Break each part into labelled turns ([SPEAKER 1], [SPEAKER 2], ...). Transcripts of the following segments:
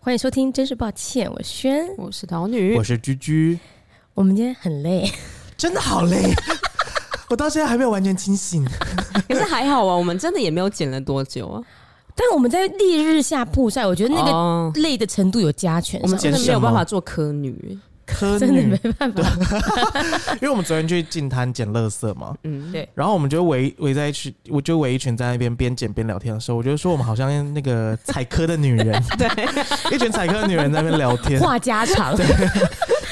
[SPEAKER 1] 欢迎收听，真是抱歉，我轩。
[SPEAKER 2] 我是桃女
[SPEAKER 3] 我，是居居，
[SPEAKER 1] 我们今天很累，
[SPEAKER 3] 真的好累， 我到现在还没有完全清醒。
[SPEAKER 2] 可是还好啊，我们真的也没有剪了多久啊。
[SPEAKER 1] 但我们在烈日下曝晒，我觉得那个
[SPEAKER 2] 哦
[SPEAKER 1] 累的程度有加权
[SPEAKER 2] 我
[SPEAKER 1] 上。
[SPEAKER 2] 们嗯真的没有办法做科女，
[SPEAKER 3] 科
[SPEAKER 1] 真的
[SPEAKER 3] 女，
[SPEAKER 1] 没办法，
[SPEAKER 3] 因为我们昨天去进滩捡垃圾嘛，
[SPEAKER 2] 嗯，
[SPEAKER 1] 对
[SPEAKER 3] 然后我们就围围在一起，我就围一群在那边边捡边聊天的时候，我就说我们好像那个采科的 女人，
[SPEAKER 2] 对，
[SPEAKER 3] 一群采科的女人在那边聊天，
[SPEAKER 1] 话家常。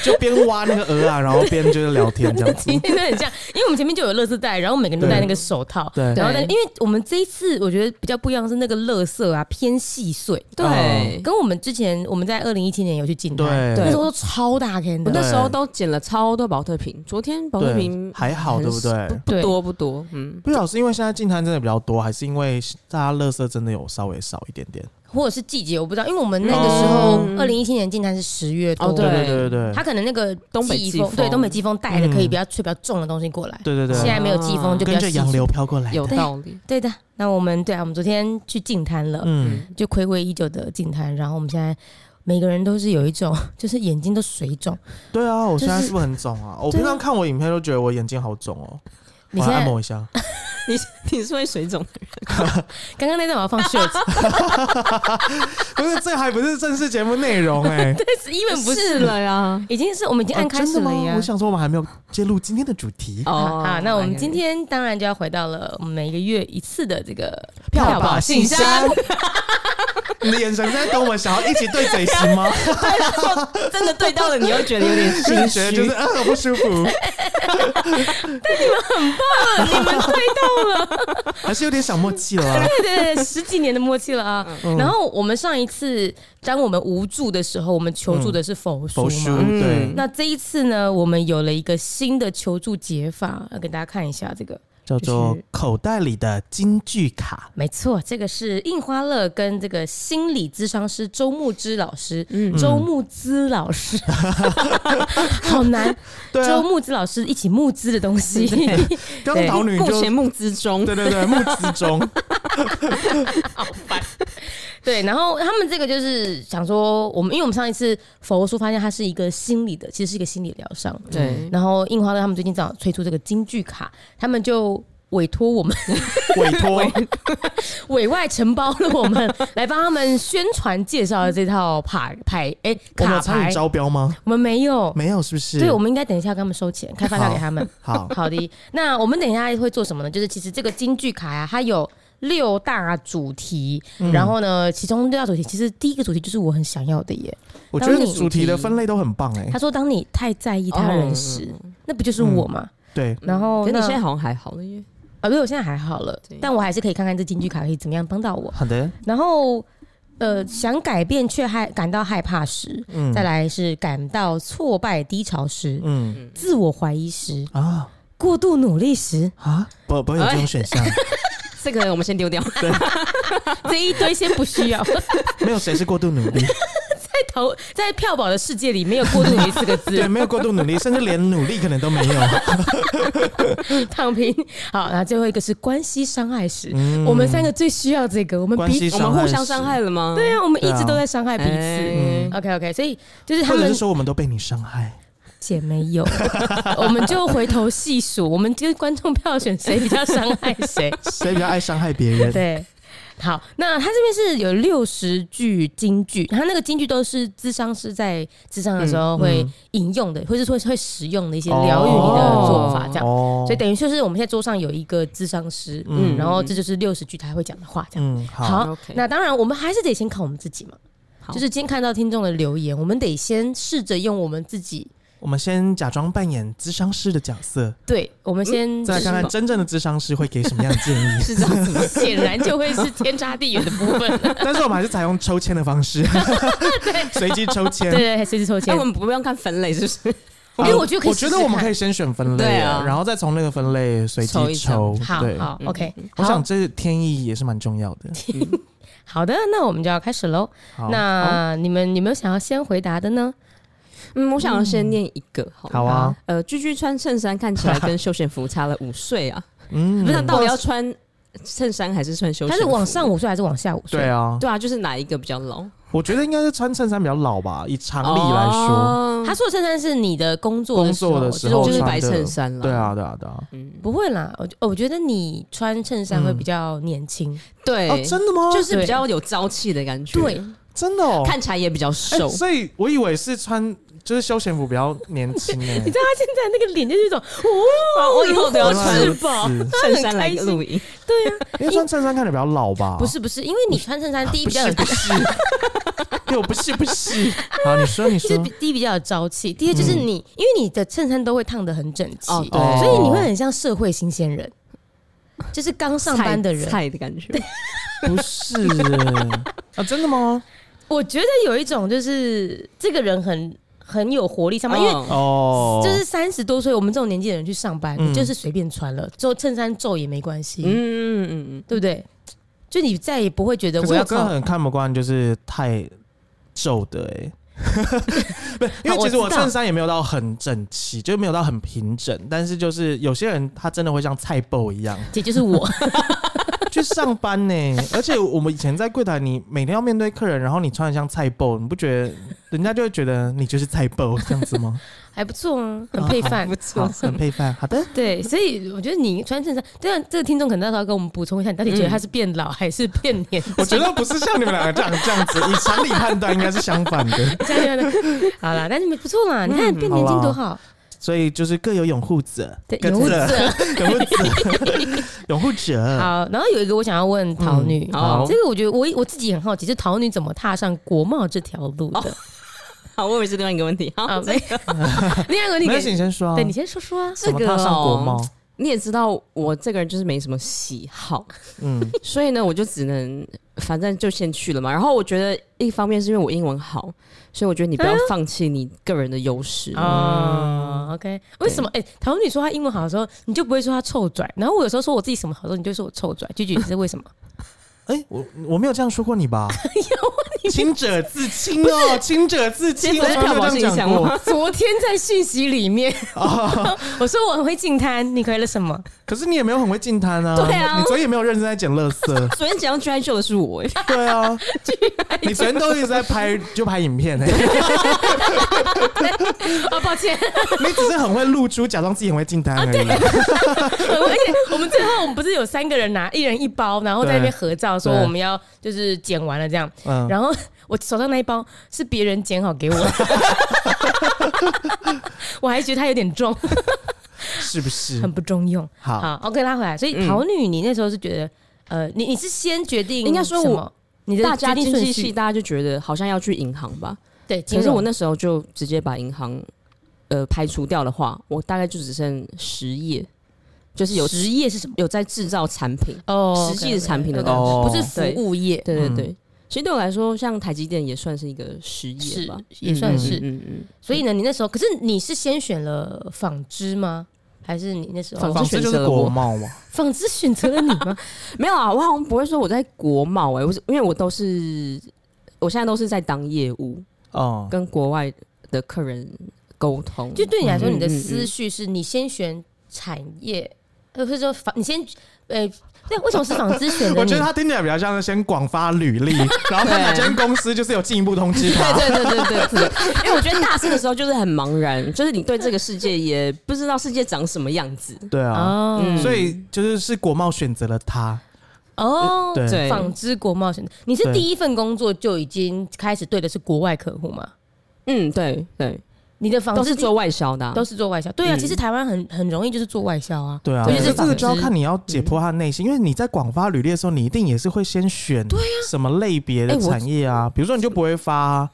[SPEAKER 3] 就边挖那个鹅啊，然后边就是聊天这样子
[SPEAKER 1] 今。天真的很像，因为我们前面就有乐色袋，然后每个人都戴那个手套。
[SPEAKER 3] 对
[SPEAKER 1] 然后但
[SPEAKER 2] 对
[SPEAKER 1] 因为我们这一次我觉得比较不一样是那个乐色啊偏细碎，
[SPEAKER 3] 哦
[SPEAKER 2] 对，
[SPEAKER 1] 跟我们之前我们在二零一七年有去进滩，
[SPEAKER 3] 对
[SPEAKER 1] 那时候都超大坑
[SPEAKER 2] 我
[SPEAKER 1] 的
[SPEAKER 2] 那，时候都剪了超多保特瓶，昨天保特瓶
[SPEAKER 3] 对，还好对不对？
[SPEAKER 2] 不
[SPEAKER 1] 对
[SPEAKER 2] 多不多，嗯，
[SPEAKER 3] 不知道是因为现在进滩真的比较多，还是因为大家垃圾真的有稍微少一点点？
[SPEAKER 1] 或者是季节我不知道，因为我们那个时候
[SPEAKER 2] 嗯
[SPEAKER 1] 二零一七年进滩是十月多，
[SPEAKER 2] 哦对
[SPEAKER 3] 对对对对
[SPEAKER 1] 他可能那个
[SPEAKER 2] 东北季
[SPEAKER 1] 季
[SPEAKER 2] 风
[SPEAKER 1] 对东北季风带的可以
[SPEAKER 3] 嗯
[SPEAKER 1] 比较吹比较重的东西过来，
[SPEAKER 3] 对对对，
[SPEAKER 1] 现在没有季风就比
[SPEAKER 3] 跟
[SPEAKER 1] 较
[SPEAKER 3] 着
[SPEAKER 1] 细
[SPEAKER 3] 洋流飘过来
[SPEAKER 2] 有
[SPEAKER 3] 的。
[SPEAKER 2] 道理，
[SPEAKER 1] 对的，那我们对啊，我们昨天去净滩了，
[SPEAKER 3] 嗯，
[SPEAKER 1] 就回归已久的净滩，然后我们现在每个人都是有一种 就是眼睛都水肿，
[SPEAKER 3] 对啊，我
[SPEAKER 1] 就
[SPEAKER 3] 现在
[SPEAKER 1] 是
[SPEAKER 3] 是不是很肿啊？我
[SPEAKER 1] 对啊
[SPEAKER 3] 平常看我影片都觉得我眼睛好肿哦，
[SPEAKER 1] 你
[SPEAKER 3] 我
[SPEAKER 1] 现
[SPEAKER 3] 来按
[SPEAKER 1] 在
[SPEAKER 3] 摩一下。
[SPEAKER 2] 你 你是会水肿，
[SPEAKER 1] 刚刚那段我要放 short，
[SPEAKER 3] 不是，这还不是正式节目内容哎，
[SPEAKER 1] 但是因为不是
[SPEAKER 2] 是
[SPEAKER 1] 了，
[SPEAKER 2] 了 呀，
[SPEAKER 1] 已 经是我们已经按
[SPEAKER 3] 哦
[SPEAKER 1] 开
[SPEAKER 3] 真
[SPEAKER 1] 始
[SPEAKER 3] 的哦
[SPEAKER 1] 了
[SPEAKER 3] 吗
[SPEAKER 1] 呀哦
[SPEAKER 3] 我。想说我们还没有揭露今天的主题，
[SPEAKER 1] 好，好那我们
[SPEAKER 2] 哎
[SPEAKER 1] 今天当然就要回到了我们每个月一次的这个
[SPEAKER 3] 宝信箱。 你的眼神是在等我们想要一起对嘴型 吗？
[SPEAKER 2] 真的 对到了，你又觉得有点
[SPEAKER 3] 就是
[SPEAKER 2] 心
[SPEAKER 3] 觉
[SPEAKER 2] 虚
[SPEAKER 3] 得，就是呃 不舒服。但你们很棒，你们对到了， 还是有点小默契了 啊。
[SPEAKER 1] 对对对，十几年的默契了啊。
[SPEAKER 2] 嗯
[SPEAKER 1] 然后我们上一次当我们无助的时候，我们求助的是佛书
[SPEAKER 3] 佛
[SPEAKER 1] 嘛。
[SPEAKER 3] 书
[SPEAKER 2] 嗯
[SPEAKER 3] 对，
[SPEAKER 1] 那这一次呢，我们有了一个新的求助解法，要给大家看一下这个。
[SPEAKER 3] 叫做
[SPEAKER 1] 就是
[SPEAKER 3] 口袋里的金句卡。
[SPEAKER 1] 没错，这个是印花乐跟这个心理咨商师周牧之老师，
[SPEAKER 2] 嗯
[SPEAKER 1] 周牧之老 师，好难，
[SPEAKER 3] 对
[SPEAKER 1] 周
[SPEAKER 3] 啊，
[SPEAKER 1] 牧之老师一起募资的东 西，
[SPEAKER 3] 刚刚岛女
[SPEAKER 2] 目
[SPEAKER 3] 就
[SPEAKER 2] 前目之中，
[SPEAKER 3] 对对对，木之 中，
[SPEAKER 1] 好烦。对，然后他们这个就是想说，我们因为我们上一次佛书发现它是一个心理的，其实是一个心理疗伤。
[SPEAKER 2] 对，
[SPEAKER 1] 然后印花乐他们最近正好推出这个京剧卡，他们就委托我们
[SPEAKER 3] 委托
[SPEAKER 1] 委外承包了我们来帮他们宣传介绍的这套牌牌哎
[SPEAKER 3] 我们
[SPEAKER 1] 卡
[SPEAKER 3] 有参
[SPEAKER 1] 牌
[SPEAKER 3] 与，招标吗？
[SPEAKER 1] 我们没有。
[SPEAKER 3] 没有，是不是？
[SPEAKER 1] 对，我们应该等一下跟他们收钱，开发票给他们。
[SPEAKER 3] 好，
[SPEAKER 1] 好的，那我们等一下会做什么呢？就是其实这个京剧卡啊，它有六大主题，
[SPEAKER 3] 嗯
[SPEAKER 1] 然后呢，其中六大主题，其实第一个主题就是我很想要的耶。
[SPEAKER 3] 我觉得
[SPEAKER 1] 当你
[SPEAKER 3] 主题的分类都很棒哎
[SPEAKER 1] 他。说，当你太在意他人时，
[SPEAKER 3] 哦
[SPEAKER 1] 那不就是我吗？
[SPEAKER 3] 对，
[SPEAKER 1] 然后
[SPEAKER 2] 可是你
[SPEAKER 1] 那
[SPEAKER 2] 现在好像还好了耶，
[SPEAKER 1] 啊，对，我现在还好了
[SPEAKER 2] 对，
[SPEAKER 1] 但我还是可以看看这京剧卡可以怎么样帮到我。
[SPEAKER 3] 好的，
[SPEAKER 1] 然后，呃，想改变却害感到害怕时，
[SPEAKER 3] 嗯
[SPEAKER 1] 再来是感到挫败低潮时，
[SPEAKER 3] 嗯
[SPEAKER 1] 自我怀疑时，
[SPEAKER 3] 啊
[SPEAKER 1] 过度努力时，
[SPEAKER 3] 啊，不不会有这种选项，
[SPEAKER 1] 哎
[SPEAKER 2] 这个我们先 丢掉，
[SPEAKER 1] 这一堆先不需 要。
[SPEAKER 3] 没有谁是过度努 力，
[SPEAKER 1] 在投在票宝的世界里，没有过度努力四个
[SPEAKER 3] 对，
[SPEAKER 1] 字，
[SPEAKER 3] 没有过度努力，甚至连努力可能都没 有。
[SPEAKER 1] 躺平。好，然后最后一个是关系伤害时，
[SPEAKER 3] 嗯
[SPEAKER 1] 我们三个最需要这个，我们
[SPEAKER 3] 关
[SPEAKER 1] 彼
[SPEAKER 3] 系
[SPEAKER 2] 我
[SPEAKER 3] 伤
[SPEAKER 2] 们
[SPEAKER 3] 害
[SPEAKER 2] 互
[SPEAKER 3] 是
[SPEAKER 2] 相伤害，了吗？
[SPEAKER 1] 对啊，我们一直
[SPEAKER 3] 对啊
[SPEAKER 1] 都在伤害彼此。
[SPEAKER 2] 哎
[SPEAKER 1] OK OK，所以就是他
[SPEAKER 3] 或者
[SPEAKER 1] 们
[SPEAKER 3] 是说我们都被你伤害。
[SPEAKER 1] 姐妹有， 我们就回头细数，我们就是观众票选谁比较伤害 谁。
[SPEAKER 3] 谁比较爱伤害别 人？
[SPEAKER 1] 对，好，那他这边是有六十句金句，他那个金句都是智商是在智商的时候会
[SPEAKER 3] 嗯
[SPEAKER 1] 引用的，或是说会使用的一些疗愈你的做法，这样。
[SPEAKER 3] 哦
[SPEAKER 1] 所以等于就是我们现在桌上有一个智商师，
[SPEAKER 3] 嗯
[SPEAKER 1] 然后这就是六十句他会讲的话，这样。
[SPEAKER 3] 嗯好，
[SPEAKER 1] 好
[SPEAKER 2] OK
[SPEAKER 1] 那当然我们还是得先看我们自己嘛，
[SPEAKER 2] 好
[SPEAKER 1] 就是今天看到听众的留言，我们得先试着用我们自己，
[SPEAKER 3] 我们先假装扮演咨商师的角色，
[SPEAKER 1] 对我们先
[SPEAKER 3] 嗯再来看看真正的咨商师会给什么样的建议。
[SPEAKER 2] 是这样子吗？
[SPEAKER 1] 显然就会是天差地远的部 分，
[SPEAKER 3] 但是我们还是采用抽签的方式，随机抽
[SPEAKER 1] 对
[SPEAKER 3] 签。
[SPEAKER 1] 对对，随时抽
[SPEAKER 2] 那
[SPEAKER 1] 签
[SPEAKER 2] 我。们不用看分类是不是？
[SPEAKER 1] 因为我觉得可以
[SPEAKER 3] 我
[SPEAKER 1] 试
[SPEAKER 3] 觉
[SPEAKER 1] 试
[SPEAKER 3] 得我们
[SPEAKER 1] 看
[SPEAKER 3] 可以先选分类
[SPEAKER 2] 对，啊
[SPEAKER 3] 然后再从那个分类随
[SPEAKER 2] 抽一
[SPEAKER 3] 机抽。
[SPEAKER 1] 好
[SPEAKER 3] 对，
[SPEAKER 1] 好
[SPEAKER 2] 嗯
[SPEAKER 1] ，OK，
[SPEAKER 3] 我想
[SPEAKER 1] 好
[SPEAKER 3] 这天意也是蛮重要 的。
[SPEAKER 1] 好的，那我们就要开始喽。
[SPEAKER 3] 好，
[SPEAKER 1] 那你们有没有想要先回答的呢？
[SPEAKER 2] 嗯，我想要先念一个好了。
[SPEAKER 3] 好啊，
[SPEAKER 2] 呃，居居穿衬衫看起来跟休闲服差了五岁啊，
[SPEAKER 3] 嗯
[SPEAKER 2] 不知道到底要穿衬衫还是穿休闲
[SPEAKER 1] 他
[SPEAKER 2] 服？
[SPEAKER 1] 是往上五岁还是往下五岁？
[SPEAKER 3] 对啊，
[SPEAKER 2] 对啊，就是哪一个比较老？
[SPEAKER 3] 我觉得应该是穿衬衫比较老吧，以常理来说，
[SPEAKER 2] 哦
[SPEAKER 1] 他说的衬衫是你的工作
[SPEAKER 3] 工作的
[SPEAKER 1] 时
[SPEAKER 3] 时
[SPEAKER 1] 候，
[SPEAKER 3] 候
[SPEAKER 1] 就是就
[SPEAKER 2] 就是
[SPEAKER 1] 是
[SPEAKER 2] 白
[SPEAKER 3] 穿的
[SPEAKER 2] 衬衫了。
[SPEAKER 3] 对，啊，对啊，对啊。
[SPEAKER 2] 嗯，
[SPEAKER 1] 不会啦。我觉哦我觉得你穿衬衫会比较年轻，
[SPEAKER 2] 对，
[SPEAKER 3] 哦，真的吗？
[SPEAKER 2] 就是比较有朝气的感觉，
[SPEAKER 1] 对，
[SPEAKER 3] 真的哦。
[SPEAKER 2] 看起来也比较
[SPEAKER 3] 哎
[SPEAKER 2] 瘦。
[SPEAKER 3] 所以我以为是穿就是休闲服比较年轻欸诶、
[SPEAKER 1] 你知道他现在那个脸就是一种，
[SPEAKER 2] 哦
[SPEAKER 3] 啊
[SPEAKER 1] 哦，
[SPEAKER 2] 我以后都要穿
[SPEAKER 1] 是吧？
[SPEAKER 2] 衬衫
[SPEAKER 1] 他很
[SPEAKER 2] 来
[SPEAKER 1] 开心
[SPEAKER 2] 录影，
[SPEAKER 3] 因为穿衬衫看着比较老吧？
[SPEAKER 1] 不，是不是，因为你穿衬衫，第一比较有，
[SPEAKER 3] 我不是不 是。好，你说你
[SPEAKER 1] 就是
[SPEAKER 3] 说，
[SPEAKER 1] 比第一比较有朝气，第二就是你，因为你的衬衫都会烫的很整齐，
[SPEAKER 2] 哦对
[SPEAKER 1] 所以你会很像社会新鲜人，就是刚上班的人。
[SPEAKER 2] 菜菜的感觉。
[SPEAKER 3] 不是 啊？真的吗？
[SPEAKER 1] 我觉得有一种就是这个人很很有活力上班，因为
[SPEAKER 2] 嗯
[SPEAKER 3] 哦，
[SPEAKER 1] 就是三十多岁我们这种年纪的人去上班，
[SPEAKER 3] 嗯
[SPEAKER 1] 你就是随便穿了，做衬衫皱也没关系，
[SPEAKER 2] 嗯嗯嗯
[SPEAKER 1] 对不对？就你再也不会觉得
[SPEAKER 3] 可
[SPEAKER 1] 我
[SPEAKER 3] 是我
[SPEAKER 1] 要
[SPEAKER 3] 真的
[SPEAKER 1] 靠
[SPEAKER 3] 很看不惯，就是太皱的哎、欸。 不是，因为
[SPEAKER 1] 好
[SPEAKER 3] 其实
[SPEAKER 1] 哦我
[SPEAKER 3] 我
[SPEAKER 1] 知道
[SPEAKER 3] 衬衫也没有到很整齐，就没有到很平整，但是就是有些人他真的会像菜包 一样
[SPEAKER 1] 姐就是我，
[SPEAKER 3] 去上班呢、而且我们以前在柜台，你每天要面对客人，然后你穿的像菜包，你不觉得人家就会觉得你就是菜包这样 子吗？
[SPEAKER 1] 还不错啊，很配
[SPEAKER 2] 嗯，
[SPEAKER 1] 饭。
[SPEAKER 2] 不
[SPEAKER 3] 好，
[SPEAKER 2] 错。
[SPEAKER 3] 很配饭。好的，
[SPEAKER 1] 对，所以我觉得你穿衬衫，这样这个听众可能到时候要跟我们补充一下，你到底觉得他是变老还是变年轻？
[SPEAKER 3] 我觉得不是像你们两个这样这样子，以常理判断应该是相反 的。
[SPEAKER 1] 这样这样这样好啦，但是不错啦，你看变年轻多好，
[SPEAKER 3] 所以就是各有拥护者，
[SPEAKER 1] 对，
[SPEAKER 3] 各
[SPEAKER 1] 有物
[SPEAKER 3] 自
[SPEAKER 1] 质。
[SPEAKER 3] 拥护者，拥护者。
[SPEAKER 1] 好，然后有一个我想要问桃女，
[SPEAKER 2] 嗯
[SPEAKER 1] 好
[SPEAKER 2] 好
[SPEAKER 1] 这个我觉得我我自己很好奇，是桃女怎么踏上国贸这条路的？
[SPEAKER 2] 好，我以为是另外一个问题。
[SPEAKER 1] 啊
[SPEAKER 2] 好，
[SPEAKER 1] 没
[SPEAKER 2] 这个
[SPEAKER 1] 另外一个问题
[SPEAKER 3] 没关系，
[SPEAKER 1] 给，
[SPEAKER 3] 你先说啊。
[SPEAKER 1] 对你先说说啊。
[SPEAKER 3] 怎么
[SPEAKER 2] 这个
[SPEAKER 3] 踏上国
[SPEAKER 2] 哦
[SPEAKER 3] 贸？
[SPEAKER 2] 你也知道，我这个人就是没什么喜好，
[SPEAKER 3] 嗯，
[SPEAKER 2] 所以呢，我就只能反正就先去了嘛。然后我觉得一方面是因为我英文好，所以我觉得你不
[SPEAKER 1] 嗯
[SPEAKER 2] 要放弃你个人的优势。
[SPEAKER 1] 哦，OK，为什么？哎、桃女说她英文好的时候，你就不会说她臭拽。然后我有时候说我自己什么好的时候，你就说我臭拽。句句，你是为什么？
[SPEAKER 3] 哎，我我没有这样说过 你吧？
[SPEAKER 2] 啊
[SPEAKER 3] 清者自清哦，清者自
[SPEAKER 2] 其
[SPEAKER 3] 清，
[SPEAKER 2] 实
[SPEAKER 3] 我
[SPEAKER 2] 是
[SPEAKER 3] 从来没
[SPEAKER 2] 票
[SPEAKER 3] 有
[SPEAKER 2] 房
[SPEAKER 3] 这样
[SPEAKER 2] 形
[SPEAKER 3] 讲
[SPEAKER 2] 象
[SPEAKER 3] 过。
[SPEAKER 2] 吗？
[SPEAKER 1] 昨天在讯息里面， 我说我很会进摊，你回了什么？
[SPEAKER 3] 可是你也没有很会进摊啊，
[SPEAKER 2] 对啊，
[SPEAKER 3] 你昨天也没有认真在捡垃圾
[SPEAKER 2] 昨天讲到 dry 的是我，哎
[SPEAKER 3] 对啊，你昨天都一直在拍，就拍影片哎，
[SPEAKER 1] 啊，抱歉，
[SPEAKER 3] 你只是很会露出，假装自己很会进摊
[SPEAKER 2] 啊
[SPEAKER 3] 而已。
[SPEAKER 1] 而 且我们最后我们不是有三个人拿一人一包，然后在那边合照说
[SPEAKER 3] 对
[SPEAKER 1] 我们要就是剪完了这样。
[SPEAKER 3] 嗯，
[SPEAKER 1] 然后我手上那一包是别人剪好给我 的，我还觉得它有点重，
[SPEAKER 3] 是不是
[SPEAKER 1] 很？不中用。
[SPEAKER 3] 嗯好，嗯
[SPEAKER 1] 好，OK，拉回来。所以桃女，你那时候是觉得，呃，你你是先决定什么，
[SPEAKER 2] 应该说我
[SPEAKER 1] 你的
[SPEAKER 2] 大家
[SPEAKER 1] 决定
[SPEAKER 2] 经
[SPEAKER 1] 顺
[SPEAKER 2] 济系
[SPEAKER 1] 序哦
[SPEAKER 2] 大家就觉得好像要去银行吧，
[SPEAKER 1] 对，
[SPEAKER 2] 可
[SPEAKER 1] 其
[SPEAKER 2] 是
[SPEAKER 1] 实
[SPEAKER 2] 我
[SPEAKER 1] 我那
[SPEAKER 2] 那时候就直接把银行呃排除掉的话，我大概就只剩实业，就是有
[SPEAKER 1] 职业是什么？
[SPEAKER 2] 有在制造产品，
[SPEAKER 1] 哦
[SPEAKER 2] 实际的产品的
[SPEAKER 1] 东
[SPEAKER 2] 东
[SPEAKER 1] 西，
[SPEAKER 2] 西，
[SPEAKER 3] 哦
[SPEAKER 1] 不是服务业，
[SPEAKER 2] 对对
[SPEAKER 3] 嗯
[SPEAKER 2] 对。其实对我来说，像台积电也算是一个实业
[SPEAKER 1] 是
[SPEAKER 2] 吧，
[SPEAKER 1] 也算
[SPEAKER 2] 嗯
[SPEAKER 1] 是。
[SPEAKER 2] 嗯嗯
[SPEAKER 1] 所以呢，你那时候可是你是先选了纺织吗？还是你那时候
[SPEAKER 2] 纺
[SPEAKER 3] 纺
[SPEAKER 2] 织
[SPEAKER 3] 织
[SPEAKER 2] 选
[SPEAKER 3] 就
[SPEAKER 2] 择
[SPEAKER 3] 是
[SPEAKER 2] 了
[SPEAKER 3] 国
[SPEAKER 2] 我
[SPEAKER 3] 贸嘛，
[SPEAKER 1] 纺织选择了你吗？
[SPEAKER 2] 嗯，没有啊，我好像不会说我在国贸哎、我是因为我都是我现在都是在当业务，
[SPEAKER 3] 哦，
[SPEAKER 2] 跟国外的客人沟通，
[SPEAKER 1] 就对你来说，
[SPEAKER 2] 嗯
[SPEAKER 1] 你的
[SPEAKER 2] 嗯嗯
[SPEAKER 1] 思绪是你先选产业，呃，或者说纺，你先呃，那为什么是纺织选的
[SPEAKER 3] 我觉
[SPEAKER 1] 你
[SPEAKER 3] 得？他听起来比较像是先广发履历，然后看哪间公司就是有进一步通知他。
[SPEAKER 2] 对啊对对对对对，因为我觉得大四的时候就是很茫然，就是你对这个世界也不知道世界长什么样子。
[SPEAKER 3] 对啊，
[SPEAKER 1] 哦
[SPEAKER 2] 嗯
[SPEAKER 3] 所以就是是国贸选择了他。
[SPEAKER 1] 哦，
[SPEAKER 3] 对
[SPEAKER 2] 对
[SPEAKER 1] 纺织国贸选的，你是
[SPEAKER 3] 对
[SPEAKER 1] 第一份工作就已经开始对的是国外客户吗？
[SPEAKER 2] 嗯，对对，
[SPEAKER 1] 你的纺织
[SPEAKER 2] 都是做外销的啊、
[SPEAKER 1] 哦都是做外销，对啊，
[SPEAKER 2] 嗯
[SPEAKER 1] 其实台湾很很容易就是做外销啊，
[SPEAKER 3] 对啊，
[SPEAKER 1] 对
[SPEAKER 3] 可
[SPEAKER 1] 就是
[SPEAKER 3] 这个
[SPEAKER 1] 纺
[SPEAKER 3] 就要
[SPEAKER 1] 织
[SPEAKER 3] 看你要解剖他的内心，因为你在广发履历的时候，你一定也是会先选
[SPEAKER 2] 啊
[SPEAKER 3] 什么类别的
[SPEAKER 1] 哎我
[SPEAKER 3] 产业啊，比如说你就不会发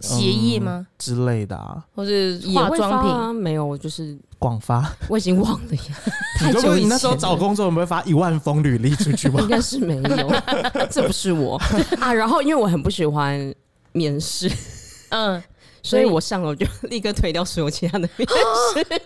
[SPEAKER 1] 鞋
[SPEAKER 3] 嗯
[SPEAKER 1] 业吗？
[SPEAKER 3] 之类的啊，
[SPEAKER 1] 或是
[SPEAKER 2] 也
[SPEAKER 1] 化
[SPEAKER 2] 会
[SPEAKER 1] 妆
[SPEAKER 2] 发
[SPEAKER 1] 品？
[SPEAKER 2] 啊没有，我就是
[SPEAKER 3] 广发。
[SPEAKER 2] 我已经忘了耶，太
[SPEAKER 3] 你就
[SPEAKER 2] 久
[SPEAKER 3] 不
[SPEAKER 2] 以
[SPEAKER 3] 你
[SPEAKER 2] 前
[SPEAKER 3] 那时候
[SPEAKER 2] 了
[SPEAKER 3] 找工作，有没有发一万封履历出去 吗
[SPEAKER 2] 应？该是没有，这不是我啊。然后因为我很不喜欢面试，
[SPEAKER 1] 嗯，
[SPEAKER 2] 所以我上了我就立刻推掉所有其他的面试。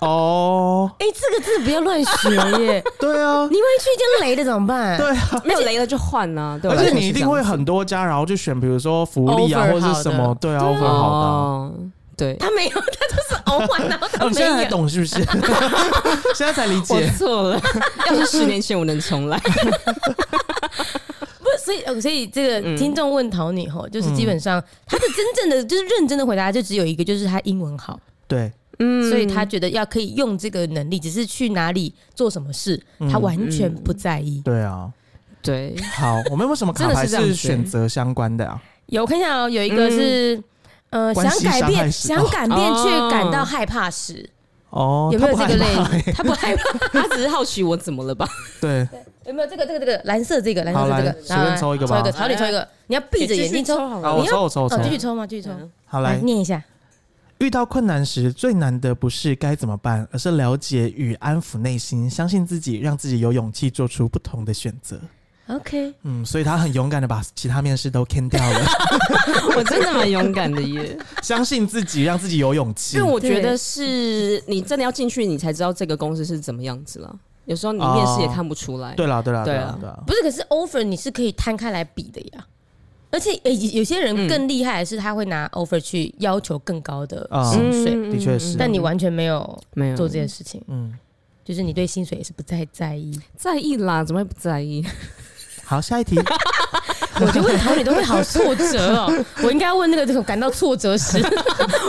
[SPEAKER 3] 哦，
[SPEAKER 1] 哎，这个真的不要乱学耶，
[SPEAKER 3] 对啊，
[SPEAKER 1] 你万一去一间雷的怎么办？
[SPEAKER 3] 对 啊。
[SPEAKER 2] 没有雷了就换啊，对我
[SPEAKER 3] 而
[SPEAKER 2] 来说
[SPEAKER 3] 且
[SPEAKER 2] 是
[SPEAKER 3] 你一定
[SPEAKER 2] 这
[SPEAKER 3] 会
[SPEAKER 2] 样子
[SPEAKER 3] 很多家，然后去选，比如说福利啊，
[SPEAKER 1] Offer
[SPEAKER 3] 或者是什
[SPEAKER 1] 好的
[SPEAKER 3] 么，对啊，offer 好的啊。
[SPEAKER 2] 哦，对，
[SPEAKER 1] 他没有，他就是偶尔，然后他
[SPEAKER 3] 哦，你
[SPEAKER 1] 没
[SPEAKER 3] 现在才
[SPEAKER 1] 有。
[SPEAKER 3] 懂是不 是？现在才理
[SPEAKER 2] 我
[SPEAKER 3] 解。
[SPEAKER 2] 错了。要是十年前我能重来，
[SPEAKER 1] 不，所以哦所以这
[SPEAKER 3] 嗯
[SPEAKER 1] 个听众问桃女吼，就是基本上他的真正的 就是认真的回答就只有一个，就是他英文好，
[SPEAKER 3] 对，
[SPEAKER 2] 嗯
[SPEAKER 1] 所以他觉得要可以用这个能力，只是去哪里做什么事，
[SPEAKER 3] 嗯
[SPEAKER 1] 他完全不在意。
[SPEAKER 3] 对啊。
[SPEAKER 2] 对，
[SPEAKER 3] 好，我们有没有什么卡
[SPEAKER 2] 真的
[SPEAKER 3] 牌
[SPEAKER 2] 是这样
[SPEAKER 3] 是
[SPEAKER 2] 子
[SPEAKER 3] 选择相关的啊？
[SPEAKER 1] 有我看一下哦，有一个是。呃，
[SPEAKER 3] 嗯关
[SPEAKER 1] 想
[SPEAKER 3] 系
[SPEAKER 1] 改
[SPEAKER 3] 伤害
[SPEAKER 1] 变，
[SPEAKER 3] 史
[SPEAKER 1] 想
[SPEAKER 3] 哦
[SPEAKER 1] 改变却感到
[SPEAKER 2] 哦
[SPEAKER 1] 害怕时，
[SPEAKER 3] 哦，
[SPEAKER 1] 有没有
[SPEAKER 3] 他
[SPEAKER 1] 这
[SPEAKER 3] 不
[SPEAKER 1] 个
[SPEAKER 3] 害怕
[SPEAKER 1] 类？
[SPEAKER 3] 欸
[SPEAKER 1] 他不害怕，
[SPEAKER 2] 他只是好奇我怎么了 吧？
[SPEAKER 3] 对，
[SPEAKER 1] 有没有这个这个这个蓝色这个蓝色
[SPEAKER 3] 好
[SPEAKER 1] 这
[SPEAKER 3] 来
[SPEAKER 1] 个？啊
[SPEAKER 3] 随便
[SPEAKER 1] 来
[SPEAKER 3] 抽一个
[SPEAKER 1] 抽一
[SPEAKER 3] 吧哎
[SPEAKER 1] 个，朝你抽一个，你要闭着眼睛抽，
[SPEAKER 2] 好
[SPEAKER 3] 好，我
[SPEAKER 1] 你要
[SPEAKER 3] 抽，我抽，我抽
[SPEAKER 1] 哦，。继续抽嘛，继续抽。
[SPEAKER 3] 好来，
[SPEAKER 1] 念一下，
[SPEAKER 3] 遇到困难时，最难的不是该怎么办，而是了解与安抚内心，相信自己，让自己有勇气做出不同的选择。
[SPEAKER 1] OK，
[SPEAKER 3] 嗯，所以他很勇敢的把其他面试都 can 掉了，
[SPEAKER 2] 我真的蛮勇敢的 耶，
[SPEAKER 3] 相信自己，让自己有勇气。
[SPEAKER 2] 因为我
[SPEAKER 1] 对
[SPEAKER 2] 觉得是你真的要进去，你才知道这个公司是怎么样子了。有时候你面试也看不出来。
[SPEAKER 3] 哦对啦，对啦，
[SPEAKER 2] 对
[SPEAKER 3] 对
[SPEAKER 2] 啊
[SPEAKER 3] 啦，对啦，
[SPEAKER 1] 不是，可是 offer 你是可以摊开来比的呀。而且，诶、有有些人更厉害的是，他会拿 offer 去要求更高的
[SPEAKER 3] 啊
[SPEAKER 1] 薪水，
[SPEAKER 2] 嗯
[SPEAKER 3] 的确是
[SPEAKER 1] 但你完全没有
[SPEAKER 2] 没有
[SPEAKER 1] 做这件事情，
[SPEAKER 3] 嗯，
[SPEAKER 1] 就是你对薪水也是不太在意。
[SPEAKER 2] 在意啦，怎么会不在 意？
[SPEAKER 3] 好，下 一题，
[SPEAKER 1] 我就问桃女都会好挫折哦， 我应该问那个这个感到挫折时，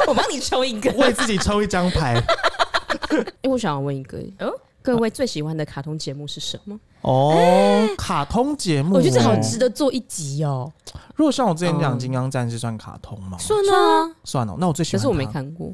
[SPEAKER 2] 我帮你抽一个。
[SPEAKER 3] 为自己抽一张牌。
[SPEAKER 2] 哎，我想要问一个，
[SPEAKER 1] 哦
[SPEAKER 2] 各位最喜欢的卡通节目是什么？
[SPEAKER 3] 哦，卡通节目，
[SPEAKER 1] 哎我觉得这好值
[SPEAKER 3] 直。
[SPEAKER 1] 得做一集哦。
[SPEAKER 3] 如果像我之前讲《
[SPEAKER 2] 嗯
[SPEAKER 3] 金刚战士》算卡通吗？
[SPEAKER 2] 算啊，
[SPEAKER 3] 算了，那我最喜
[SPEAKER 2] 可
[SPEAKER 3] 欢。
[SPEAKER 2] 是我没。看过。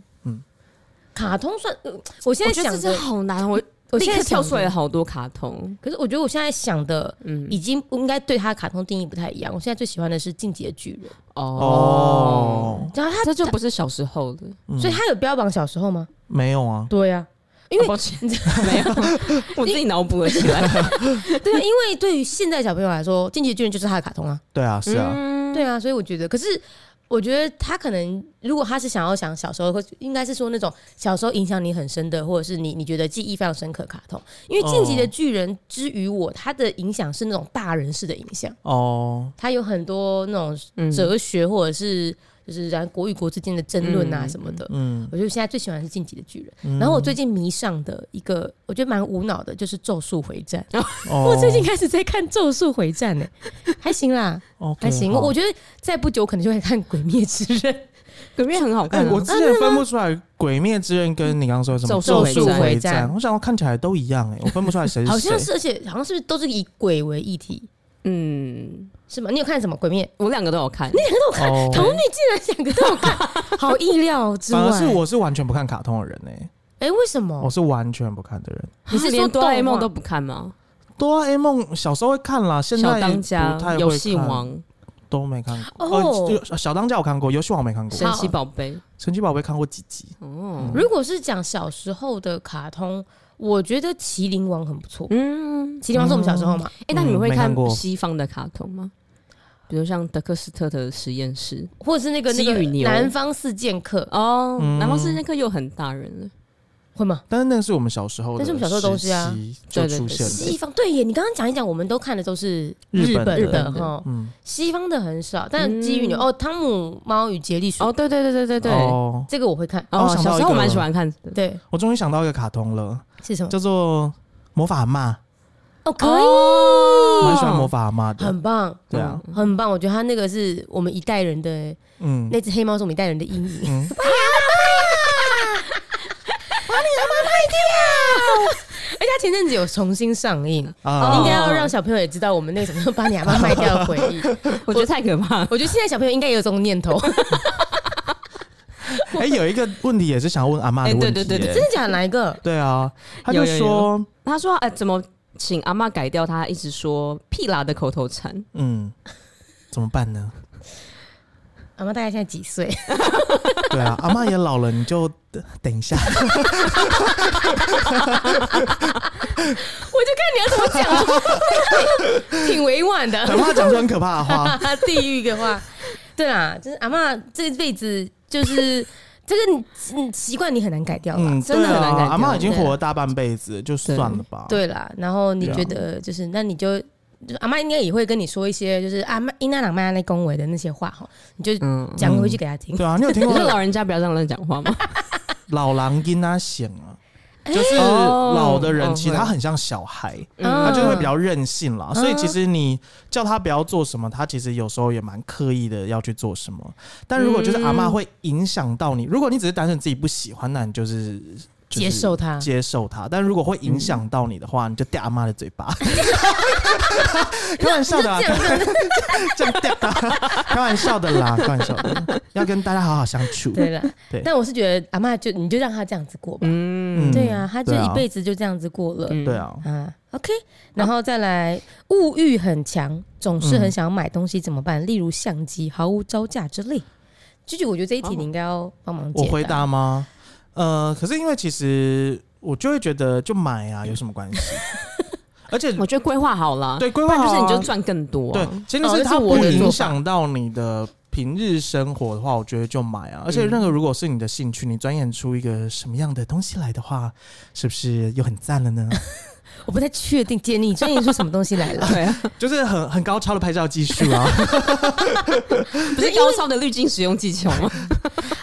[SPEAKER 1] 卡通算，呃我现在
[SPEAKER 2] 我觉
[SPEAKER 1] 想
[SPEAKER 2] 得这
[SPEAKER 1] 的
[SPEAKER 2] 真的，好 难，我
[SPEAKER 1] 我
[SPEAKER 2] 立
[SPEAKER 1] 现在
[SPEAKER 2] 刻跳
[SPEAKER 1] 想
[SPEAKER 2] 出来
[SPEAKER 1] 的
[SPEAKER 2] 了好多卡通。
[SPEAKER 1] 可是我觉得我现在想的
[SPEAKER 2] 嗯，
[SPEAKER 1] 已经应该对他卡通定义不太一样。我现在最喜欢的是《进击的巨人》，
[SPEAKER 2] 哦，
[SPEAKER 3] 哦，
[SPEAKER 1] 然后他
[SPEAKER 2] 这就不是小时候的，
[SPEAKER 3] 嗯
[SPEAKER 1] 所以他有标榜小时候吗？
[SPEAKER 3] 没有啊，
[SPEAKER 1] 对呀、因为
[SPEAKER 2] 啊抱歉 没有， 我自己脑补了起来。
[SPEAKER 1] 对啊，因为对于现在小朋友来说，《进击的巨人》就是他的卡通啊。
[SPEAKER 3] 对啊，是啊，
[SPEAKER 2] 嗯，
[SPEAKER 1] 对啊，所以我觉得，可是我觉得他可能，如果他是想要想小时候，或应该是说那种小时候影响你很深的，或者是你你觉得记忆非常深刻的卡通。因为《进击的巨人》之于我，他的影响是那种大人式的影响，
[SPEAKER 3] 哦，
[SPEAKER 1] 他有很多那种
[SPEAKER 2] 嗯
[SPEAKER 1] 哲学或者是就是然后国与国之间的争论啊
[SPEAKER 2] 嗯
[SPEAKER 1] 什么的。
[SPEAKER 3] 嗯，
[SPEAKER 1] 我觉得现在最喜欢的是《进击的巨人》，
[SPEAKER 3] 嗯
[SPEAKER 1] 然后我最近迷上的一个，我觉得蛮无脑的，就是《咒术回战》。
[SPEAKER 3] 哦
[SPEAKER 1] 我最近开始在看《咒术回战》 呢，还行啦，
[SPEAKER 3] 哦 OK，
[SPEAKER 1] 还行。
[SPEAKER 3] 好
[SPEAKER 1] 我我觉得再不久可能就会看《鬼灭之刃》。
[SPEAKER 2] 鬼灭很好
[SPEAKER 3] 哎、
[SPEAKER 2] 看啊，
[SPEAKER 1] 嗯
[SPEAKER 3] 我之前分不出来《鬼灭之刃》跟你刚刚说的什么
[SPEAKER 2] 咒术
[SPEAKER 3] 术
[SPEAKER 1] 回战
[SPEAKER 3] 战》，我想要看起来都一样哎、我分不出来谁
[SPEAKER 1] 好
[SPEAKER 3] 是谁。
[SPEAKER 1] 像是，而且好像是不是都是以鬼为议题，
[SPEAKER 2] 嗯，
[SPEAKER 1] 是吗？你有看什么《鬼灭
[SPEAKER 2] 我两个都有看，》？
[SPEAKER 3] 哦
[SPEAKER 1] 桃女竟然两个都有看， 好意料之外。
[SPEAKER 3] 反而是，我是完全不看卡通的人哎、
[SPEAKER 1] 哎，为什
[SPEAKER 3] 我
[SPEAKER 1] 么？
[SPEAKER 3] 是完全不看的人。
[SPEAKER 1] 你是说
[SPEAKER 2] 连哆啦 A
[SPEAKER 1] 动画
[SPEAKER 2] 梦都不看吗？
[SPEAKER 3] 哆啦 A 梦小时候会看啦，现在
[SPEAKER 2] 小当家
[SPEAKER 3] 不太、会
[SPEAKER 2] 游戏
[SPEAKER 3] 看
[SPEAKER 2] 王、
[SPEAKER 3] 都没看过。
[SPEAKER 1] 哦
[SPEAKER 3] 哦，就小当家我看过，游戏王没看过，
[SPEAKER 2] 神奇宝贝，
[SPEAKER 3] 神奇宝贝看过几集。
[SPEAKER 2] 哦，
[SPEAKER 1] 如果是讲小时候的卡通，我觉得《麒麟王》很不错。
[SPEAKER 2] 嗯，
[SPEAKER 1] 麒麟王是我们小时候
[SPEAKER 3] 哦
[SPEAKER 1] 嘛？
[SPEAKER 2] 哎，那你们会
[SPEAKER 3] 嗯没看
[SPEAKER 2] 看
[SPEAKER 3] 过
[SPEAKER 2] 西方的卡通吗？比如像德克斯特的实验室
[SPEAKER 1] 或者是那个那个
[SPEAKER 2] 鸡与牛
[SPEAKER 1] 南方四剑客
[SPEAKER 2] 哦，
[SPEAKER 3] 嗯
[SPEAKER 2] 南方四剑客又很大人了，
[SPEAKER 1] 会吗？
[SPEAKER 3] 但是那个是我们小时候的
[SPEAKER 1] 那是
[SPEAKER 3] 时期
[SPEAKER 1] 我们小时候的东西啊
[SPEAKER 3] 就
[SPEAKER 2] 对对
[SPEAKER 3] 出现的。
[SPEAKER 1] 西方对耶，你刚刚讲一讲，我们都看的都是
[SPEAKER 3] 日本
[SPEAKER 1] 本
[SPEAKER 3] 的
[SPEAKER 1] 日本
[SPEAKER 2] 日本
[SPEAKER 1] 哈，
[SPEAKER 3] 嗯，
[SPEAKER 1] 西方的很少，但
[SPEAKER 2] 嗯
[SPEAKER 1] 鸡与牛哦，汤姆猫与杰利鼠
[SPEAKER 2] 哦，对对对对对对，哦，
[SPEAKER 3] 哦，
[SPEAKER 1] 这个我会看，
[SPEAKER 3] 哦我想到
[SPEAKER 2] 小时
[SPEAKER 3] 一
[SPEAKER 2] 候我
[SPEAKER 3] 个
[SPEAKER 2] 蛮喜欢看的，
[SPEAKER 1] 对，
[SPEAKER 3] 我终于想到一个卡通了，
[SPEAKER 1] 是什么？
[SPEAKER 3] 叫做《魔法阿嬷
[SPEAKER 1] 哦，可以，
[SPEAKER 2] 以
[SPEAKER 3] 蛮喜欢魔法阿嬷的。
[SPEAKER 1] 很棒，
[SPEAKER 3] 对啊，
[SPEAKER 1] 很棒，我觉得他那个是我们一代人的
[SPEAKER 3] 嗯，
[SPEAKER 1] 那只黑猫是我们一代人的阴 影。
[SPEAKER 3] 嗯，
[SPEAKER 1] 而哎且他前阵子有重新上映，
[SPEAKER 3] 啊
[SPEAKER 1] 应该要让小朋友也知道我们那个什么时候把你阿妈卖掉的回忆。
[SPEAKER 2] 我觉得太可怕了。
[SPEAKER 1] 我觉得现在小朋友应该也有这种念头，
[SPEAKER 3] 哎、有一个问题也是想要问阿嬷的
[SPEAKER 2] 哎
[SPEAKER 3] 问题、
[SPEAKER 2] 对
[SPEAKER 3] 欸
[SPEAKER 2] 对对对
[SPEAKER 1] 真的假的？哪一 个？
[SPEAKER 3] 对啊，他就
[SPEAKER 2] 有
[SPEAKER 3] 说，
[SPEAKER 2] 有他说：“哎、怎么请阿妈改掉他一直说屁啦的口头禅
[SPEAKER 3] 嗯，怎么办呢？
[SPEAKER 1] 阿妈大概现在几岁？
[SPEAKER 3] 对啊，阿嬷也老了，你就等等一下。
[SPEAKER 1] 我就看你要怎么讲， 挺委婉的。
[SPEAKER 3] 阿嬷讲出很可怕的话，
[SPEAKER 1] 啊地狱的话，对啦，就是阿嬷这辈子就是这个你嗯习惯你很难改掉啦。
[SPEAKER 3] 嗯，
[SPEAKER 2] 真的
[SPEAKER 3] 对
[SPEAKER 2] 很难改
[SPEAKER 3] 啊。
[SPEAKER 2] 掉
[SPEAKER 3] 阿嬷已经
[SPEAKER 1] 对啊
[SPEAKER 3] 活了大半辈子，就算了吧。，
[SPEAKER 1] 对啦，然后你
[SPEAKER 3] 对啊
[SPEAKER 1] 觉得就是那你就。就是阿妈应该也会跟你说一些，就是阿妈因那朗妈那恭维的那些话哈，你就？”
[SPEAKER 2] 嗯，
[SPEAKER 1] 讲回去给她听。
[SPEAKER 3] 对啊，你有听
[SPEAKER 2] 你
[SPEAKER 3] 过
[SPEAKER 2] 说老人家不要这样乱讲话吗？
[SPEAKER 3] 老狼跟他显啊？就是
[SPEAKER 2] 哦
[SPEAKER 3] 老的人
[SPEAKER 2] 哦
[SPEAKER 3] 其实
[SPEAKER 2] 会
[SPEAKER 3] 他很像小孩，
[SPEAKER 1] 嗯
[SPEAKER 3] 他就是会比较任性啦。
[SPEAKER 1] 嗯
[SPEAKER 3] 所以其实你叫他不要做什么，他其实有时候也蛮刻意的要去做什么。但如果就是阿嬷
[SPEAKER 1] 嗯
[SPEAKER 3] 会影响到
[SPEAKER 2] 嗯
[SPEAKER 3] 你，如果你只是单纯自己不喜欢，那你就是。就
[SPEAKER 1] 接
[SPEAKER 3] 是
[SPEAKER 1] 受它
[SPEAKER 3] 接受它。但如果会影响到你的话，你就掉阿妈的嘴巴。
[SPEAKER 2] 嗯
[SPEAKER 3] 开玩笑的啊啦，
[SPEAKER 1] 这样这样，
[SPEAKER 3] 这样掉他，开玩笑的啦，开玩笑的。要跟大家好好相处。
[SPEAKER 1] 对了
[SPEAKER 3] 对，
[SPEAKER 1] 但我是觉得阿嬷就你就让她这样子过吧，
[SPEAKER 2] 嗯
[SPEAKER 1] 对啊，她就
[SPEAKER 3] 对啊
[SPEAKER 1] 一辈子就这样子过了，
[SPEAKER 2] 嗯
[SPEAKER 3] 对啊，
[SPEAKER 1] 啊，OK，然后再来，物欲很强，总是
[SPEAKER 3] 嗯
[SPEAKER 1] 很想买东西，怎么办？例如相机毫无招架之类。句句，我觉得这一题
[SPEAKER 2] 哦
[SPEAKER 1] 你应该要帮忙解
[SPEAKER 3] 我回答吗？呃，可是因为其实我就会觉得就买
[SPEAKER 1] 嗯
[SPEAKER 3] 啊，有什么关 系？而且
[SPEAKER 2] 我觉得规划好了，
[SPEAKER 3] 对规
[SPEAKER 2] 不
[SPEAKER 3] 划
[SPEAKER 2] 然就是
[SPEAKER 3] 好啊
[SPEAKER 2] 你就赚更多啊、
[SPEAKER 3] 对，前提
[SPEAKER 1] 哦
[SPEAKER 3] 是
[SPEAKER 1] 这是
[SPEAKER 3] 它
[SPEAKER 1] 我
[SPEAKER 3] 不
[SPEAKER 1] 的
[SPEAKER 3] 影
[SPEAKER 1] 做
[SPEAKER 3] 响到你的平日生活的话，我觉得就买啊。而
[SPEAKER 1] 嗯
[SPEAKER 3] 且那个如果是你的兴趣，你钻研出一个什么样的东西来的话，是不是又很赞了 呢？
[SPEAKER 1] 我不太确定，姐，你最近说什么东西 来了？
[SPEAKER 2] 对啊，
[SPEAKER 3] 就是很很高超的拍照技术啊，
[SPEAKER 2] 不是高超的滤镜使用技巧 吗？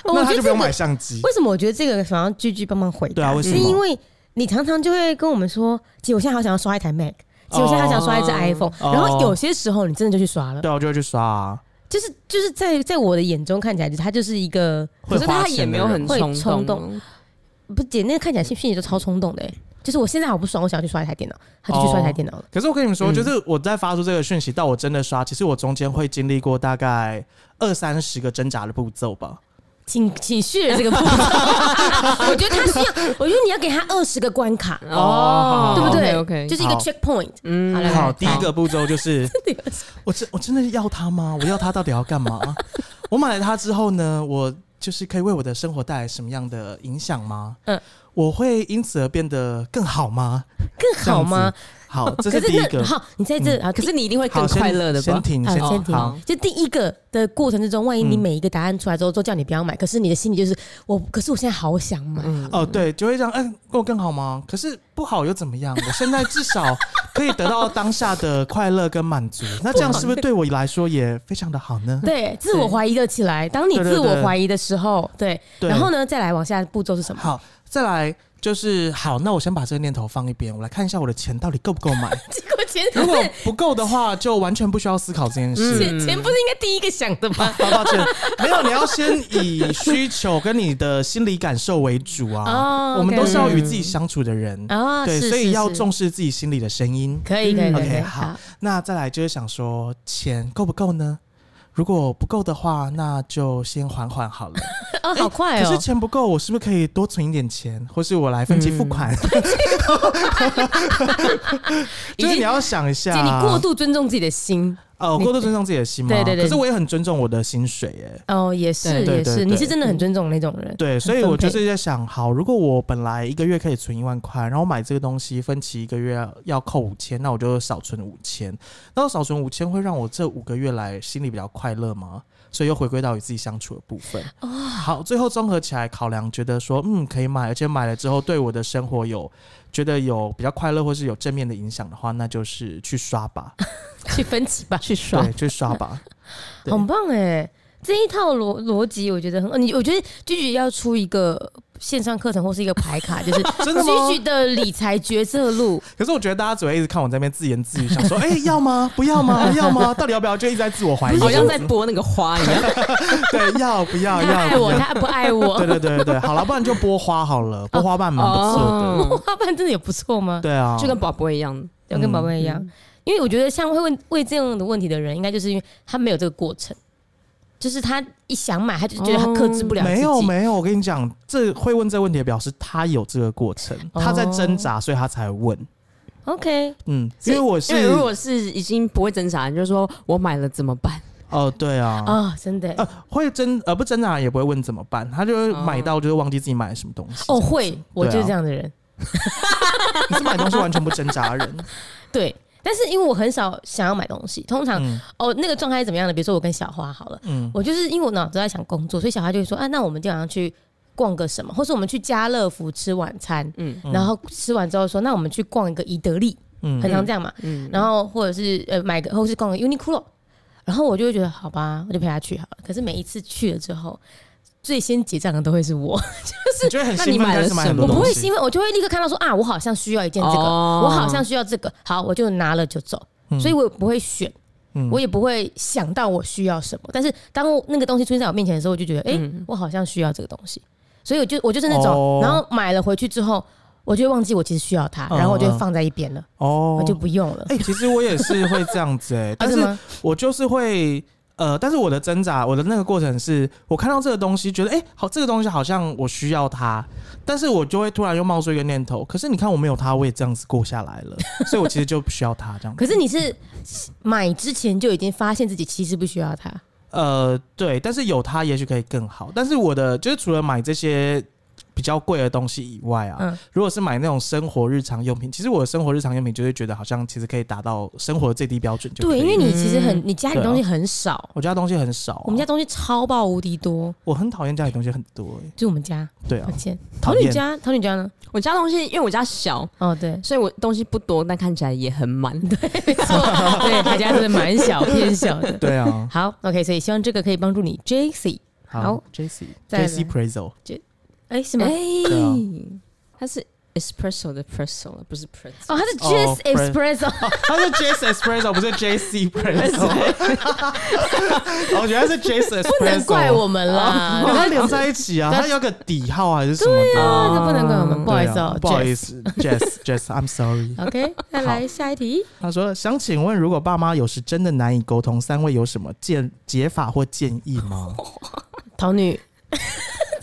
[SPEAKER 1] 哦
[SPEAKER 3] 那
[SPEAKER 1] 我
[SPEAKER 3] 他
[SPEAKER 1] 觉得
[SPEAKER 3] 就不
[SPEAKER 1] 这
[SPEAKER 3] 用买
[SPEAKER 1] 个，
[SPEAKER 3] 相机。
[SPEAKER 1] 为什么我觉得这个想要句句帮忙回答？
[SPEAKER 3] 对啊为什
[SPEAKER 1] 是
[SPEAKER 3] 么
[SPEAKER 1] 因为你常常就会跟我们说，姐，我现在好想要刷一台 Mac。姐，我现在好想刷一只
[SPEAKER 2] 哦
[SPEAKER 1] iPhone，、
[SPEAKER 3] 哦
[SPEAKER 1] 然后有些时候你真的就去刷了，
[SPEAKER 3] 对啊，我就会去刷啊。
[SPEAKER 1] 就是就是在在我的眼中看起来，就它就是一个
[SPEAKER 3] 会
[SPEAKER 2] 可是他
[SPEAKER 3] 花钱
[SPEAKER 2] 也
[SPEAKER 3] 的
[SPEAKER 2] 没有
[SPEAKER 3] 人
[SPEAKER 2] 很
[SPEAKER 1] 会
[SPEAKER 2] 冲
[SPEAKER 1] 冲
[SPEAKER 2] 动啊，
[SPEAKER 1] 不，姐那个看起来讯息都超冲动的、欸，就是我现在好不爽，我想要去刷一台电脑，他就去刷一台电脑了。
[SPEAKER 3] 可是我跟你们说，
[SPEAKER 2] 嗯
[SPEAKER 3] 就是我在发出这个讯息到我真的刷，其实我中间会经历过大概二三十个挣扎的步骤吧。
[SPEAKER 1] 请请续了这 个步骤，我觉得他需要，我觉得你要给他二十个关卡，
[SPEAKER 3] 哦
[SPEAKER 1] 对不对
[SPEAKER 2] ？OK，
[SPEAKER 1] 就是一个
[SPEAKER 3] 好
[SPEAKER 1] checkpoint。
[SPEAKER 2] 嗯
[SPEAKER 1] 好来来
[SPEAKER 3] 好，
[SPEAKER 1] 来
[SPEAKER 3] 第一个步骤就是，我真我真的要它吗？我要它到底要干嘛？我买了它之后呢，我就是可以为我的生活带来什么样的影响吗？嗯
[SPEAKER 1] 嗯，
[SPEAKER 3] 我会因此而变得更好吗？
[SPEAKER 1] 更好吗？
[SPEAKER 3] 好，这
[SPEAKER 1] 可
[SPEAKER 3] 是第一
[SPEAKER 1] 那
[SPEAKER 3] 个。
[SPEAKER 1] 好，你在这啊，
[SPEAKER 2] 可
[SPEAKER 1] 第
[SPEAKER 2] 是你一定会
[SPEAKER 3] 好
[SPEAKER 2] 更快乐的
[SPEAKER 3] 先
[SPEAKER 2] 吧
[SPEAKER 3] 先？停，
[SPEAKER 1] 啊
[SPEAKER 3] 先
[SPEAKER 1] 先
[SPEAKER 3] 停。好
[SPEAKER 1] 停。就第一个的过程之中，万一你
[SPEAKER 3] 嗯
[SPEAKER 1] 每一个答案出来之后都叫你不要买，可是你的心里就是我，可是我现在好想买。
[SPEAKER 2] 嗯，
[SPEAKER 3] 哦，对，就会这样，嗯，过更好吗？可是不好又怎么样？我现在至少可以得到当下的快乐跟 满足，那这样是不是对我来说也非常的好呢？
[SPEAKER 1] 对，自我怀疑了起来。当你
[SPEAKER 3] 对对
[SPEAKER 1] 自
[SPEAKER 3] 对
[SPEAKER 1] 我怀疑的时候，对，
[SPEAKER 3] 对
[SPEAKER 1] 然后呢，再来往下步骤是什么？
[SPEAKER 3] 好，再来就是好，那我先把这个念头放一边，我来看一下我的钱到底够不够 买。
[SPEAKER 1] 结果钱
[SPEAKER 3] 如果不够的话，就完全不需要思考这件事。
[SPEAKER 1] 钱钱不是应该第一个想的吗？
[SPEAKER 3] 好，抱歉，没有，你要先以需求跟你的心理感受为主啊。
[SPEAKER 1] 哦
[SPEAKER 3] 我们都
[SPEAKER 1] OK
[SPEAKER 3] 是要与自己相处的人，
[SPEAKER 1] 啊，
[SPEAKER 3] 哦对，
[SPEAKER 1] 是
[SPEAKER 3] 所以
[SPEAKER 1] 是
[SPEAKER 3] 要
[SPEAKER 1] 是
[SPEAKER 3] 重视自己心里的声音。
[SPEAKER 1] 可以可以
[SPEAKER 2] 嗯
[SPEAKER 1] 可以
[SPEAKER 3] OK，
[SPEAKER 1] 可以
[SPEAKER 3] 好，那再来就是想说，钱够不够呢？如果不够的话，那就先缓缓好了。
[SPEAKER 1] 哦，好快
[SPEAKER 3] 哎可是
[SPEAKER 1] 哦，
[SPEAKER 3] 钱不够，我是不是可以多存一点钱，或是我来分期付款？
[SPEAKER 1] 嗯
[SPEAKER 3] 就是你要想一下，
[SPEAKER 1] 姐，你过度尊重自己的心
[SPEAKER 3] 哦，
[SPEAKER 1] 你
[SPEAKER 3] 过度尊重自己的心吗？
[SPEAKER 1] 对对对
[SPEAKER 3] 可是我也很尊重我的薪水耶。
[SPEAKER 1] 哦，也是
[SPEAKER 2] 对
[SPEAKER 3] 对
[SPEAKER 1] 也
[SPEAKER 3] 对
[SPEAKER 1] 是，
[SPEAKER 3] 对
[SPEAKER 1] 你是真的很尊重那种人，
[SPEAKER 3] 对，所以
[SPEAKER 1] 分
[SPEAKER 3] 我就
[SPEAKER 1] 配
[SPEAKER 3] 是在想，好，如果我本来一个月可以存一万块，然后买这个东西分期一个月要要扣五千，那我就少存五千。那我少存五千会让我这五个月来心里比较快乐吗？所以又回归到与自己相处的部分。
[SPEAKER 1] 哦
[SPEAKER 3] 好，最后综合起来考量，觉得说，嗯，可以买，而且买了之后对我的生活有觉得有比较快乐或是有正面的影响的话，那就是去 刷吧，
[SPEAKER 1] 去分歧吧，
[SPEAKER 2] 去耍
[SPEAKER 3] 对，去刷 吧。对
[SPEAKER 1] 很棒哎，这一套逻逻辑我觉得很，呃你我觉得句句要出一个线上课程或是一个牌卡，就是
[SPEAKER 3] 真的吗
[SPEAKER 1] 句句的理财决策 录，
[SPEAKER 3] 可是我觉得大家只会一直看我在那边自言自语，想说：“哎、要吗？不要吗？要吗？到底要不要？”就一直在自我怀疑，
[SPEAKER 2] 好像在播那个花一样。
[SPEAKER 3] 对，要不要？
[SPEAKER 1] 他
[SPEAKER 3] 要
[SPEAKER 1] 爱
[SPEAKER 3] 不
[SPEAKER 1] 我，
[SPEAKER 3] 要？
[SPEAKER 1] 他不爱我
[SPEAKER 3] 对，对对对对，好了，不然就播花好了，播花 瓣蛮不错的。
[SPEAKER 2] 哦
[SPEAKER 1] 花瓣真的也不错吗？
[SPEAKER 3] 对啊，
[SPEAKER 2] 就跟宝宝一样，
[SPEAKER 1] 要跟
[SPEAKER 3] 嗯
[SPEAKER 1] 宝贝一样，因为我觉得像会问为这样的问题的人，应该就是因为他没有这个过程，就是他一想买，他就觉得他克制不了自己，
[SPEAKER 3] 哦没有没有，我跟你讲，这会问这个问题，的表示他有这个过程，
[SPEAKER 1] 哦
[SPEAKER 3] 他在挣扎，所以他才问。
[SPEAKER 1] OK，
[SPEAKER 3] 嗯，因
[SPEAKER 2] 所以
[SPEAKER 3] 为我
[SPEAKER 2] 因为
[SPEAKER 3] 是
[SPEAKER 2] 如果是已经不会挣扎，你就说我买了怎么办？
[SPEAKER 3] 哦，对啊。
[SPEAKER 1] 啊、真的
[SPEAKER 3] 呃，会挣呃不挣扎也不会问怎么办，他就
[SPEAKER 2] 哦
[SPEAKER 3] 会买到就是忘记自己买了什么东西。
[SPEAKER 1] 哦，会，我
[SPEAKER 3] 对啊
[SPEAKER 1] 就是这样的人，
[SPEAKER 3] 你是买东西完全不挣扎 的人。
[SPEAKER 1] 对。但是因为我很少想要买东西，通常、
[SPEAKER 3] 嗯
[SPEAKER 1] 哦那个状态是怎么样的？比如说我跟小花好了，
[SPEAKER 3] 嗯，
[SPEAKER 1] 我就是因为我脑子在想工作，所以小花就会说啊，那我们今晚上去逛个什么，或是我们去家乐福吃晚餐，
[SPEAKER 2] 嗯
[SPEAKER 1] 然后吃完之后说，那我们去逛一个宜得利，
[SPEAKER 3] 嗯
[SPEAKER 1] 很常这样嘛。
[SPEAKER 2] 嗯，
[SPEAKER 1] 然后或者是呃买个，或是逛个 Uniqlo，然后我就会觉得好吧，我就陪他去好了。可是每一次去了之后，最先结账的都会是我，就就是
[SPEAKER 3] 你觉得很
[SPEAKER 2] 那你
[SPEAKER 3] 兴奋，
[SPEAKER 2] 买了
[SPEAKER 3] 开始买很
[SPEAKER 2] 什么
[SPEAKER 1] 我
[SPEAKER 3] 多
[SPEAKER 1] 不
[SPEAKER 3] 东
[SPEAKER 1] 会
[SPEAKER 3] 西。
[SPEAKER 1] 兴奋，我就会立刻看到说啊，我好像需要一件这个，
[SPEAKER 2] 哦
[SPEAKER 1] 我好像需要这个，好，我就拿了就走。所以我也不会选，
[SPEAKER 3] 嗯
[SPEAKER 1] 我也不会想到我需要什么。但是当那个东西出现在我面前的时候，我就觉得，哎、我好像需要这个东西。所以我就我就是那种，
[SPEAKER 3] 嗯哦
[SPEAKER 1] 然后买了回去之后，我就会忘记我其实需要它，
[SPEAKER 3] 嗯
[SPEAKER 1] 然后我就
[SPEAKER 3] 嗯
[SPEAKER 1] 会放在一边了，
[SPEAKER 3] 哦
[SPEAKER 1] 我就不用了。
[SPEAKER 3] 哎、其实我也是会这样子哎、
[SPEAKER 1] 啊
[SPEAKER 3] 但
[SPEAKER 1] 是
[SPEAKER 3] 是
[SPEAKER 1] 吗？
[SPEAKER 3] 我就是会，呃，但是我的挣扎，我的那个过程是，我看到这个东西，觉得哎、诶好，这个东西好像我需要它，但是我就会突然又冒出一个念头，可是你看我没有它，我也这样子过下 来了，所以我其实就不需要它这样子。
[SPEAKER 1] 可是你是买之前就已经发现自己其实不需要它，
[SPEAKER 3] 呃，对，但是有它也许可以更好，但是我的就是除了买这些。比较贵的东西以外啊，
[SPEAKER 1] 嗯
[SPEAKER 3] 如果是买那种生活日常用品，其实我的生活日常用品就会觉得好像其实可以达到生活的最低标准就可
[SPEAKER 1] 对，
[SPEAKER 3] 以啊
[SPEAKER 1] 因
[SPEAKER 3] 了
[SPEAKER 1] 为你其实很
[SPEAKER 2] 嗯
[SPEAKER 1] 你家里东西很少，
[SPEAKER 3] 我家东西很少啊、
[SPEAKER 1] 我们家东西超爆无敌多，
[SPEAKER 3] 我很讨厌家里东西很多、欸，
[SPEAKER 1] 就我们家，
[SPEAKER 3] 对啊
[SPEAKER 1] 抱，歉，
[SPEAKER 3] 讨
[SPEAKER 1] 桃
[SPEAKER 3] 厌
[SPEAKER 1] 女家，桃女家呢？
[SPEAKER 2] 我家东西，因为我家小，
[SPEAKER 1] 哦，对，
[SPEAKER 2] 所以我东西不多，但看起来也很满。
[SPEAKER 1] 没错，对，他家真的蛮小偏小 的。
[SPEAKER 3] 对啊，
[SPEAKER 1] 好，OK，所以希望这个可以帮助你，JC。好
[SPEAKER 3] ，JC
[SPEAKER 1] 再来
[SPEAKER 3] JC Prezo，
[SPEAKER 1] 哎，什
[SPEAKER 2] 哎、
[SPEAKER 1] 么？
[SPEAKER 3] 对啊
[SPEAKER 2] 它是 espresso 的 presso，不是 presso。
[SPEAKER 1] 哦，他是
[SPEAKER 3] 哦
[SPEAKER 1] Jazz
[SPEAKER 3] friend
[SPEAKER 1] Espresso，
[SPEAKER 3] 他是 JC Espresso，不是 JC Prezo。哦我觉得是 JC Espresso，
[SPEAKER 1] 不能怪我们啦。
[SPEAKER 3] 把它连在一起啊，
[SPEAKER 1] 对啊
[SPEAKER 3] 它有个底号还是什么的？
[SPEAKER 1] 这不能怪我们，啊不好意思
[SPEAKER 3] 对
[SPEAKER 1] 哦
[SPEAKER 3] 啊，不好意。思，Jess，Jess，I'm sorry。
[SPEAKER 1] OK，再来下一题。
[SPEAKER 3] 他说：“想请问，如果爸妈有时真的难以沟通，三位有什么建解法或建议 吗？
[SPEAKER 1] 桃女，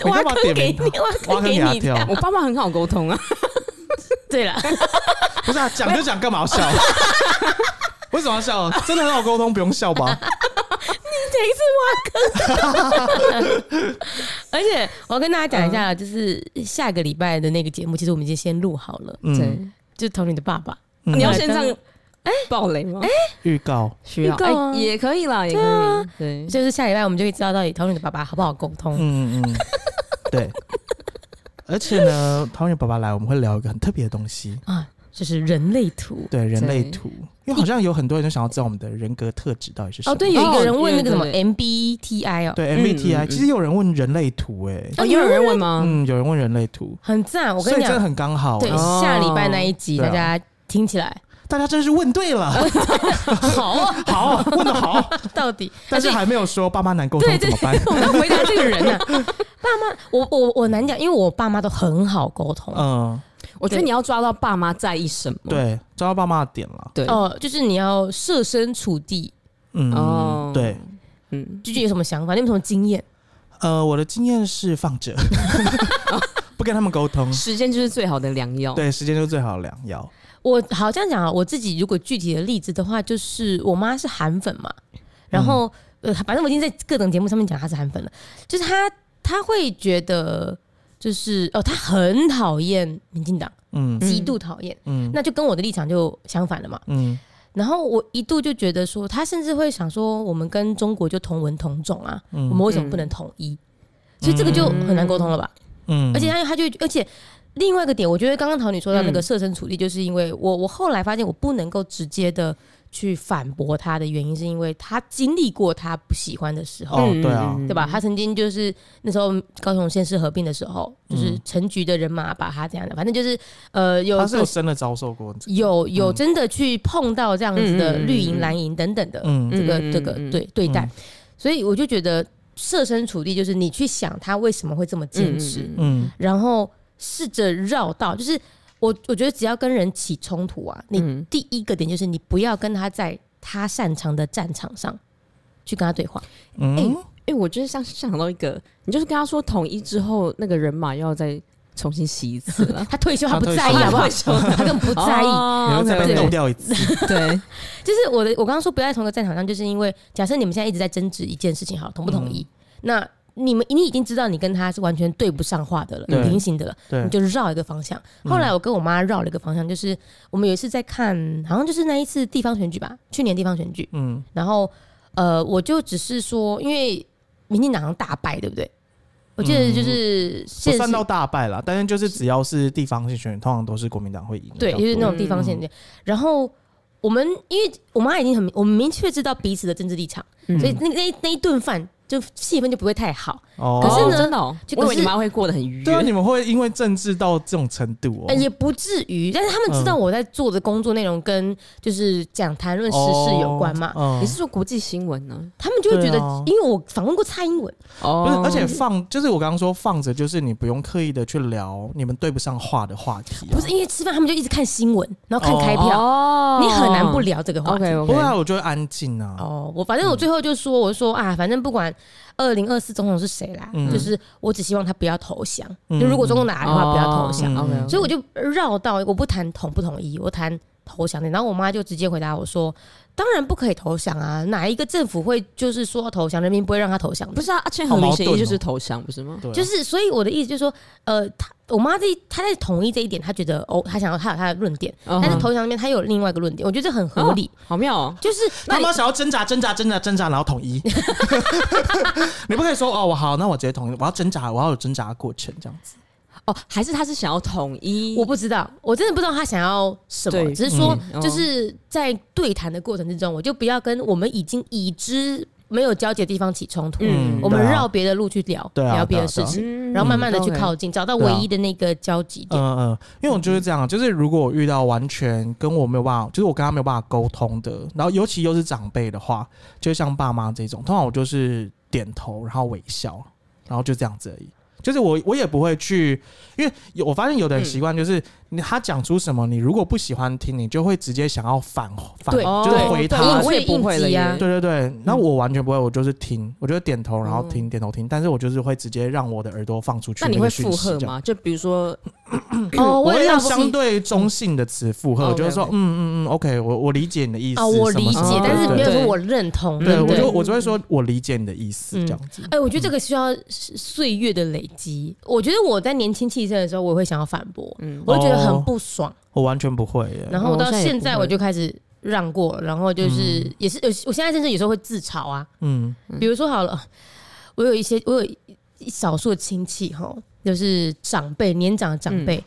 [SPEAKER 3] 你干嘛点
[SPEAKER 1] 给
[SPEAKER 3] 名
[SPEAKER 1] 你，
[SPEAKER 3] 他？
[SPEAKER 1] 挖坑
[SPEAKER 3] 挖坑
[SPEAKER 1] 给
[SPEAKER 3] 给他
[SPEAKER 1] 你。
[SPEAKER 3] 跳？
[SPEAKER 2] 我爸妈很好沟通啊，
[SPEAKER 1] 对了，
[SPEAKER 3] 不是啊，讲就讲，干嘛要笑？为什么要笑？真的很好沟通，不用笑 吧？
[SPEAKER 1] 而且我要跟大家讲一下， 就是下个礼拜的那个节目，其实我们已经先录好了，
[SPEAKER 3] 嗯，
[SPEAKER 2] 对。
[SPEAKER 1] 就是桃女的爸爸。
[SPEAKER 3] 嗯
[SPEAKER 2] 你要线上
[SPEAKER 1] 嗯
[SPEAKER 2] 哎爆雷吗？哎，
[SPEAKER 3] 预告。”
[SPEAKER 2] 需要
[SPEAKER 1] 预告啊
[SPEAKER 2] 哎也可以啦，也可以。对，啊
[SPEAKER 1] 就是下礼拜我们就会知道到底桃女的爸爸好不好沟通。
[SPEAKER 3] 嗯嗯，嗯，对。而且呢，桃园爸爸来，我们会聊一个很特别的东西，
[SPEAKER 1] 啊，就是人类图。
[SPEAKER 3] 对人类
[SPEAKER 2] 对
[SPEAKER 3] 图，因为好像有很多人都想要知道我们的人格特质到底是什么。
[SPEAKER 1] 哦，对，有一个人问那个什么
[SPEAKER 2] 哦对
[SPEAKER 1] MBTI 哦，
[SPEAKER 3] 对
[SPEAKER 2] 嗯
[SPEAKER 3] MBTI，、
[SPEAKER 2] 嗯
[SPEAKER 3] 其实有人问人类图、欸，
[SPEAKER 1] 啊
[SPEAKER 2] 哦，有人问吗？
[SPEAKER 3] 嗯，有人问人类图，
[SPEAKER 1] 很赞。我
[SPEAKER 3] 所
[SPEAKER 1] 跟你
[SPEAKER 3] 以真的
[SPEAKER 1] 讲，
[SPEAKER 3] 很刚好、
[SPEAKER 1] 对，
[SPEAKER 3] 哦
[SPEAKER 2] 哦
[SPEAKER 1] 下礼拜那一集
[SPEAKER 3] 对
[SPEAKER 1] 大
[SPEAKER 3] 啊
[SPEAKER 1] 家听起 来
[SPEAKER 3] 大家真是问对 了，
[SPEAKER 1] 好啊，
[SPEAKER 3] 好问的 好，
[SPEAKER 1] 到底
[SPEAKER 3] 但是
[SPEAKER 1] 所以
[SPEAKER 3] 还没有说爸妈难沟
[SPEAKER 1] 对对
[SPEAKER 3] 通怎么办？
[SPEAKER 1] 我们要回答这个人啊， 爸妈，我我我难讲，因为我爸妈都很好沟通。
[SPEAKER 3] 嗯，
[SPEAKER 2] 我觉得
[SPEAKER 1] 对
[SPEAKER 2] 你要抓到爸妈在意什么。
[SPEAKER 3] 对，抓到爸妈的点了，
[SPEAKER 2] 对，
[SPEAKER 1] 哦，就是你要设身处地，
[SPEAKER 3] 嗯，
[SPEAKER 2] 哦
[SPEAKER 3] 对，
[SPEAKER 2] 嗯，
[SPEAKER 1] 就是有什么想法，你有什么经验，
[SPEAKER 3] 呃，我的经验是 放着，不跟他们沟通，
[SPEAKER 2] 时间就是最好的良
[SPEAKER 1] 哦
[SPEAKER 2] 药。
[SPEAKER 3] 对，时间就是最好的良药。
[SPEAKER 1] 我好这样讲啊，我自己如果具体的例子的话，就是我妈是韩粉嘛，然后、呃，反正我已经在各种节目上面讲她是韩粉了，就是她她会觉得就是哦，她很讨厌民进党，
[SPEAKER 3] 嗯
[SPEAKER 1] 极度讨厌，
[SPEAKER 3] 嗯
[SPEAKER 1] 那就跟我的立场就相反了嘛。
[SPEAKER 3] 嗯
[SPEAKER 1] 然后我一度就觉得说，她甚至会想说，我们跟中国就同文同种啊，
[SPEAKER 3] 嗯
[SPEAKER 1] 我们为什么不能统一？所以这个就很难沟通了吧？
[SPEAKER 3] 嗯
[SPEAKER 1] 而且他他就而且另外一个点，我觉得刚刚桃女说到那
[SPEAKER 2] 嗯
[SPEAKER 1] 个设身处地，就是因为我我后来发现我不能够直接的去反驳他的原因，是因为他经历过他不喜欢的时候。
[SPEAKER 3] 哦
[SPEAKER 2] 嗯，
[SPEAKER 3] 对啊，
[SPEAKER 1] 对吧？他曾经就是那时候高雄县市合并的时候，
[SPEAKER 2] 嗯
[SPEAKER 1] 就是陈局的人马把他这样的，反正就是呃有
[SPEAKER 3] 他是有真的遭受过这个，
[SPEAKER 1] 有有真的去碰到这样子的
[SPEAKER 2] 嗯嗯嗯嗯嗯
[SPEAKER 1] 绿营、蓝营等等的，
[SPEAKER 3] 嗯
[SPEAKER 1] 这个
[SPEAKER 2] 嗯
[SPEAKER 1] 这个
[SPEAKER 2] 嗯嗯
[SPEAKER 1] 对对待，所以我就觉得设身处地，就是你去想他为什么会这么坚持，
[SPEAKER 2] 嗯嗯
[SPEAKER 3] 嗯
[SPEAKER 1] 然后试着绕道，就是我我觉得只要跟人起冲突啊，你
[SPEAKER 2] 嗯
[SPEAKER 1] 第一个点就是你不要跟他在他擅长的战场上去跟他对话，，
[SPEAKER 3] 嗯，
[SPEAKER 2] 哎、我就是想想到一个，你就是跟他说统一之后，那个人马要再重新洗一次了
[SPEAKER 1] 他退休他不在意
[SPEAKER 3] 他
[SPEAKER 1] 好不好
[SPEAKER 2] 退？休了哦
[SPEAKER 1] 他更不在意，
[SPEAKER 3] 你要再被
[SPEAKER 2] 对
[SPEAKER 3] 弄掉一次，
[SPEAKER 2] 对，
[SPEAKER 1] 就是我的我刚刚说不要在同一个战场上，就是因为假设你们现在一直在争执一件事情，好同不同意？那你们你已经知道你跟他是完全对不上话的了，
[SPEAKER 3] 对
[SPEAKER 1] 平行的了，
[SPEAKER 3] 对
[SPEAKER 1] 你，就绕一个方向。后来我跟我妈绕了一个方向，就是我们有一次在看，好像就是那一次地方选举吧，去年地方选举，
[SPEAKER 3] 嗯
[SPEAKER 1] 然后呃，我就只是说，因为民进党好像大败，对不对？我记得就是
[SPEAKER 3] 嗯不
[SPEAKER 1] 现实、
[SPEAKER 3] 算到大败了，但是就是只要是地方性选举，通常都是国民党会赢，
[SPEAKER 1] 对，就是那种地方
[SPEAKER 3] 嗯
[SPEAKER 1] 县的。然后
[SPEAKER 3] 嗯
[SPEAKER 2] 嗯
[SPEAKER 1] 我们因为我妈已经很明我们明确知道彼此的政治立场，所以那那一那一顿饭就气氛就不会太好。
[SPEAKER 3] 哦
[SPEAKER 1] 可是呢
[SPEAKER 2] 哦真的哦，
[SPEAKER 1] 就
[SPEAKER 2] 我以
[SPEAKER 1] 可
[SPEAKER 2] 为
[SPEAKER 1] 是
[SPEAKER 2] 你妈会过得很愉
[SPEAKER 3] 对啊，
[SPEAKER 2] 悦。
[SPEAKER 3] 你们会因为政治到这种程度哦
[SPEAKER 1] 呃，？也不至于，但是他们知道我在做的工作内容跟就是讲谈论时事有关嘛，
[SPEAKER 3] 哦嗯
[SPEAKER 2] 你是说国际新闻呢？
[SPEAKER 1] 他们就会觉
[SPEAKER 3] 对
[SPEAKER 1] 得
[SPEAKER 3] 啊，
[SPEAKER 1] 因为我访问过蔡英文，
[SPEAKER 3] 不
[SPEAKER 2] 哦
[SPEAKER 3] 是，而且放就是我刚刚说放着，就是你不用刻意的去聊你们对不上话的话题、啊。
[SPEAKER 1] 不是因为吃饭，他们就一直看新闻，然后看开票，
[SPEAKER 2] 哦
[SPEAKER 1] 你很难不聊这个话题。
[SPEAKER 2] OK
[SPEAKER 3] 不会
[SPEAKER 2] OK，
[SPEAKER 3] 啊，我就会安静啊。
[SPEAKER 1] 哦，我反正我最后就说，我说啊，反正不管二零二四总统是谁啦，
[SPEAKER 3] 嗯
[SPEAKER 1] 就是我只希望他不要投降。
[SPEAKER 3] 嗯
[SPEAKER 1] 就如果中共打来的话，不要投降。
[SPEAKER 3] 嗯
[SPEAKER 2] OK，
[SPEAKER 1] 所以我就绕到我不谈同不同意，我谈投降的。然后我妈就直接回答我说：“当然不可以投降啊，哪一个政府会就是说要投降，人民不会让他投降的
[SPEAKER 2] 不是啊，而且
[SPEAKER 3] 好
[SPEAKER 2] 和平
[SPEAKER 3] 矛
[SPEAKER 2] 协
[SPEAKER 3] 盾
[SPEAKER 2] 议就是
[SPEAKER 3] 哦
[SPEAKER 2] 投降，不是吗？
[SPEAKER 3] 对啊，
[SPEAKER 1] 就是，所以我的意思就是说，呃，他我妈这一她在同意这一点，她觉得哦，她想要她有她的论点，
[SPEAKER 2] 嗯哼
[SPEAKER 1] 但是投降那边她有另外一个论点，我觉得这很合理，
[SPEAKER 2] 好妙哦。
[SPEAKER 1] 就是
[SPEAKER 3] 他
[SPEAKER 1] 你
[SPEAKER 3] 们想要挣扎、挣扎、挣扎、挣扎，然后统 一。 你不可以说哦，我好，那我直接统一，我要挣扎，我要有挣扎的过程，这样子。
[SPEAKER 2] 哦，还是他是想要统一？
[SPEAKER 1] 我不知道，我真的不知道她想要什么，
[SPEAKER 2] 对
[SPEAKER 1] 只是说
[SPEAKER 2] 嗯
[SPEAKER 1] 就是在对谈的过程之中，我就不要跟我们已经已知没有交集的地方起冲突，
[SPEAKER 2] 嗯
[SPEAKER 1] 我们
[SPEAKER 3] 对啊
[SPEAKER 1] 绕别的路去聊
[SPEAKER 3] 对啊
[SPEAKER 1] 聊别的
[SPEAKER 3] 对啊
[SPEAKER 1] 事
[SPEAKER 3] 对啊
[SPEAKER 1] 情，
[SPEAKER 2] 嗯
[SPEAKER 1] 然后慢慢的去
[SPEAKER 2] OK
[SPEAKER 1] 靠近，找到唯一的那个交集点。
[SPEAKER 3] 嗯嗯，因为我就是这样，就是如果我遇到完全跟我没有办法，就是我跟他没有办法沟通的，然后尤其又是长辈的话，就像爸妈这种，通常我就是点头，然后微笑，然后就这样子而已。就是我我也不会去，因为有我发现有的人习惯就是你他讲出什么，你如果不喜欢听，你就会直接想要反反，
[SPEAKER 1] 对
[SPEAKER 3] 就是
[SPEAKER 2] 哦对
[SPEAKER 3] 回
[SPEAKER 1] 对
[SPEAKER 3] 他。
[SPEAKER 1] 因为
[SPEAKER 2] 我也嗯不会了
[SPEAKER 1] 应急
[SPEAKER 2] 耶
[SPEAKER 1] 啊。
[SPEAKER 3] 对对对，那我完全不会，我就是听，我就点头，然后听，点头听，但是我就是会直接让我的耳朵放出去
[SPEAKER 2] 嗯那你
[SPEAKER 3] 个
[SPEAKER 2] 会
[SPEAKER 3] 讯
[SPEAKER 2] 附
[SPEAKER 3] 息
[SPEAKER 2] 和
[SPEAKER 3] 这样？
[SPEAKER 2] 吗？就比如说，
[SPEAKER 1] 哦，
[SPEAKER 3] 嗯我
[SPEAKER 1] 也
[SPEAKER 3] 会用
[SPEAKER 1] 老不
[SPEAKER 3] 相对中性的词附和，
[SPEAKER 2] 嗯
[SPEAKER 3] 我就是说，
[SPEAKER 2] OK，OK
[SPEAKER 3] 嗯嗯嗯，OK，我我理解你的意思，
[SPEAKER 1] 啊，我理
[SPEAKER 3] 什么什
[SPEAKER 1] 解
[SPEAKER 3] 么，
[SPEAKER 1] 但是没有嗯
[SPEAKER 2] 对
[SPEAKER 1] 说我认同，
[SPEAKER 3] 对，
[SPEAKER 1] 对不
[SPEAKER 3] 我
[SPEAKER 1] 对
[SPEAKER 3] 就？我只会说，我理解你的意思，这样子。
[SPEAKER 1] 哎、我觉得这个需要岁月的累积。我觉得我在年轻气盛的时候，我也会想要反驳，
[SPEAKER 2] 嗯，
[SPEAKER 1] 我就觉得很
[SPEAKER 3] 哦
[SPEAKER 1] 不爽。
[SPEAKER 3] 我完全不会耶，
[SPEAKER 1] 然后
[SPEAKER 2] 我
[SPEAKER 1] 到
[SPEAKER 2] 哦现在也
[SPEAKER 1] 现
[SPEAKER 2] 不
[SPEAKER 1] 在
[SPEAKER 2] 会
[SPEAKER 1] 我就开始让过，然后就是、也是有，我现在甚至有时候会自嘲啊，
[SPEAKER 3] 嗯
[SPEAKER 1] 比如说好了，我有一些我有一一少数的亲戚哈，就是长辈年长的长
[SPEAKER 3] 嗯
[SPEAKER 1] 辈，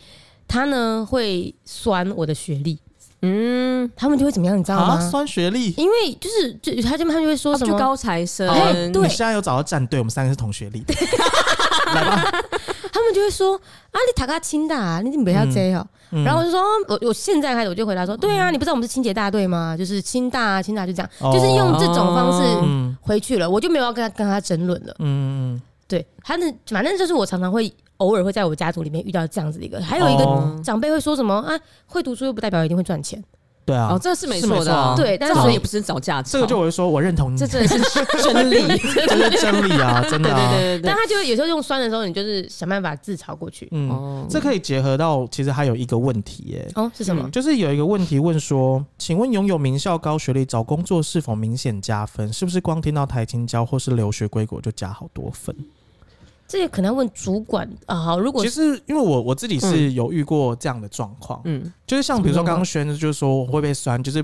[SPEAKER 1] 他呢会酸我的学历，
[SPEAKER 2] 嗯，
[SPEAKER 1] 他们就会怎么样，你知道吗？
[SPEAKER 3] 啊，酸学历，
[SPEAKER 1] 因为就是就他就他哦们就会说
[SPEAKER 2] 他
[SPEAKER 1] 什
[SPEAKER 2] 们
[SPEAKER 1] 么
[SPEAKER 2] 就高材生
[SPEAKER 1] 哎，对
[SPEAKER 3] 你现在有找到战队，我们三个是同学历，来吧，
[SPEAKER 1] 他们就会说啊，你塔卡清大、啊，你怎么不要这样、
[SPEAKER 3] 嗯
[SPEAKER 1] 然后我就说，哦我我现在开始我就回答说，对啊，你不知道我们是清洁大队吗？就是清大、啊，清大就这样，
[SPEAKER 3] 哦
[SPEAKER 1] 就是用这种方式
[SPEAKER 3] 嗯
[SPEAKER 1] 回去了，我就没有要跟他跟他争论了。
[SPEAKER 3] 嗯嗯
[SPEAKER 1] 对，他的反正就是我常常会偶尔会在我家族里面遇到这样子的一个，还有一个
[SPEAKER 3] 哦
[SPEAKER 1] 长辈会说什么啊，会读书又不代表一定会赚钱，
[SPEAKER 3] 对啊
[SPEAKER 2] 哦，，这是没
[SPEAKER 3] 是没
[SPEAKER 2] 错的啊，
[SPEAKER 3] 错啊
[SPEAKER 1] 对但
[SPEAKER 2] 这
[SPEAKER 1] 是
[SPEAKER 2] 好
[SPEAKER 1] 所
[SPEAKER 2] 像
[SPEAKER 1] 以
[SPEAKER 2] 也不是找啊架吵，
[SPEAKER 3] 这个就我会说，我认同你，
[SPEAKER 2] 这
[SPEAKER 3] 这
[SPEAKER 2] 真的是真 理，对
[SPEAKER 3] 是真理啊，真
[SPEAKER 2] 对
[SPEAKER 3] 的啊，
[SPEAKER 2] 对对
[SPEAKER 1] 但
[SPEAKER 2] 对，
[SPEAKER 1] 他就会有时候用酸的时候，你就是想办法自嘲过去。
[SPEAKER 3] 嗯，
[SPEAKER 2] 哦
[SPEAKER 3] 这可以结合到，其实还有一个问题耶，
[SPEAKER 1] 哦，是什么？
[SPEAKER 3] 就是有一个问题问说，请问拥有名校高学历找工作是否明显加分？是不是光听到台青交或是留学归国就加好多分？
[SPEAKER 1] 这个可能要问主管 啊。好，如果
[SPEAKER 3] 其
[SPEAKER 1] 是
[SPEAKER 3] 实因为我我自己是有遇过这样的状况，
[SPEAKER 2] 嗯
[SPEAKER 3] 就是像比如说刚刚轩就是说我会被酸，就是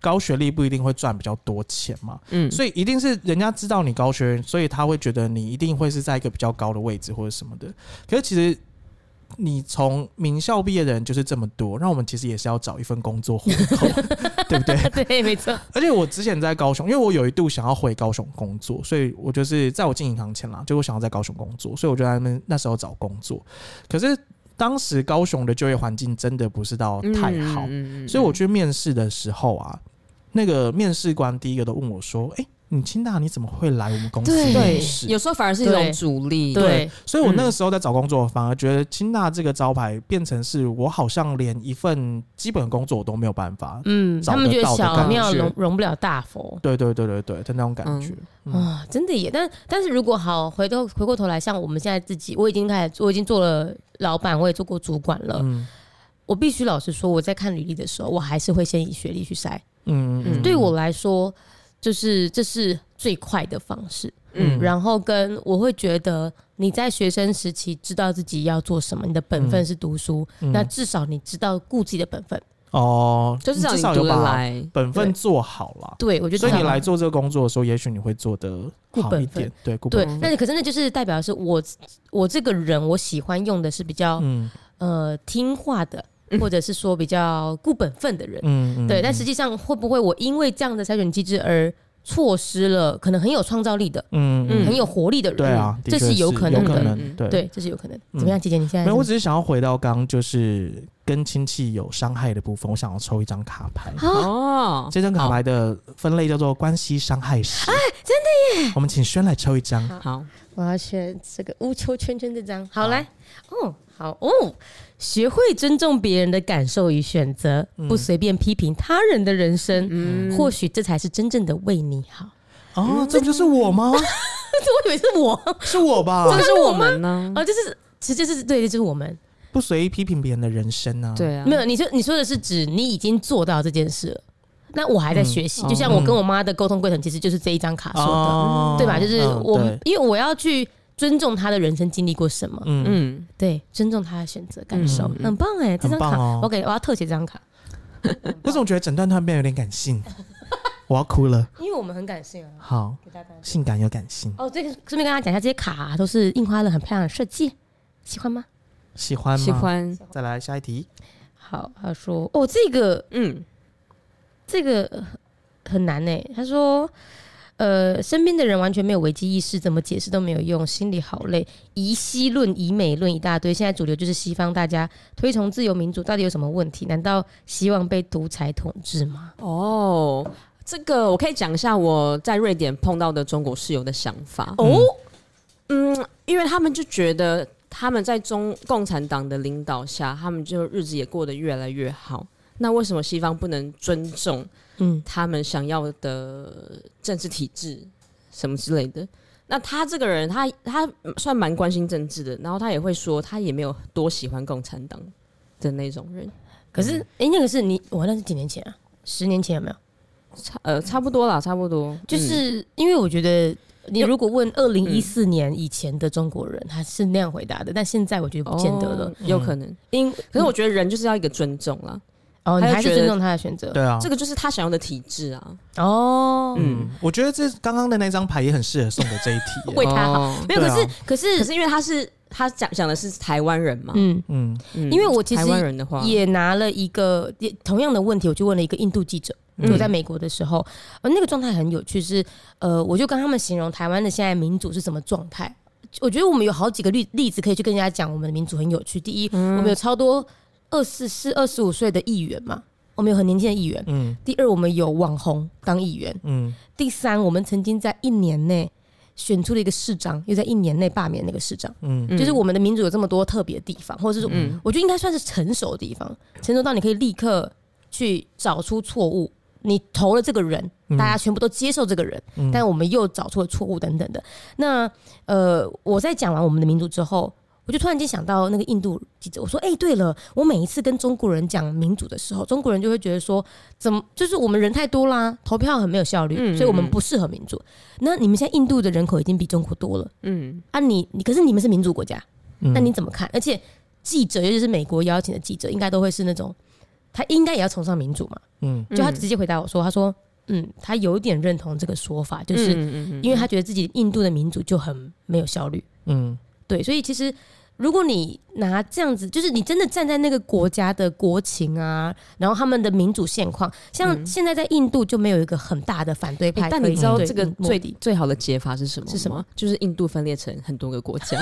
[SPEAKER 3] 高学历不一定会赚比较多钱嘛，
[SPEAKER 2] 嗯，
[SPEAKER 3] 所以一定是人家知道你高学历，所以他会觉得你一定会是在一个比较高的位置或者什么的。可是其实你从名校毕业的人就是这么多，那我们其实也是要找一份工作糊口， 对不对？
[SPEAKER 1] 对，没错，
[SPEAKER 3] 而且我之前在高雄，因为我有一度想要回高雄工作，所以我就是在我进银行前啦，就我想要在高雄工作，所以我就在那边那时候找工作。可是当时高雄的就业环境真的不是到
[SPEAKER 2] 嗯
[SPEAKER 3] 太好，
[SPEAKER 2] 嗯嗯嗯
[SPEAKER 3] 所以我去面试的时候啊，那个面试官第一个都问我说：“哎、你清大你怎么会来我们公司
[SPEAKER 1] 对
[SPEAKER 3] 面
[SPEAKER 2] 对
[SPEAKER 3] 试，？”
[SPEAKER 2] 有时候反而是一种
[SPEAKER 1] 对
[SPEAKER 2] 阻力，
[SPEAKER 1] 对，
[SPEAKER 3] 所以我那个时候在找工作，反而觉得清大这个招牌变成是我好像连一份基本工作我都没有办法。
[SPEAKER 1] 嗯，
[SPEAKER 3] 找
[SPEAKER 1] 他们
[SPEAKER 3] 得
[SPEAKER 1] 觉得
[SPEAKER 3] 到的
[SPEAKER 1] 小
[SPEAKER 3] 感
[SPEAKER 1] 庙
[SPEAKER 3] 觉
[SPEAKER 1] 容容不了大佛。
[SPEAKER 3] 对对对对对，就那种感
[SPEAKER 2] 嗯
[SPEAKER 3] 觉。
[SPEAKER 1] 啊、
[SPEAKER 3] 嗯
[SPEAKER 1] 真的耶！但但是如果好回头回过头来，像我们现在自己，我已经开始，我已经做了老板，我也做过主管了。
[SPEAKER 3] 嗯
[SPEAKER 1] 我必须老实说，我在看履历的时候，我还是会先以学历去筛。
[SPEAKER 3] 嗯嗯，
[SPEAKER 1] 对我来说，就是这是最快的方式。
[SPEAKER 3] 嗯
[SPEAKER 1] 然后跟我会觉得你在学生时期知道自己要做什么，你的本分是读书，
[SPEAKER 3] 嗯
[SPEAKER 1] 那至少你知道顾自己的本分。
[SPEAKER 3] 哦，
[SPEAKER 2] 就是让
[SPEAKER 3] 至
[SPEAKER 2] 你
[SPEAKER 3] 少
[SPEAKER 2] 读
[SPEAKER 3] 有
[SPEAKER 2] 得
[SPEAKER 3] 把
[SPEAKER 2] 来，
[SPEAKER 3] 本分做好了。
[SPEAKER 1] 对我觉得
[SPEAKER 3] 所以
[SPEAKER 1] 至少
[SPEAKER 3] 你来做这个工作的时候，也许你会做得好一
[SPEAKER 1] 顾本
[SPEAKER 3] 点，对，顾
[SPEAKER 1] 对
[SPEAKER 3] 本，分。
[SPEAKER 1] 那可是那就是代表是我我这个人，我喜欢用的是比较、
[SPEAKER 3] 嗯
[SPEAKER 1] 呃听话的，或者是说比较顾本分的人。
[SPEAKER 3] 嗯嗯，
[SPEAKER 1] 对，
[SPEAKER 3] 嗯
[SPEAKER 1] 但实际上会不会我因为这样的筛选机制而错失了可能很有创造力的、
[SPEAKER 3] 嗯
[SPEAKER 2] 嗯
[SPEAKER 1] 很有活力的人，
[SPEAKER 3] 对啊，
[SPEAKER 1] 嗯
[SPEAKER 3] 的
[SPEAKER 1] 这
[SPEAKER 3] 确
[SPEAKER 1] 是
[SPEAKER 3] 有
[SPEAKER 1] 有可能
[SPEAKER 2] 有
[SPEAKER 1] 的
[SPEAKER 2] 可。能
[SPEAKER 3] 对。
[SPEAKER 1] 对，这是有可能。
[SPEAKER 3] 嗯
[SPEAKER 1] 怎么样，姐姐？你现在
[SPEAKER 3] 没有，我
[SPEAKER 1] 怎
[SPEAKER 3] 只是想要回到刚刚就是跟亲戚有伤害的部分，我想要抽一张卡牌。
[SPEAKER 1] 么啊，
[SPEAKER 2] 哦，
[SPEAKER 3] 这张卡牌的分类叫做关系伤害
[SPEAKER 1] 啊
[SPEAKER 3] 史。哎，真的耶！我们请轩来抽一张。
[SPEAKER 2] 好，
[SPEAKER 1] 我要选这个乌秋圈圈这张。好，
[SPEAKER 3] 好
[SPEAKER 1] 来，哦，好哦，学会尊重别人的感受与选择，
[SPEAKER 3] 嗯
[SPEAKER 1] 不随便批评他人的人生，
[SPEAKER 2] 嗯
[SPEAKER 1] 或许这才是真正的为你好。
[SPEAKER 3] 哦，这不就是我吗？
[SPEAKER 1] 我以为是我，
[SPEAKER 3] 是我吧？
[SPEAKER 2] 这是我们呢，
[SPEAKER 3] 嗯
[SPEAKER 1] 哦， 就是。其实这是对，这是我们
[SPEAKER 3] 不随意批评别人的人生啊。，
[SPEAKER 2] 对啊，
[SPEAKER 1] 没有。你说你说的是指你已经做到这件事了，那我还在
[SPEAKER 3] 嗯
[SPEAKER 1] 学习。
[SPEAKER 2] 哦
[SPEAKER 1] 就像我跟我妈的沟通过程，其实就是这一张啊卡说的。
[SPEAKER 3] 哦
[SPEAKER 1] 对吧？就是
[SPEAKER 3] 嗯
[SPEAKER 1] 我，
[SPEAKER 3] 对
[SPEAKER 1] 因为我要去尊重他的人生经历过什么，
[SPEAKER 3] 嗯，
[SPEAKER 2] 嗯，
[SPEAKER 1] 对，尊重他的选择感受，
[SPEAKER 2] 嗯
[SPEAKER 1] 很棒哎、这张
[SPEAKER 3] 很
[SPEAKER 1] 卡、
[SPEAKER 3] 棒哦
[SPEAKER 1] 我给我要特写这张卡，
[SPEAKER 3] 我总觉得整段突然变得有点感性， 我要哭了。
[SPEAKER 1] 因为我们很感性啊，
[SPEAKER 3] 好，
[SPEAKER 1] 给大家。
[SPEAKER 3] 性感又感性，
[SPEAKER 1] 哦，这个顺便跟大家讲一下，这些卡啊、都是印花了很漂亮的设计，喜欢吗？
[SPEAKER 3] 喜欢
[SPEAKER 2] 嗯
[SPEAKER 3] 吗？
[SPEAKER 2] 喜。欢，
[SPEAKER 3] 再来下一题，
[SPEAKER 1] 好，他说哦，这个
[SPEAKER 2] 嗯，
[SPEAKER 1] 这个呃很难哎、他说。呃，身边的人完全没有危机意识，怎么解释都没有用，心里好累。以西论、以美论一大堆，现在主流就是西方，大家推崇自由民主，到底有什么问题？难道希望被独裁统治吗？
[SPEAKER 2] 哦。这个我可以讲一下我在瑞典碰到的中国室友的想法。
[SPEAKER 1] 哦，
[SPEAKER 2] 嗯，因为他们就觉得他们在中共产党的领导下，他们就日子也过得越来越好。那为什么西方不能尊重
[SPEAKER 1] 嗯，
[SPEAKER 2] 他们想要的政治体制什么之类的？那他这个人，他他算蛮关心政治的，然后他也会说，他也没有多喜欢共产党的那种人，
[SPEAKER 1] 可是哎、诶那个是你，我那是几年前啊，十年前有没有？
[SPEAKER 2] 差呃差不多啦，差不多，
[SPEAKER 1] 嗯
[SPEAKER 2] 嗯
[SPEAKER 1] 就是、因为我觉得。你如果问二零一四年以前的中国人，他是那样回答的，但现在我觉得
[SPEAKER 2] 嗯
[SPEAKER 1] 不见得嗯了
[SPEAKER 2] 哦。有可能。
[SPEAKER 1] 因
[SPEAKER 2] 可是我觉得人就是要一个尊重啦，
[SPEAKER 1] 哦，你
[SPEAKER 2] 他就
[SPEAKER 1] 还是
[SPEAKER 2] 觉得
[SPEAKER 1] 尊重他的选择
[SPEAKER 3] 对啊，
[SPEAKER 2] 这个就是他想要的体制啊，
[SPEAKER 1] 哦。
[SPEAKER 3] 嗯，我觉得这刚刚的那张牌也很适合送给这一题耶。
[SPEAKER 1] 为他好
[SPEAKER 2] 哦
[SPEAKER 1] 没有，
[SPEAKER 3] 对
[SPEAKER 1] 可
[SPEAKER 3] 啊
[SPEAKER 1] 是可
[SPEAKER 2] 可
[SPEAKER 1] 是
[SPEAKER 2] 是因为他是他讲讲的是台湾人嘛，
[SPEAKER 1] 嗯，
[SPEAKER 3] 嗯
[SPEAKER 2] 嗯
[SPEAKER 1] 因为我其实
[SPEAKER 2] 台湾人的话，
[SPEAKER 1] 也拿了一个也同样的问题，我就问了一个印度记者。
[SPEAKER 3] 嗯
[SPEAKER 1] 我在美国的时候，呃，那个状态很有趣是，呃，我就跟他们形容台湾的现在民主是什么状态。我觉得我们有好几个例例子可以去跟人家讲，我们的民主很有趣。第
[SPEAKER 2] 嗯
[SPEAKER 1] 一，我们有超多二十四、二十五岁的议员嘛，我们有很年轻的议员。
[SPEAKER 3] 嗯
[SPEAKER 1] 第二，我们有网红当议员。
[SPEAKER 3] 嗯，
[SPEAKER 1] 第三，我们曾经在一年内选出了一个市长，又在一年内罢免那个市长。
[SPEAKER 2] 嗯
[SPEAKER 1] 就是我们的民主有这么多特别的地方，或者是
[SPEAKER 2] 嗯
[SPEAKER 1] 我觉得应该算是成熟的地方，成熟到你可以立刻去找出错误。你投了这个人，
[SPEAKER 3] 嗯
[SPEAKER 1] 大家全部都接受这个人，
[SPEAKER 3] 嗯
[SPEAKER 1] 但我们又找出了错误等等的。那呃，我在讲完我们的民主之后，我就突然间想到那个印度记者，我说：“哎、对了，我每一次跟中国人讲民主的时候，中国人就会觉得说，怎么就是我们人太多啦，投票很没有效率，
[SPEAKER 2] 嗯
[SPEAKER 1] 所以我们
[SPEAKER 2] 嗯
[SPEAKER 1] 不适合民主。那你们现在印度的人口已经比中国多了
[SPEAKER 2] 嗯
[SPEAKER 1] 啊你你可是你们是民主国家，
[SPEAKER 3] 嗯
[SPEAKER 1] 那你怎么看？而且记者，尤其是美国邀请的记者，应该都会是那种他应该也要崇尚民主嘛。
[SPEAKER 3] 嗯
[SPEAKER 1] 就他直接回答我说，他说，嗯，他有一点认同这个说法，
[SPEAKER 2] 嗯
[SPEAKER 1] 就是
[SPEAKER 2] 是
[SPEAKER 1] 因为他觉得自己印度的民主就很没有效率。
[SPEAKER 3] 嗯
[SPEAKER 1] 对，所以其实如果你拿这样子，就是你真的站在那个国家的国情啊，然后他们的民主现况，像现在在印度就没有一个很大的反对派、
[SPEAKER 2] 嗯哎但你知道这个最
[SPEAKER 1] 底，
[SPEAKER 2] 最好的解法嗯是什么？
[SPEAKER 1] 是什么？
[SPEAKER 2] 就是印度分裂成很多个国家。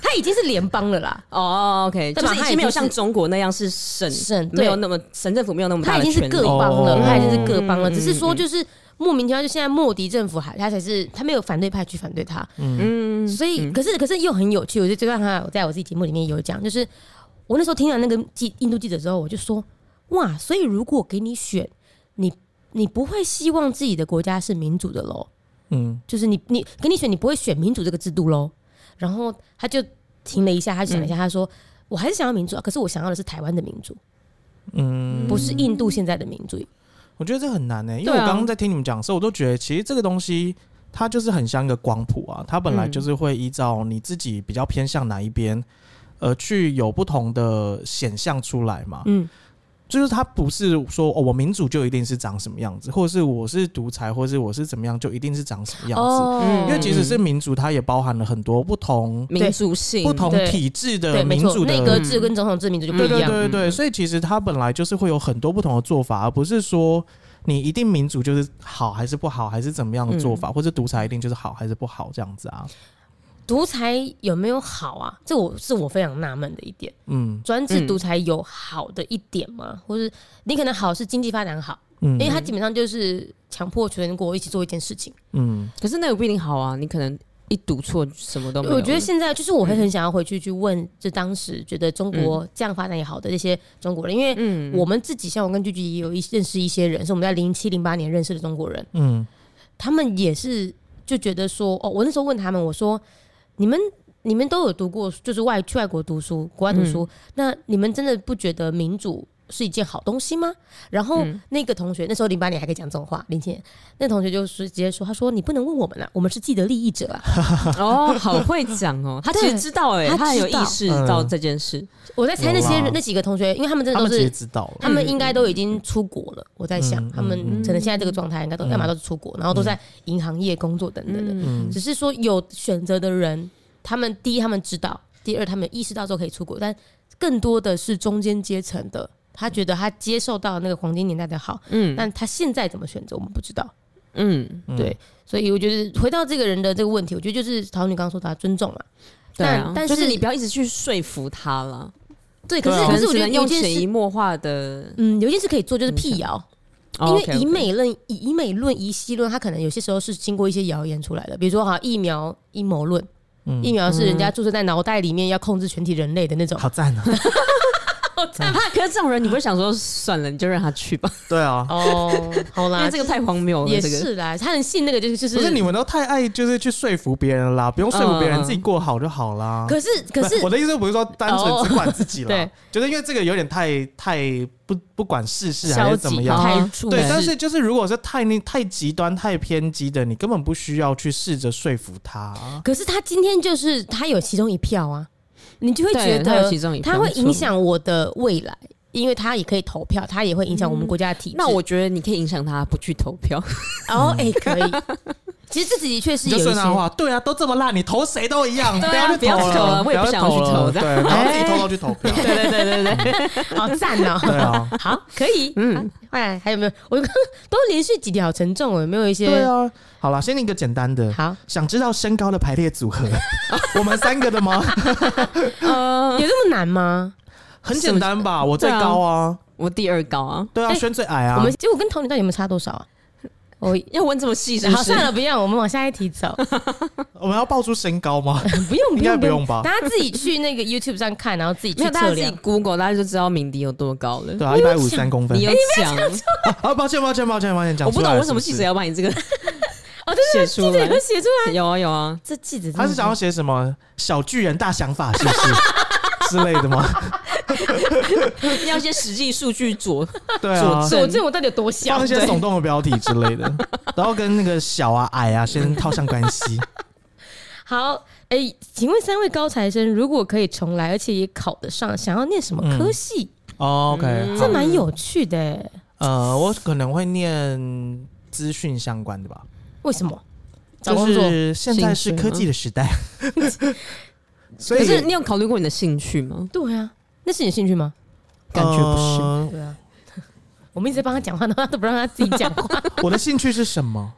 [SPEAKER 1] 他已经是联邦了啦，
[SPEAKER 2] 哦，OK，
[SPEAKER 1] 对
[SPEAKER 2] 就
[SPEAKER 1] 吧
[SPEAKER 2] 是已
[SPEAKER 1] 它已经
[SPEAKER 2] 经没有
[SPEAKER 1] 是
[SPEAKER 2] 像中国那样是省，
[SPEAKER 1] 省
[SPEAKER 2] 没
[SPEAKER 1] 对。
[SPEAKER 2] 有那么省政府没有那么
[SPEAKER 1] 他
[SPEAKER 2] 大
[SPEAKER 1] 已
[SPEAKER 2] 的
[SPEAKER 1] 经是
[SPEAKER 2] 权力
[SPEAKER 1] 各邦
[SPEAKER 3] 哦
[SPEAKER 1] 了，他已经是各邦了，
[SPEAKER 2] 嗯
[SPEAKER 1] 只是说
[SPEAKER 2] 嗯嗯
[SPEAKER 1] 就是莫名其妙，就现在莫迪政府还他才是他没有反对派去反对他，
[SPEAKER 3] 嗯
[SPEAKER 2] 嗯，
[SPEAKER 1] 所以可是可是又很有趣，我就这段话我在我自己节目里面有讲，就是我那时候听完那个记印度记者之后，我就说哇，所以如果给你选，你你不会希望自己的国家是民主的喽，
[SPEAKER 3] 嗯
[SPEAKER 1] 就是你你给你选，你不会选民主这个制度喽。然后他就停了一下，他想了一
[SPEAKER 2] 嗯
[SPEAKER 1] 下，他说我还是想要民主啊，可是我想要的是台湾的民主，
[SPEAKER 3] 嗯，
[SPEAKER 1] 不是印度现在的民主。
[SPEAKER 3] 我觉得这很难欸呢、因为
[SPEAKER 2] 对
[SPEAKER 3] 我
[SPEAKER 2] 啊
[SPEAKER 3] 刚刚在听你们讲的时候，我都觉得其实这个东西它就是很像一个光谱啊，它本来
[SPEAKER 2] 嗯
[SPEAKER 3] 就是会依照你自己比较偏向哪一边，呃，去有不同的显象出来嘛。
[SPEAKER 1] 嗯，
[SPEAKER 3] 就是它不是说哦，我民主就一定是长什么样子，或者是我是独裁，或者是我是怎么样，就一定是长什么样子。
[SPEAKER 1] 哦
[SPEAKER 2] 嗯
[SPEAKER 3] 因为即使是民主，它也包含了很多不同、
[SPEAKER 2] 民族性
[SPEAKER 3] 不同
[SPEAKER 1] 对
[SPEAKER 3] 体制的
[SPEAKER 1] 对，没
[SPEAKER 3] 呃民
[SPEAKER 1] 错
[SPEAKER 3] 主，的
[SPEAKER 1] 内阁制跟总统制民主就不
[SPEAKER 3] 对
[SPEAKER 1] 一
[SPEAKER 3] 对
[SPEAKER 1] 样。
[SPEAKER 3] 对对，
[SPEAKER 2] 嗯
[SPEAKER 3] 所以其实它本来就是会有很多不同的做法，而不是说你一定民主就是好还是不好，还是怎么样的做
[SPEAKER 1] 嗯
[SPEAKER 3] 法，或者独裁一定就是好还是不好这样子啊？
[SPEAKER 1] 独裁有没有好啊？这我是我非常纳闷的一点。
[SPEAKER 3] 嗯
[SPEAKER 1] 专制独裁有好的一点吗？或是你可能好是经济发展好，
[SPEAKER 3] 嗯
[SPEAKER 1] 因为它基本上就是强迫全国一起做一件事情。
[SPEAKER 3] 嗯
[SPEAKER 2] 可是那个不一定好啊，你可能一读错什么都没有。
[SPEAKER 1] 我觉得现在就是我会很想要回去去问，就当时觉得中
[SPEAKER 3] 嗯
[SPEAKER 1] 国这样发展也好的那些中国人，因为
[SPEAKER 2] 嗯
[SPEAKER 1] 我们自己像我跟聚聚也有一认识一些人，是我们在零七零八年认识的中国人，
[SPEAKER 3] 嗯
[SPEAKER 1] 他们也是就觉得说，哦，我那时候问他们，我说你们。你们都有读过，就是外去外国读书，国外读
[SPEAKER 3] 嗯
[SPEAKER 1] 书，那你们真的不觉得民主是一件好东西吗？然后
[SPEAKER 2] 嗯
[SPEAKER 1] 那个同学，那时候零八年还可以讲这种话，零七年那同学就是直接说，他说你不能问我们啊，我们是既得利益者啊。
[SPEAKER 3] 嗯
[SPEAKER 2] 哦，好会讲哦， 他其实
[SPEAKER 1] 对
[SPEAKER 2] 知道哎、
[SPEAKER 1] 他
[SPEAKER 2] 他很有
[SPEAKER 1] 知道
[SPEAKER 2] 意识到这件事。
[SPEAKER 1] 我在猜那些
[SPEAKER 3] 有啦
[SPEAKER 1] 人那几个同学，因为他们真的
[SPEAKER 3] 他
[SPEAKER 1] 都
[SPEAKER 3] 们其
[SPEAKER 1] 是
[SPEAKER 3] 实知道了，
[SPEAKER 1] 他们应该都已经出国了，我在想
[SPEAKER 3] 嗯，
[SPEAKER 1] 他们
[SPEAKER 3] 嗯
[SPEAKER 1] 可能现在这个状态，应该都
[SPEAKER 3] 嗯
[SPEAKER 1] 要么都是出国，然后都在银行业工作等等的。
[SPEAKER 3] 嗯
[SPEAKER 1] 只是说有选择的人，他们第一他们知道，第二他们意识到之后可以出国，但更多的是中间阶层的，他觉得他接受到那个黄金年代的好，
[SPEAKER 2] 嗯
[SPEAKER 1] 但他现在怎么选择我们不知道。
[SPEAKER 2] 嗯，
[SPEAKER 3] 嗯
[SPEAKER 1] 对所以我觉得回到这个人的这个问题，我觉得就是陶女刚刚说的啊尊重嘛，
[SPEAKER 2] 对啊
[SPEAKER 1] 但，但
[SPEAKER 2] 就是你不要一直去说服他了。
[SPEAKER 1] 对，可
[SPEAKER 3] 对
[SPEAKER 1] 是
[SPEAKER 3] 啊
[SPEAKER 1] 可是我
[SPEAKER 2] 只
[SPEAKER 1] 觉得
[SPEAKER 2] 能
[SPEAKER 1] 有
[SPEAKER 2] 用
[SPEAKER 1] 一件
[SPEAKER 2] 潜移
[SPEAKER 1] 事，
[SPEAKER 2] 默化的，哦
[SPEAKER 1] 嗯，有一件事可以做就是辟谣。因为以
[SPEAKER 2] 以美
[SPEAKER 1] 美论以以美论以西论，它可能有些时候是经过一些谣言出来的，比如说哈疫苗阴谋论，
[SPEAKER 3] 嗯
[SPEAKER 1] 疫苗是人家注射在脑袋里面要控制全体人类的那种，
[SPEAKER 3] 好赞 啊！
[SPEAKER 2] 啊， 可是这种人，你不会想说算了，你就让他去 吧，
[SPEAKER 3] 对啊，
[SPEAKER 1] 哦，好
[SPEAKER 2] 因为
[SPEAKER 1] 啦，
[SPEAKER 2] 这个太荒谬了。
[SPEAKER 1] 也
[SPEAKER 2] 这个
[SPEAKER 1] 是啦，他很信那个就是就是，
[SPEAKER 3] 不是你们都太爱就是去说服别人啦，不用说服别
[SPEAKER 2] 嗯
[SPEAKER 3] 人，
[SPEAKER 2] 嗯
[SPEAKER 3] 自己过好就好啦。
[SPEAKER 1] 可是嗯可
[SPEAKER 3] 不
[SPEAKER 1] 是哦
[SPEAKER 3] 我的意思不是说单纯只管自己啦
[SPEAKER 1] 对，
[SPEAKER 3] 就是因为这个有点太太不不管世事还
[SPEAKER 1] 消
[SPEAKER 3] 是怎么
[SPEAKER 1] 极
[SPEAKER 3] 样，
[SPEAKER 1] 太
[SPEAKER 2] 啊
[SPEAKER 1] 出
[SPEAKER 3] 对，但
[SPEAKER 1] 世
[SPEAKER 3] 是就是如果是太那太极端、太偏激的，你根本不需要去试着说服他。
[SPEAKER 1] 可是他今天就是他有其中一票啊，你就会
[SPEAKER 2] 对
[SPEAKER 1] 觉
[SPEAKER 2] 他有
[SPEAKER 1] 得
[SPEAKER 2] 其中一
[SPEAKER 1] 他
[SPEAKER 2] 方
[SPEAKER 1] 会
[SPEAKER 2] 错
[SPEAKER 1] 影响我的未来，因为他也可以投票，他也会影响我们国家的体制。
[SPEAKER 2] 那
[SPEAKER 3] 嗯
[SPEAKER 2] 我觉得你可以影响他不去投票，
[SPEAKER 1] 哦哎可以，其实这的确是
[SPEAKER 3] 你
[SPEAKER 1] 有
[SPEAKER 3] 就
[SPEAKER 1] 一
[SPEAKER 3] 顺
[SPEAKER 1] 些
[SPEAKER 3] 他话，对啊，都这么烂，你投谁都一样，
[SPEAKER 2] 对啊
[SPEAKER 3] 要去
[SPEAKER 2] 不要
[SPEAKER 3] 投
[SPEAKER 2] 去投
[SPEAKER 3] 了，
[SPEAKER 2] 了我也哎不
[SPEAKER 3] 要
[SPEAKER 2] 想要去
[SPEAKER 3] 了
[SPEAKER 2] 投
[SPEAKER 3] 对，
[SPEAKER 2] 这
[SPEAKER 3] 然后自己偷偷去投 票，
[SPEAKER 2] 对对对对 对，
[SPEAKER 1] 好赞哦、
[SPEAKER 3] 对啊，
[SPEAKER 1] 好，可以。嗯，哎，还有没有？我刚刚都连续几条好沉重哦，有没有一些？
[SPEAKER 3] 对啊。好了，先一个简单的，
[SPEAKER 1] 好，
[SPEAKER 3] 想知道身高的排列 组合，我们三个的吗？
[SPEAKER 2] 呃，
[SPEAKER 1] 有这么难吗？
[SPEAKER 3] 很简单吧，我最高啊，
[SPEAKER 2] 我第二高啊，
[SPEAKER 3] 对啊，
[SPEAKER 1] 哎
[SPEAKER 3] 轩最矮啊
[SPEAKER 1] 我。们结果跟同龄到底有没有差多少啊？我
[SPEAKER 2] 要问这么细是不
[SPEAKER 1] 好，
[SPEAKER 2] 是
[SPEAKER 1] 算？了，不要，我们往下一题走。
[SPEAKER 3] 我们要报出身高 吗？
[SPEAKER 1] 不用，
[SPEAKER 3] 应该不用吧
[SPEAKER 1] 大家自己去那个 YouTube 上看，然后自己
[SPEAKER 2] 没
[SPEAKER 1] 去
[SPEAKER 2] 有，大家
[SPEAKER 1] 测
[SPEAKER 2] 自己
[SPEAKER 1] 量。
[SPEAKER 2] Google，大家就知道鸣笛有多高了。哎
[SPEAKER 3] 对啊，一百五十三公分
[SPEAKER 2] 你。有讲，
[SPEAKER 3] 啊， 抱歉，抱歉，抱歉，抱歉，讲
[SPEAKER 2] 我不
[SPEAKER 3] 出来
[SPEAKER 2] 懂
[SPEAKER 3] 了
[SPEAKER 2] 为什么记者
[SPEAKER 3] 是
[SPEAKER 2] 要把你 这个
[SPEAKER 1] 哦，对对对，
[SPEAKER 2] 写
[SPEAKER 1] 记
[SPEAKER 2] 出
[SPEAKER 1] 者
[SPEAKER 2] 来
[SPEAKER 1] 有写出来，
[SPEAKER 2] 有啊有啊，
[SPEAKER 1] 这记者
[SPEAKER 3] 不是他是想要写什么小巨人大想法，是不 是之类的吗？
[SPEAKER 2] 要一些实际数据佐
[SPEAKER 3] 对啊
[SPEAKER 2] 佐，
[SPEAKER 1] 佐证我到底有多小
[SPEAKER 3] 放一？些耸动的标题之 类的，然后跟那个小啊、矮啊先套上关系。
[SPEAKER 1] 好，哎、请问三位高材生如果可以重来，而且也考得上，想要念什么科系？
[SPEAKER 3] 哦
[SPEAKER 2] 嗯
[SPEAKER 3] OK，好
[SPEAKER 1] 这蛮有趣的、
[SPEAKER 3] 呃，我可能会念资讯相关的吧，
[SPEAKER 1] 为什么？找
[SPEAKER 3] 就
[SPEAKER 1] 工作
[SPEAKER 3] 是现在是
[SPEAKER 2] 兴趣
[SPEAKER 3] 科技的时代， 所 以
[SPEAKER 2] 可是你有考虑过你的兴趣吗？
[SPEAKER 1] 对啊，那是你的兴趣吗？
[SPEAKER 2] 感觉不是
[SPEAKER 3] 呃
[SPEAKER 1] 对啊，我们一直在帮他讲话，然后他都不让他自己讲话。
[SPEAKER 3] 我的兴趣是 什么？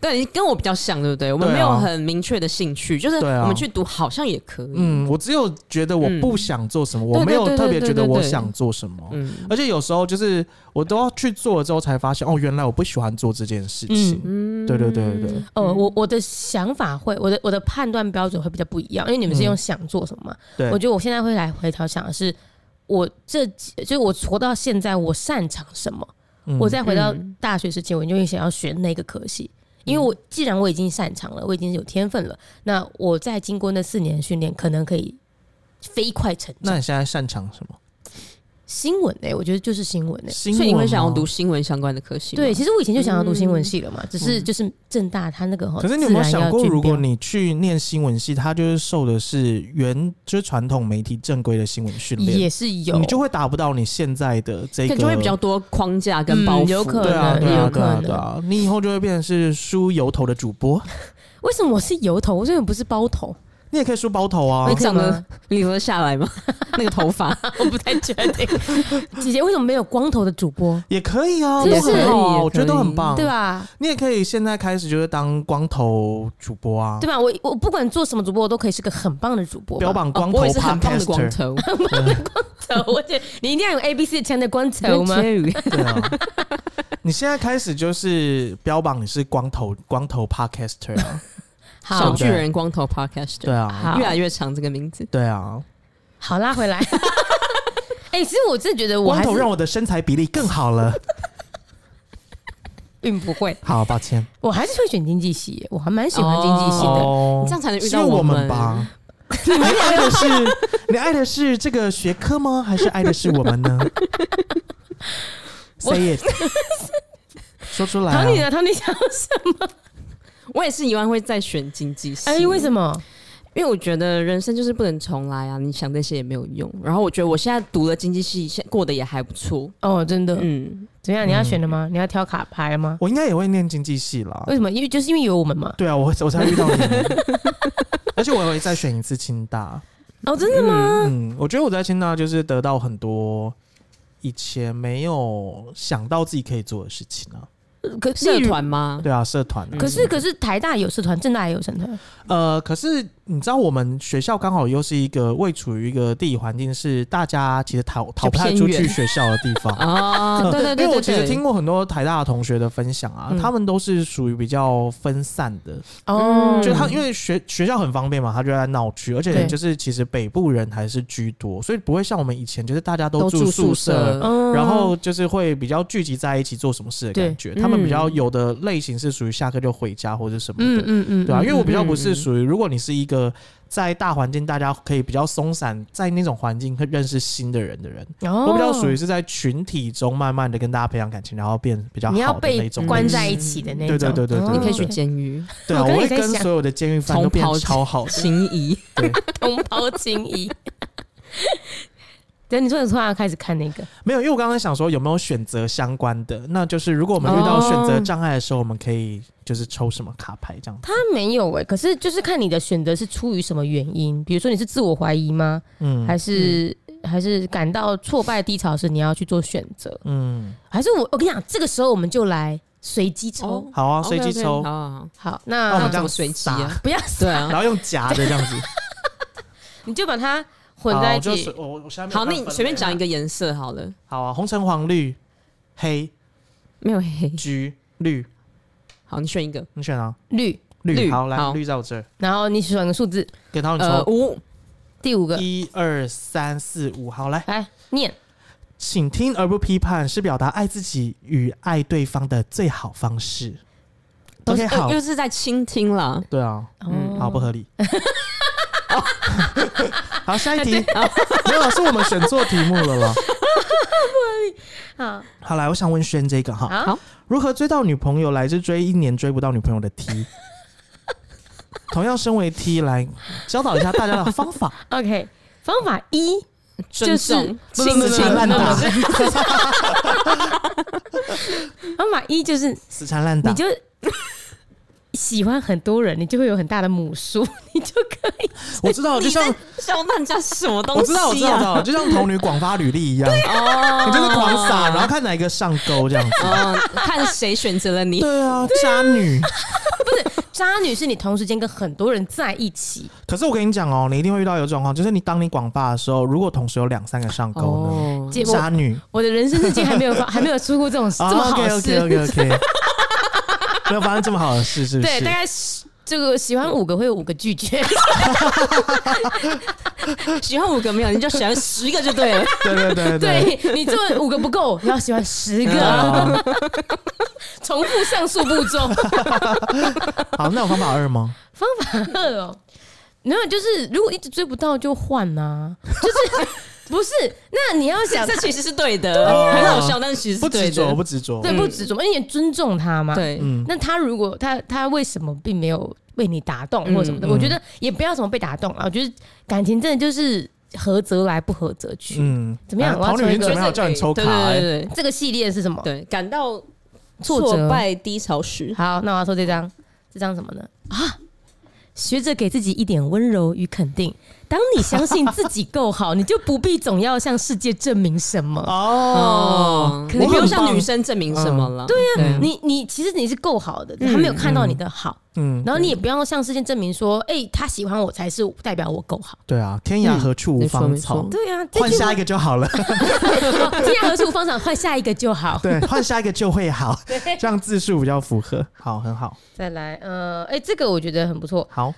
[SPEAKER 2] 对，跟我比较像，对不对？我们
[SPEAKER 3] 对啊
[SPEAKER 2] 没有很明确的兴趣，就是
[SPEAKER 3] 对啊
[SPEAKER 2] 我们去读好像也可以。
[SPEAKER 3] 嗯，我只有觉得我不想做什么，我没有特别觉得我想做什么。
[SPEAKER 2] 嗯
[SPEAKER 3] 而且有时候就是我都要去做了之后才发现，哦，原来我不喜欢做这件事情。
[SPEAKER 2] 嗯
[SPEAKER 3] 对对对对对
[SPEAKER 1] 哦，我我的想法会，我的我的判断标准会比较不一样，因为你们是用想做什么嘛。
[SPEAKER 3] 对，
[SPEAKER 1] 我觉得我现在会来回头想的是，我这几就是我活到现在，我擅长什么？
[SPEAKER 3] 嗯
[SPEAKER 1] 我再回到
[SPEAKER 2] 嗯
[SPEAKER 1] 大学时期，我就会想要学那个科系。因为我既然我已经擅长了，我已经有天分了，那我再经过那四年的训练，可能可以飞快成
[SPEAKER 3] 那
[SPEAKER 1] 长。
[SPEAKER 3] 你现在擅长什么？
[SPEAKER 1] 新闻哎、我觉得就是新闻哎、
[SPEAKER 3] 新啊
[SPEAKER 2] 所以你会想要
[SPEAKER 3] 吗
[SPEAKER 2] 读？新闻相关的科系吗？
[SPEAKER 1] 对，其实我以前就想要读新闻系了嘛，只是就是正大他那个哈，
[SPEAKER 3] 嗯可是你有没有
[SPEAKER 1] 哦自然要
[SPEAKER 3] 想过，
[SPEAKER 1] 军
[SPEAKER 3] 如果
[SPEAKER 1] 标
[SPEAKER 3] 你去念新闻系，他就是受的是原就是传统媒体正规的新闻训
[SPEAKER 1] 也
[SPEAKER 3] 练，
[SPEAKER 1] 是有，
[SPEAKER 3] 你就会达不到你现在的这
[SPEAKER 2] 可
[SPEAKER 3] 个，
[SPEAKER 2] 能就会比较多框架跟包
[SPEAKER 1] 嗯
[SPEAKER 2] 袱。
[SPEAKER 1] 有可
[SPEAKER 3] 对啊
[SPEAKER 1] 能
[SPEAKER 3] 对
[SPEAKER 1] 也
[SPEAKER 3] 啊
[SPEAKER 1] 有
[SPEAKER 3] 对
[SPEAKER 1] 可
[SPEAKER 3] 啊
[SPEAKER 1] 能
[SPEAKER 3] 对啊，你以后就会变成是梳油头的主播，
[SPEAKER 1] 为什么我是油头，我这个不是包头？
[SPEAKER 3] 你也可以梳包头啊
[SPEAKER 2] 你
[SPEAKER 1] 可以
[SPEAKER 2] 长得
[SPEAKER 1] 吗
[SPEAKER 2] 理得下 来吗？那个头发
[SPEAKER 1] 我不太确定。姐姐为什么没有光头的主播？
[SPEAKER 3] 也可以啊，
[SPEAKER 1] 是不
[SPEAKER 3] 都
[SPEAKER 1] 是
[SPEAKER 3] 很好
[SPEAKER 2] 也可
[SPEAKER 3] 啊，
[SPEAKER 2] 以
[SPEAKER 3] 我觉得都很棒。
[SPEAKER 1] 对，吧？
[SPEAKER 3] 你也可以现在开始就是当光头主播啊，
[SPEAKER 1] 对吧？我我不管做什么主播，我都可以是个很棒的主播吧。
[SPEAKER 3] 标榜光
[SPEAKER 2] 哦
[SPEAKER 3] 头
[SPEAKER 2] 我也是很棒的光
[SPEAKER 3] podcaster，
[SPEAKER 2] 头，
[SPEAKER 1] 头，而且你一定要有 A B C 的前的光头吗？
[SPEAKER 2] 天宇
[SPEAKER 3] 对啊。你现在开始就是标榜你是光头光头 podcaster 啊，
[SPEAKER 2] 小
[SPEAKER 1] 好
[SPEAKER 2] 巨人光头 podcast，
[SPEAKER 3] 对啊，
[SPEAKER 1] 好
[SPEAKER 2] 越来越长这个名字。
[SPEAKER 3] 对啊，
[SPEAKER 1] 好拉回来。哎、其实我真的觉得我
[SPEAKER 3] 光
[SPEAKER 1] 还是
[SPEAKER 3] 头让我的身材比例更 好了。
[SPEAKER 1] 运不会，
[SPEAKER 3] 好，抱歉，
[SPEAKER 1] 我还是会选经济系耶，我还蛮喜欢经济系的。
[SPEAKER 3] 哦
[SPEAKER 2] 你这样才能遇
[SPEAKER 3] 是
[SPEAKER 2] 到
[SPEAKER 3] 因为我
[SPEAKER 2] 们
[SPEAKER 3] 们吧？你爱的是你爱的是这个学科吗？还是爱的是我 们呢
[SPEAKER 1] 我
[SPEAKER 3] ？Say it，说出来、
[SPEAKER 1] 唐
[SPEAKER 3] 啊。
[SPEAKER 1] 你呢？唐你想要什么？
[SPEAKER 2] 我也是一万会再选经济系。
[SPEAKER 1] 哎、为什
[SPEAKER 2] 么？
[SPEAKER 1] 么？
[SPEAKER 2] 因为我觉得人生就是不能重来啊！你想这些也没有用。然后我觉得我现在读了经济系，现过得也还不错。
[SPEAKER 1] 哦，真的，
[SPEAKER 2] 嗯，
[SPEAKER 1] 怎么样？你要选的吗？你要挑卡牌吗？
[SPEAKER 3] 我应该也会念经济系啦
[SPEAKER 1] 为。什么？因为就是因为有我们嘛。
[SPEAKER 3] 对啊，我我才遇到你们，而且我也会再选一次清大。
[SPEAKER 1] 哦，真的吗？
[SPEAKER 3] 嗯，我觉得我在清大就是得到很多以前没有想到自己可以做的事情啊。
[SPEAKER 1] 可
[SPEAKER 2] 社
[SPEAKER 1] 例如
[SPEAKER 2] 团吗？
[SPEAKER 3] 对啊，社团、啊。
[SPEAKER 1] 可是可是台大有社团，政大也有社团，
[SPEAKER 3] 呃，可是你知道，我们学校刚好又是一个位处于一个地理环境是大家其实逃逃不太出
[SPEAKER 2] 偏
[SPEAKER 3] 去
[SPEAKER 2] 远
[SPEAKER 3] 学校的地 方。
[SPEAKER 2] 哦，对对对
[SPEAKER 3] 啊因为我
[SPEAKER 2] 对
[SPEAKER 3] 其实
[SPEAKER 2] 对，
[SPEAKER 3] 听过很多台大的同学的分享啊，
[SPEAKER 1] 嗯
[SPEAKER 3] 他们都是属于比较分散的，
[SPEAKER 1] 哦，
[SPEAKER 3] 就他因为学学校很方便嘛，他就在闹区，而且
[SPEAKER 1] 对
[SPEAKER 3] 就是其实北部人还是居多，所以不会像我们以前就是大家
[SPEAKER 2] 都
[SPEAKER 3] 住
[SPEAKER 2] 住
[SPEAKER 3] 宿
[SPEAKER 2] 宿
[SPEAKER 3] 舍，
[SPEAKER 2] 舍，
[SPEAKER 1] 嗯
[SPEAKER 3] 然后就是会比较聚集在一起做什么事的感
[SPEAKER 1] 对
[SPEAKER 3] 觉。他们比较
[SPEAKER 2] 嗯
[SPEAKER 3] 有的类型是属于下课就回家或者什么的，
[SPEAKER 1] 嗯嗯嗯，
[SPEAKER 3] 对啊，因为我比较不
[SPEAKER 2] 嗯
[SPEAKER 3] 是
[SPEAKER 2] 嗯
[SPEAKER 3] 属于，如果你是一个在大环境大家可以比较松散，在那种环境会认识新的人的人，
[SPEAKER 1] 哦
[SPEAKER 3] 我比较属于是在群体中慢慢的跟大家培养感情，然后变比较
[SPEAKER 1] 你要
[SPEAKER 3] 好的那
[SPEAKER 1] 被
[SPEAKER 3] 种
[SPEAKER 1] 关
[SPEAKER 3] 人。
[SPEAKER 1] 在一起的那
[SPEAKER 3] 对
[SPEAKER 1] 种，
[SPEAKER 3] 对对对对
[SPEAKER 1] 哦
[SPEAKER 2] 你可以去
[SPEAKER 1] 对
[SPEAKER 2] 监 狱，
[SPEAKER 3] 对啊，
[SPEAKER 1] 我
[SPEAKER 3] 我
[SPEAKER 1] 刚
[SPEAKER 3] 会
[SPEAKER 1] 才在
[SPEAKER 3] 跟
[SPEAKER 1] 想
[SPEAKER 3] 所有的监狱犯都
[SPEAKER 2] 同
[SPEAKER 3] 变
[SPEAKER 2] 袍
[SPEAKER 3] 超好的。
[SPEAKER 2] 情谊。
[SPEAKER 1] 同胞情谊。 等你说你突然开始看那个，
[SPEAKER 3] 没有，因为我刚刚想说有没有选择相关的，那就是如果我们遇到选择障碍的时候，我们可以就是抽什么卡牌这样。
[SPEAKER 1] 他没有哎、可是就是看你的选择是出于什么原因，比如说你是自我怀疑吗？
[SPEAKER 3] 嗯
[SPEAKER 1] 还是、还是感到挫败低潮时你要去做选择？
[SPEAKER 3] 嗯，
[SPEAKER 1] 还是我我跟你讲，这个时候我们就来随机抽。
[SPEAKER 2] 哦
[SPEAKER 3] 好啊，
[SPEAKER 2] 好
[SPEAKER 3] 随机抽，
[SPEAKER 2] 啊，
[SPEAKER 1] 好，
[SPEAKER 3] 那我
[SPEAKER 1] 那
[SPEAKER 2] 那
[SPEAKER 3] 们这
[SPEAKER 2] 这
[SPEAKER 3] 样
[SPEAKER 2] 样随机啊，
[SPEAKER 1] 不要，
[SPEAKER 2] 对啊
[SPEAKER 3] 然。后用夹的这样子
[SPEAKER 1] 你就把它混在
[SPEAKER 3] 好，
[SPEAKER 1] 一
[SPEAKER 3] 哦就
[SPEAKER 1] 起
[SPEAKER 3] 是。我我下 面
[SPEAKER 2] 好，那
[SPEAKER 3] 看
[SPEAKER 2] 你
[SPEAKER 3] 分
[SPEAKER 2] 随便
[SPEAKER 3] 类
[SPEAKER 2] 讲一个颜色好了，
[SPEAKER 3] 好啊，红橙黄绿黑
[SPEAKER 2] 没有黑。
[SPEAKER 3] 橘绿，
[SPEAKER 2] 好，你选一个，
[SPEAKER 3] 你选啊，
[SPEAKER 1] 绿，
[SPEAKER 3] 绿
[SPEAKER 2] 绿
[SPEAKER 3] 好来
[SPEAKER 2] 好
[SPEAKER 3] 绿在我这儿，
[SPEAKER 1] 然后你选个数字，
[SPEAKER 3] 给他你
[SPEAKER 2] 呃，
[SPEAKER 3] 抽
[SPEAKER 2] 五，
[SPEAKER 1] 第五个，
[SPEAKER 3] 一二三四五，好来，
[SPEAKER 1] 来念。
[SPEAKER 3] 请听而不批判是表达爱自己与爱对方的最好方式。
[SPEAKER 2] 都是呃
[SPEAKER 3] OK，好
[SPEAKER 2] 又，是在倾听啦。
[SPEAKER 3] 对啊，
[SPEAKER 2] 嗯
[SPEAKER 3] 好不合理。好，下一题，
[SPEAKER 2] 好
[SPEAKER 3] 没有，是我们选错题目了啦。
[SPEAKER 1] 好，
[SPEAKER 3] 好，来，我想问轩这个哈，
[SPEAKER 1] 好，
[SPEAKER 3] 如何追到女朋友来自追一年追不到女朋友的 T。同样，身为 T 来教导一下大家的方法。
[SPEAKER 1] ，OK。方法一
[SPEAKER 2] 尊
[SPEAKER 1] 就是
[SPEAKER 2] 重，
[SPEAKER 1] 不不不
[SPEAKER 2] 倾
[SPEAKER 1] 不
[SPEAKER 3] 死缠
[SPEAKER 2] 听
[SPEAKER 3] 烂打，
[SPEAKER 1] 方法一就是
[SPEAKER 3] 死缠烂打
[SPEAKER 1] 你。就 喜欢很多人，你就会有很大的母数， 你就可以。
[SPEAKER 3] 我知道，就像
[SPEAKER 2] 你在教大家什么东西、啊？
[SPEAKER 3] 我知道，我知道，我知道，就像童女广发履历一样，你
[SPEAKER 2] 哦，
[SPEAKER 3] 就是狂撒，然后看哪一个上钩这样子。
[SPEAKER 2] 嗯，看谁选择了 你。
[SPEAKER 3] 对啊，渣女。
[SPEAKER 1] 渣女是你同时间跟很多人在一起，
[SPEAKER 3] 可是我跟你讲哦，你一定会遇到一个状况，就是你当你广发的时候，如果同时有两三个上钩呢，
[SPEAKER 2] 哦，
[SPEAKER 1] 结果
[SPEAKER 3] 渣女哦
[SPEAKER 1] 我的人生至今还没有发还没有出过这种这么好的事。
[SPEAKER 3] OK OK，没有发生这么好的事，是不
[SPEAKER 1] 对，
[SPEAKER 3] 是？
[SPEAKER 1] 大概是这个喜欢五个会有五个拒绝，
[SPEAKER 2] 喜欢五个没有，你就喜欢十个就 对了。
[SPEAKER 3] 对对对
[SPEAKER 1] 对你这五个不够，要喜欢十
[SPEAKER 3] 对
[SPEAKER 1] 个，
[SPEAKER 3] 啊
[SPEAKER 1] 重复上述步骤。
[SPEAKER 3] 好，那有方法 二吗？
[SPEAKER 1] 二哦，没有，就是如果一直追不到就换呐、就是 不是？那你要想
[SPEAKER 2] 这其实是对的，
[SPEAKER 3] 啊
[SPEAKER 2] 很好笑，但其实
[SPEAKER 3] 不
[SPEAKER 2] 是对
[SPEAKER 3] 执着，
[SPEAKER 2] 的。
[SPEAKER 3] 不执着。
[SPEAKER 1] 对不执着，因为你尊重他嘛。
[SPEAKER 2] 对，
[SPEAKER 3] 嗯，
[SPEAKER 1] 那他如果他他为什么并没有为你打动
[SPEAKER 2] 嗯
[SPEAKER 1] 或什么的？
[SPEAKER 3] 嗯
[SPEAKER 1] 我觉得也不要什么被打动啊，我觉得感情真的就是合则来，不合则去。
[SPEAKER 3] 嗯，
[SPEAKER 1] 怎么样
[SPEAKER 3] 来
[SPEAKER 1] 我要
[SPEAKER 3] 桃女
[SPEAKER 1] 抽
[SPEAKER 3] 已
[SPEAKER 1] 一
[SPEAKER 3] 经
[SPEAKER 1] 个
[SPEAKER 3] 准备好叫你抽卡、
[SPEAKER 2] 对对
[SPEAKER 3] 欸，
[SPEAKER 2] 对对
[SPEAKER 1] 这个系列是什么？
[SPEAKER 2] 对，感到
[SPEAKER 1] 挫折
[SPEAKER 2] 败低潮时，
[SPEAKER 1] 好，那我要说这张，这张什么呢？啊，学着给自己一点温柔与肯定。当你相信自己够 好，你就不必总要向世界证明什么。
[SPEAKER 3] 哦，
[SPEAKER 2] 哦，
[SPEAKER 1] 可
[SPEAKER 2] 你
[SPEAKER 1] 能
[SPEAKER 2] 不用
[SPEAKER 1] 很
[SPEAKER 2] 向
[SPEAKER 1] 棒
[SPEAKER 2] 女生证明什么
[SPEAKER 3] 嗯
[SPEAKER 2] 了。对呀、
[SPEAKER 1] 啊你你其实你是够好的，他没有看到你的好，
[SPEAKER 3] 啊嗯，
[SPEAKER 1] 然后你也不要向世界证明说，哎、他喜欢我才是代表我够好。
[SPEAKER 3] 对啊，天
[SPEAKER 1] 嗯
[SPEAKER 3] 涯何处无
[SPEAKER 2] 没错
[SPEAKER 3] 芳
[SPEAKER 2] 没
[SPEAKER 3] 草
[SPEAKER 2] 错，
[SPEAKER 1] 对啊，这
[SPEAKER 3] 换
[SPEAKER 1] 句
[SPEAKER 3] 下一个 就好了。
[SPEAKER 1] 话，这样何处方场换下一个就好。
[SPEAKER 3] 对，换下一个就会好， 这样字数比较符合。好，很好，
[SPEAKER 1] 再来，呃，哎、这个我觉得很不错，
[SPEAKER 3] 好，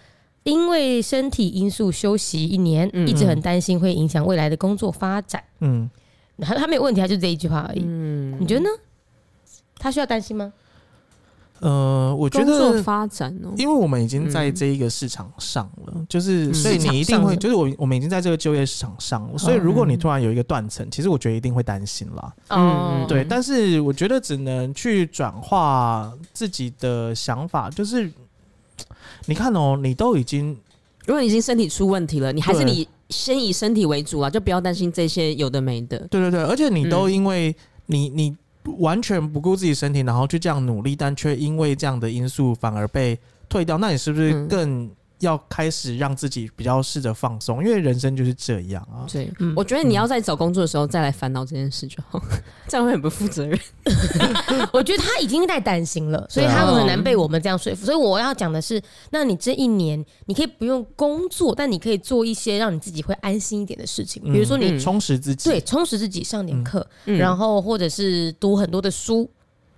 [SPEAKER 1] 因为身体因素休息一年，
[SPEAKER 2] 嗯
[SPEAKER 1] 一直很担心会影响未来的工作发展。
[SPEAKER 3] 嗯，
[SPEAKER 1] 他他没有问题，他就这一句话而已。
[SPEAKER 2] 嗯，
[SPEAKER 1] 你觉得呢？他需要担心吗？
[SPEAKER 3] 呃，我觉
[SPEAKER 2] 工作
[SPEAKER 3] 得。
[SPEAKER 2] 发展哦，
[SPEAKER 3] 因为我们已经在这一个市场上了，就是所以
[SPEAKER 1] 嗯市场
[SPEAKER 3] 你一定
[SPEAKER 1] 上嗯
[SPEAKER 3] 会，
[SPEAKER 1] 了
[SPEAKER 3] 就是我我们已经在这个就业市场上了，所以如果你突然有一个断层，其实我觉得一定会担心啦。
[SPEAKER 2] 嗯
[SPEAKER 1] 哦，
[SPEAKER 3] 嗯对，但是我觉得只能去转化自己的想法，就是你看哦，你都已经
[SPEAKER 2] 如果你已经身体出问题了，你还是
[SPEAKER 3] 对
[SPEAKER 2] 你先以身体为主啊，就不要担心这些有的没的。
[SPEAKER 3] 对对对，而且你都
[SPEAKER 2] 嗯
[SPEAKER 3] 因为你你完全不顾自己身体，然后去这样努力，但却因为这样的因素反而被退掉，那你是不是
[SPEAKER 2] 嗯
[SPEAKER 3] 更要开始让自己比较试着放松？因为人生就是这样啊。
[SPEAKER 2] 对，
[SPEAKER 1] 嗯
[SPEAKER 2] 我觉得你要在找工作的时候再来烦恼这件事就好， 这样会很不负责任。
[SPEAKER 1] 我觉得他已经在担心了，
[SPEAKER 2] 啊
[SPEAKER 1] 所以他很难被我们这样说服。所以我要讲的是，那你这一年你可以不用工作，但你可以做一些让你自己会安心一点的事情，比如说你、
[SPEAKER 2] 嗯
[SPEAKER 3] 充实自己，
[SPEAKER 1] 对充实自己，上点课，
[SPEAKER 2] 嗯
[SPEAKER 1] 然后或者是读很多的书。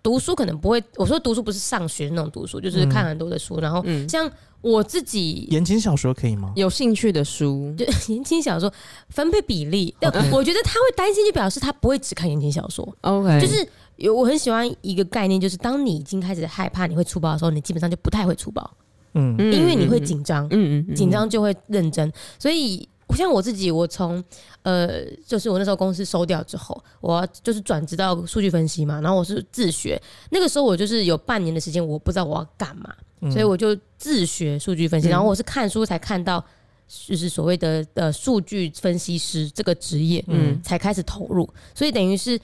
[SPEAKER 1] 读书可能不会，我说读书不是上学那种读书，就是看很多的书，然后
[SPEAKER 2] 嗯，
[SPEAKER 1] 像我自己
[SPEAKER 3] 言情小说可以吗？
[SPEAKER 2] 有兴趣的书，
[SPEAKER 1] 就 言情小说分配比例，但
[SPEAKER 3] OK
[SPEAKER 1] 我觉得他会担心，就表示他不会只看言情小说。
[SPEAKER 2] OK，
[SPEAKER 1] 就是有我很喜欢一个概念，就是当你已经开始害怕你会出包的时候，你基本上就不太会出包，
[SPEAKER 3] 嗯
[SPEAKER 2] 嗯
[SPEAKER 1] 因为你会，紧张，
[SPEAKER 2] 嗯嗯嗯
[SPEAKER 1] 紧张就会认真。所以像我自己，我从呃，就是我那时候公司收掉之后，我要就是转职到数据分析嘛，然后我是自学。那个时候我就是有半年的时间，我不知道我要干嘛，
[SPEAKER 3] 嗯
[SPEAKER 1] 所以我就自学数据分析，
[SPEAKER 2] 嗯
[SPEAKER 1] 然后我是看书才看到，就是所谓的呃数据分析师这个职业，
[SPEAKER 2] 嗯
[SPEAKER 1] 才开始投入，所以等于是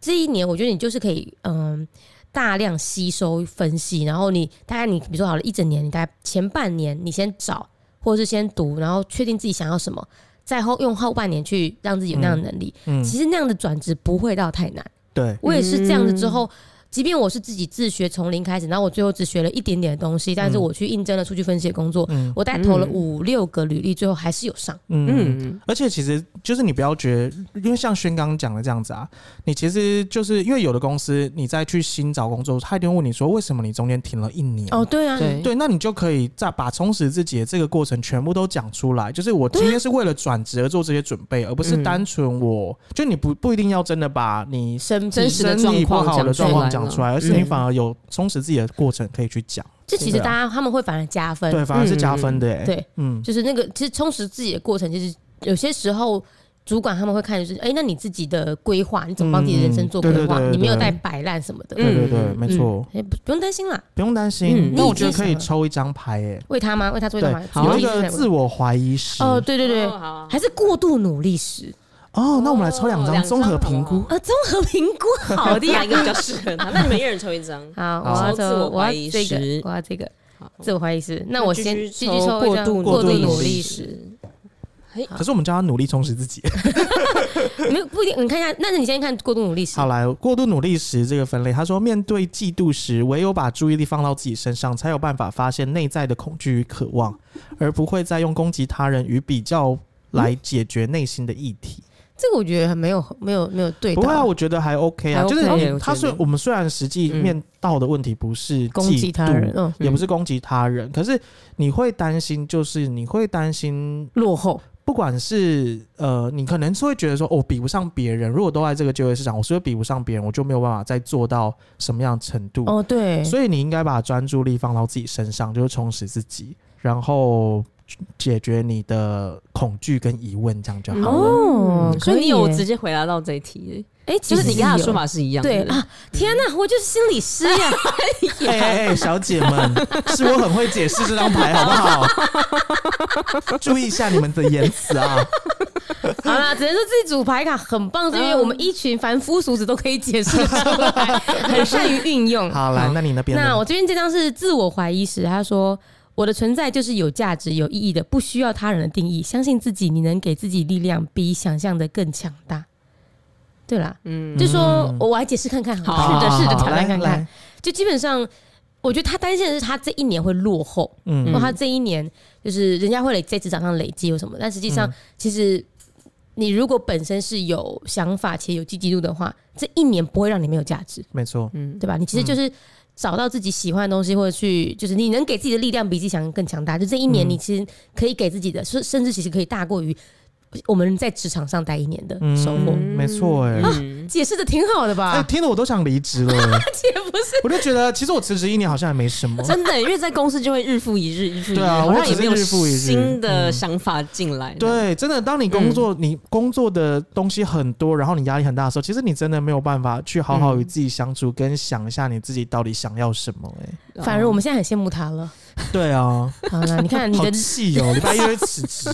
[SPEAKER 1] 这一年，我觉得你就是可以嗯。大量吸收分析，然后你大概你比如说好了一整年，你大概前半年你先找或者是先读，然后确定自己想要什么，再后用后半年去让自己有那样的能力。
[SPEAKER 3] 嗯，
[SPEAKER 1] 其实那样的转职不会到太难。
[SPEAKER 3] 对，
[SPEAKER 1] 我也是这样子之
[SPEAKER 3] 嗯
[SPEAKER 1] 后，即便我是自己自学从零开始，然后我最后只学了一点点的东西，但是
[SPEAKER 3] 嗯
[SPEAKER 1] 我去应征了数据分析的工作，
[SPEAKER 3] 嗯
[SPEAKER 1] 我大概投了
[SPEAKER 2] 嗯
[SPEAKER 1] 五六个履历，最后还是有上。
[SPEAKER 3] 嗯。
[SPEAKER 2] 嗯
[SPEAKER 3] 而且其实就是你不要觉得，因为像轩刚刚讲的这样子啊，你其实就是因为有的公司你再去新找工作，他一定会问你说为什么你中间停了一年？
[SPEAKER 1] 哦，对啊，
[SPEAKER 2] 嗯对
[SPEAKER 3] 对，那你就可以再把充实自己的这个过程全部都讲出来。就是我今天是为了转职而做这些准备，而不是
[SPEAKER 2] 嗯
[SPEAKER 3] 单纯我、就你不不一定要真的把你
[SPEAKER 1] 生
[SPEAKER 2] 真实的
[SPEAKER 3] 身体
[SPEAKER 2] 状况
[SPEAKER 3] 不好的
[SPEAKER 2] 讲
[SPEAKER 3] 状
[SPEAKER 2] 出
[SPEAKER 3] 况
[SPEAKER 2] 来
[SPEAKER 3] 讲
[SPEAKER 2] 了
[SPEAKER 3] 出来，而是你
[SPEAKER 2] 嗯
[SPEAKER 3] 反而有充实自己的过程可以去讲，
[SPEAKER 1] 这其实大家他们会反而加分，
[SPEAKER 3] 对，反而是加分的、欸。
[SPEAKER 1] 对，
[SPEAKER 3] 嗯，
[SPEAKER 1] 就是那个其实充实自己的过程，就是有些时候。主管他们会看，就是哎、那你自己的规划，你怎么帮自己的人生做
[SPEAKER 3] 嗯对
[SPEAKER 1] 规
[SPEAKER 3] 对
[SPEAKER 1] 划？
[SPEAKER 3] 对对
[SPEAKER 1] 你没有
[SPEAKER 3] 对
[SPEAKER 1] 在摆烂什么的，
[SPEAKER 3] 对对对，
[SPEAKER 2] 嗯
[SPEAKER 3] 没错，
[SPEAKER 1] 哎、不不用担心啦，
[SPEAKER 3] 不用担心。
[SPEAKER 2] 嗯
[SPEAKER 3] 那、
[SPEAKER 1] 你
[SPEAKER 3] 我
[SPEAKER 1] 已
[SPEAKER 3] 觉得
[SPEAKER 1] 经
[SPEAKER 3] 可以
[SPEAKER 1] 想了
[SPEAKER 3] 抽一张牌、欸，
[SPEAKER 1] 为他吗？为他做为他吗？
[SPEAKER 2] 好
[SPEAKER 3] 有
[SPEAKER 1] 自
[SPEAKER 3] 一
[SPEAKER 1] 己
[SPEAKER 3] 个
[SPEAKER 1] 在
[SPEAKER 3] 自我怀疑师。
[SPEAKER 1] 哦，对对对，
[SPEAKER 2] 哦好
[SPEAKER 1] 还是过度努力时，
[SPEAKER 3] 哦，那我们来抽两
[SPEAKER 2] 哦
[SPEAKER 3] 张
[SPEAKER 2] 两
[SPEAKER 3] 综合
[SPEAKER 2] 张好
[SPEAKER 3] 评
[SPEAKER 2] 啊
[SPEAKER 3] 估。
[SPEAKER 1] 呃，综合 评估好的呀
[SPEAKER 2] 哪一。个比较适合 他？那你们一人抽一张。
[SPEAKER 1] 好，
[SPEAKER 3] 好
[SPEAKER 1] 我要
[SPEAKER 2] 自
[SPEAKER 1] 走，
[SPEAKER 2] 我
[SPEAKER 1] 我
[SPEAKER 2] 怀
[SPEAKER 1] 要
[SPEAKER 2] 疑
[SPEAKER 1] 这个
[SPEAKER 2] 时，
[SPEAKER 1] 我要这个
[SPEAKER 2] 好
[SPEAKER 1] 自我怀疑时。那我先
[SPEAKER 2] 继续
[SPEAKER 1] 继续
[SPEAKER 2] 抽
[SPEAKER 1] 抽一
[SPEAKER 2] 过
[SPEAKER 1] 张
[SPEAKER 2] 度
[SPEAKER 1] 过
[SPEAKER 3] 努
[SPEAKER 1] 度
[SPEAKER 3] 力
[SPEAKER 1] 努力
[SPEAKER 2] 时
[SPEAKER 1] 时，
[SPEAKER 3] 可是我们叫他努力充实自己。
[SPEAKER 1] 没有不一定。你看一下，那你先看过度努力时。
[SPEAKER 3] 好来，过度努力时这个分类，他说面对嫉妒时，唯有把注意力放到自己身上，才有办法发现内在的恐惧与渴望，而不会再用攻击他人与比较来解决内心的议题。
[SPEAKER 1] 这个我觉得没有没有没有对
[SPEAKER 3] 不
[SPEAKER 1] 到。
[SPEAKER 3] 会啊，我觉得还 OK 啊，
[SPEAKER 2] 还
[SPEAKER 3] 就
[SPEAKER 2] OK
[SPEAKER 3] 是
[SPEAKER 2] 我
[SPEAKER 3] 他
[SPEAKER 2] 觉
[SPEAKER 3] 虽
[SPEAKER 2] 得
[SPEAKER 3] 我们虽然实际面到的问题不是
[SPEAKER 1] 攻击他人
[SPEAKER 3] 嫉妒，
[SPEAKER 1] 嗯，
[SPEAKER 3] 也不是攻击他人，可是你会担心，就是你会担心
[SPEAKER 1] 落后，
[SPEAKER 3] 不管是呃，你可能是会觉得说，哦我、比不上别人。如果都在这个就业市场，我是会比不上别人，我就没有办法再做到什么样的程度。
[SPEAKER 1] 哦，对，
[SPEAKER 3] 所以你应该把专注力放到自己身上，就是充实自己，然后解决你的恐惧跟疑问，这样就好了。
[SPEAKER 1] 哦
[SPEAKER 2] 嗯 所以你有直
[SPEAKER 1] 接，
[SPEAKER 2] 接回答到这一题，
[SPEAKER 1] 哎，
[SPEAKER 2] 就
[SPEAKER 1] 其
[SPEAKER 2] 是
[SPEAKER 1] 实
[SPEAKER 2] 你跟他的
[SPEAKER 1] 有
[SPEAKER 2] 说。法是一样的。
[SPEAKER 1] 对啊，天哪，我就是心理师呀！
[SPEAKER 3] 哎哎哎，小姐们，是我很会解释这张牌，好不好？注意一下你们的言辞啊！
[SPEAKER 1] 好啦，只能说这组牌卡很棒，是因为我们一群凡夫俗子都可以解释得出 来，很善于运用。
[SPEAKER 3] 好，来，那你那边呢
[SPEAKER 1] 那我这边这张是自我怀疑时，他说我的存在就是有价值、有意义的，不需要他人的定义。相信自己，你能给自己力量，比想象的更强大。对啦，
[SPEAKER 2] 嗯，
[SPEAKER 1] 就说
[SPEAKER 3] 嗯
[SPEAKER 1] 我来解释看看，
[SPEAKER 2] 好
[SPEAKER 1] 好试着
[SPEAKER 3] 好
[SPEAKER 1] 试着
[SPEAKER 3] 好
[SPEAKER 1] 挑战
[SPEAKER 3] 来
[SPEAKER 1] 看看
[SPEAKER 3] 来。
[SPEAKER 1] 就基本上，我觉得他担心的是他这一年会落后，
[SPEAKER 3] 嗯
[SPEAKER 1] 或他这一年就是人家会累在职场上累积或什么，但实际上
[SPEAKER 3] 嗯
[SPEAKER 1] 其实你如果本身是有想法且有积极度的话，这一年不会让你没有价值，
[SPEAKER 3] 没错，
[SPEAKER 2] 嗯，
[SPEAKER 1] 对吧？你其实就是找到自己喜欢的东西，或者去就是你能给自己的力量比自己想象更强大。就这一年，
[SPEAKER 3] 嗯
[SPEAKER 1] 你其实可以给自己的，甚甚至其实可以大过于我们在职场上待一年的
[SPEAKER 3] 嗯
[SPEAKER 1] 收获。
[SPEAKER 3] 嗯没错哎
[SPEAKER 2] 嗯
[SPEAKER 1] 解释的挺好的
[SPEAKER 3] 哎，
[SPEAKER 1] 吧？
[SPEAKER 3] 听得我都想离职了，
[SPEAKER 1] 也不是
[SPEAKER 3] 我就觉得其实我辞职一年好像也没什 么，
[SPEAKER 2] 真的，因为在公司就会日复一日，日复一日，
[SPEAKER 3] 对啊
[SPEAKER 2] 好
[SPEAKER 3] 我
[SPEAKER 2] 像
[SPEAKER 3] 只
[SPEAKER 2] 也
[SPEAKER 3] 是
[SPEAKER 2] 没有
[SPEAKER 3] 日复一日
[SPEAKER 2] 新的
[SPEAKER 3] 嗯
[SPEAKER 2] 想法进来。，
[SPEAKER 3] 对，真的，当你工作、你工作的东西很多，然后你压力很大的时候，其实你真的没有办法去好好与自己相处，跟想一下你自己到底想要什么、欸。
[SPEAKER 2] 哦
[SPEAKER 1] 反而我们现在很羡慕他了。
[SPEAKER 3] 哎，对啊，
[SPEAKER 1] 好了，你看你
[SPEAKER 3] 好
[SPEAKER 1] 的
[SPEAKER 3] 气哦，礼拜一会辞职。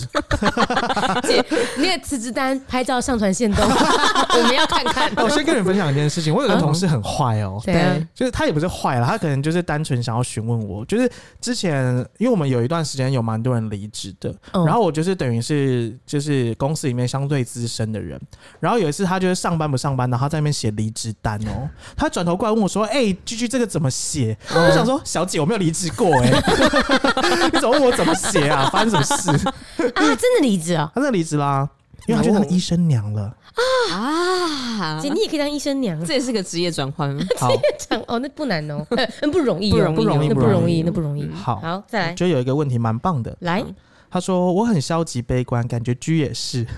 [SPEAKER 1] 姐，你的辞职单拍照上传现动， 我们要看 看。啊
[SPEAKER 3] 哦我先跟你分享一件事情，我有
[SPEAKER 1] 嗯
[SPEAKER 3] 个同事很坏哦。
[SPEAKER 1] 怎样？
[SPEAKER 3] 就是他也不是坏了，他可能就是单纯想要询问我，就是之前因为我们有一段时间有蛮多人离职的，
[SPEAKER 1] 嗯
[SPEAKER 3] 然后我就是等于是就是公司里面相对资深的人，然后有一次他就是上班不上班，然后他在那边写离职单哦，他转头过来问我说：“哎、居居这个怎么写？”
[SPEAKER 1] 嗯
[SPEAKER 3] 我想说：“小姐，我没有离职过 哎、你怎么问我怎么写啊？发生什么事
[SPEAKER 1] 啊，真的离职啊？”？
[SPEAKER 3] 他真的离职啦，因为他就
[SPEAKER 1] 哦
[SPEAKER 3] 当医生娘了。
[SPEAKER 2] 啊，
[SPEAKER 1] 姐，你也可以当医生娘
[SPEAKER 2] 这也是个职业转换。
[SPEAKER 3] 好，
[SPEAKER 1] 唱哦，那不难哦， 呃不容易哦，
[SPEAKER 2] 不容易嗯
[SPEAKER 1] 那
[SPEAKER 3] 不
[SPEAKER 1] 不
[SPEAKER 3] 容
[SPEAKER 1] 容
[SPEAKER 3] 易
[SPEAKER 1] 易，那不容易。
[SPEAKER 3] 好
[SPEAKER 1] 嗯好，再来，
[SPEAKER 3] 就有一个问题蛮棒的，
[SPEAKER 1] 来，
[SPEAKER 3] 他说我很消极悲观，感觉居也是。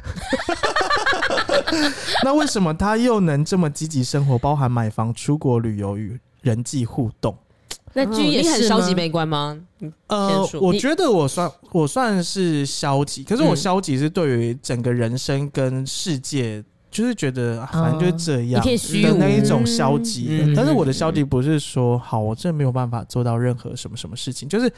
[SPEAKER 3] 那为什么他又能这么积极生活，包含买房、出国旅游与人际互动？
[SPEAKER 1] 那
[SPEAKER 2] 哦
[SPEAKER 1] 居也
[SPEAKER 2] 你很
[SPEAKER 1] 是
[SPEAKER 2] 消极
[SPEAKER 1] 吗
[SPEAKER 2] 悲观吗？嗯
[SPEAKER 3] 呃
[SPEAKER 2] 先，说
[SPEAKER 3] 我
[SPEAKER 2] 你
[SPEAKER 3] 觉得我算我算是消极，可是我
[SPEAKER 2] 嗯
[SPEAKER 3] 消极是对于整个人生跟世界，就是觉得、啊反正就是这
[SPEAKER 1] 一
[SPEAKER 3] 样。
[SPEAKER 1] 片
[SPEAKER 2] 一
[SPEAKER 1] 虚
[SPEAKER 3] 的
[SPEAKER 1] 无
[SPEAKER 3] 那。一种消极的，
[SPEAKER 2] 嗯
[SPEAKER 3] 但是我的消极不是说好，我真的没有办法做到任何什么什么事情，就是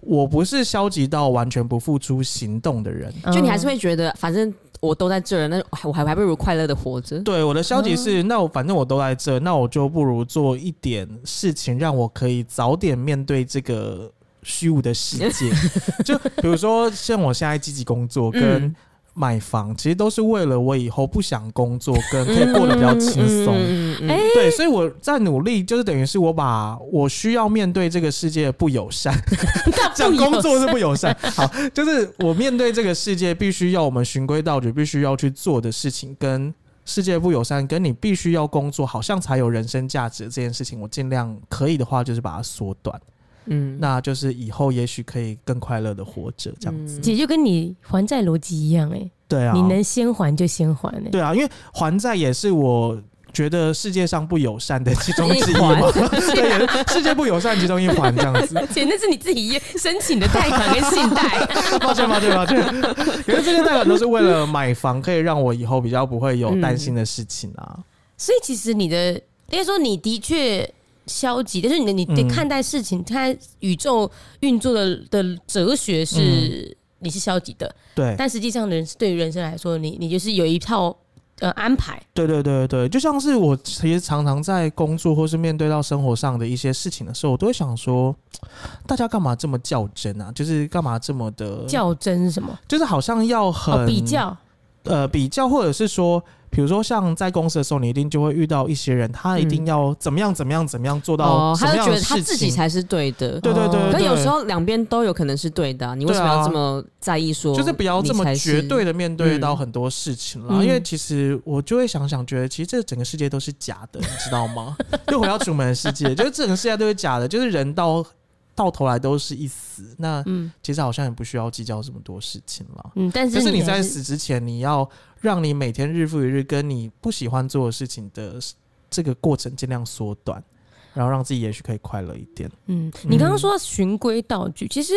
[SPEAKER 3] 我不是消极到完全不付出行动的人。
[SPEAKER 1] 嗯
[SPEAKER 2] 就你还是会觉得，反正我都在这儿，那我还我还不如快乐的活着。
[SPEAKER 3] 对，我的消极是，那我反正我都在这，那我就不如做一点事情，让我可以早点面对这个虚无的世界。就比如说，像我现在积极工作跟
[SPEAKER 2] 嗯
[SPEAKER 3] 买房，其实都是为了我以后不想工作，跟可以过得比较轻松。
[SPEAKER 2] 嗯嗯嗯嗯嗯
[SPEAKER 1] 哎
[SPEAKER 3] 对，所以我在努力，就是等于是我把我需要面对这个世界的不友 善，讲工作是不友善。好，就是我面对这个世界，必须要我们循规蹈矩，必须要去做的事情，跟世界不友善，跟你必须要工作，好像才有人生价值的这件事情，我尽量可以的话，就是把它缩短，
[SPEAKER 2] 嗯
[SPEAKER 3] 那就是以后也许可以更快乐的活着，这样子。
[SPEAKER 2] 嗯
[SPEAKER 1] 姐就跟你还债逻辑一样，哎，
[SPEAKER 3] 对啊，
[SPEAKER 1] 你能先还就先还，哎，
[SPEAKER 3] 对啊，因为还债也是我觉得世界上不友善的其中之一
[SPEAKER 2] 一
[SPEAKER 3] 嘛，
[SPEAKER 2] 环
[SPEAKER 3] 对，也是世界不友善其中一环这 样子。
[SPEAKER 1] 姐那是你自己申请的贷款跟信贷，
[SPEAKER 3] 抱歉，抱歉，抱歉。可是这些贷款都是为了买房，可以让我以后比较不会有担心的事情啊。
[SPEAKER 1] 所以其实你的应该说你的确。消极，但是你的你对
[SPEAKER 3] 嗯
[SPEAKER 1] 看待事情、看待宇宙运作的的哲学是、你是消极的，
[SPEAKER 3] 嗯对，
[SPEAKER 1] 但实际上人对于人生来说，你你就是有一套呃安排，
[SPEAKER 3] 对，对，对，对，就像是我其实常常在工作或是面对到生活上的一些事情的时候，我都会想说，大家干嘛这么较真啊？就是干嘛这么的，
[SPEAKER 1] 较真是什么？
[SPEAKER 3] 就是好像要嗯很、
[SPEAKER 1] 哦，比较，
[SPEAKER 3] 呃比较，或者是说，比如说像在公司的时候，你一定就会遇到一些人，他一定要怎么样怎么样怎么样做到
[SPEAKER 2] 哦，
[SPEAKER 3] 什
[SPEAKER 2] 他
[SPEAKER 3] 么
[SPEAKER 2] 就
[SPEAKER 3] 样
[SPEAKER 2] 觉
[SPEAKER 3] 的
[SPEAKER 2] 得
[SPEAKER 3] 事情，
[SPEAKER 2] 他自己才是对的。
[SPEAKER 3] 对对对
[SPEAKER 1] 哦
[SPEAKER 2] 可
[SPEAKER 3] 对，
[SPEAKER 2] 有时候两边都有可能是对的啊，你为什么
[SPEAKER 3] 对
[SPEAKER 2] 要
[SPEAKER 3] 啊
[SPEAKER 2] 这么在意说？
[SPEAKER 3] 就是不要这么绝对的面对到
[SPEAKER 2] 嗯
[SPEAKER 3] 很多事情啦，
[SPEAKER 1] 嗯
[SPEAKER 3] 因为其实我就会想想，觉得其实这整个世界都是假的，你知道吗？ 又回到楚门的世界，就是整个世界都是假的，就是人到到头来都是一死。那
[SPEAKER 1] 嗯
[SPEAKER 3] 其实好像也不需要计较这么多事情啦。
[SPEAKER 1] 嗯，但
[SPEAKER 3] 就是是你
[SPEAKER 1] 还
[SPEAKER 3] 在
[SPEAKER 1] 是
[SPEAKER 3] 死之前，你要让你每天日复一日跟你不喜欢做的事情的这个过程尽量缩短，然后让自己也许可以快乐一点。
[SPEAKER 1] 嗯，
[SPEAKER 3] 嗯
[SPEAKER 1] 你刚刚说到循规蹈矩，其实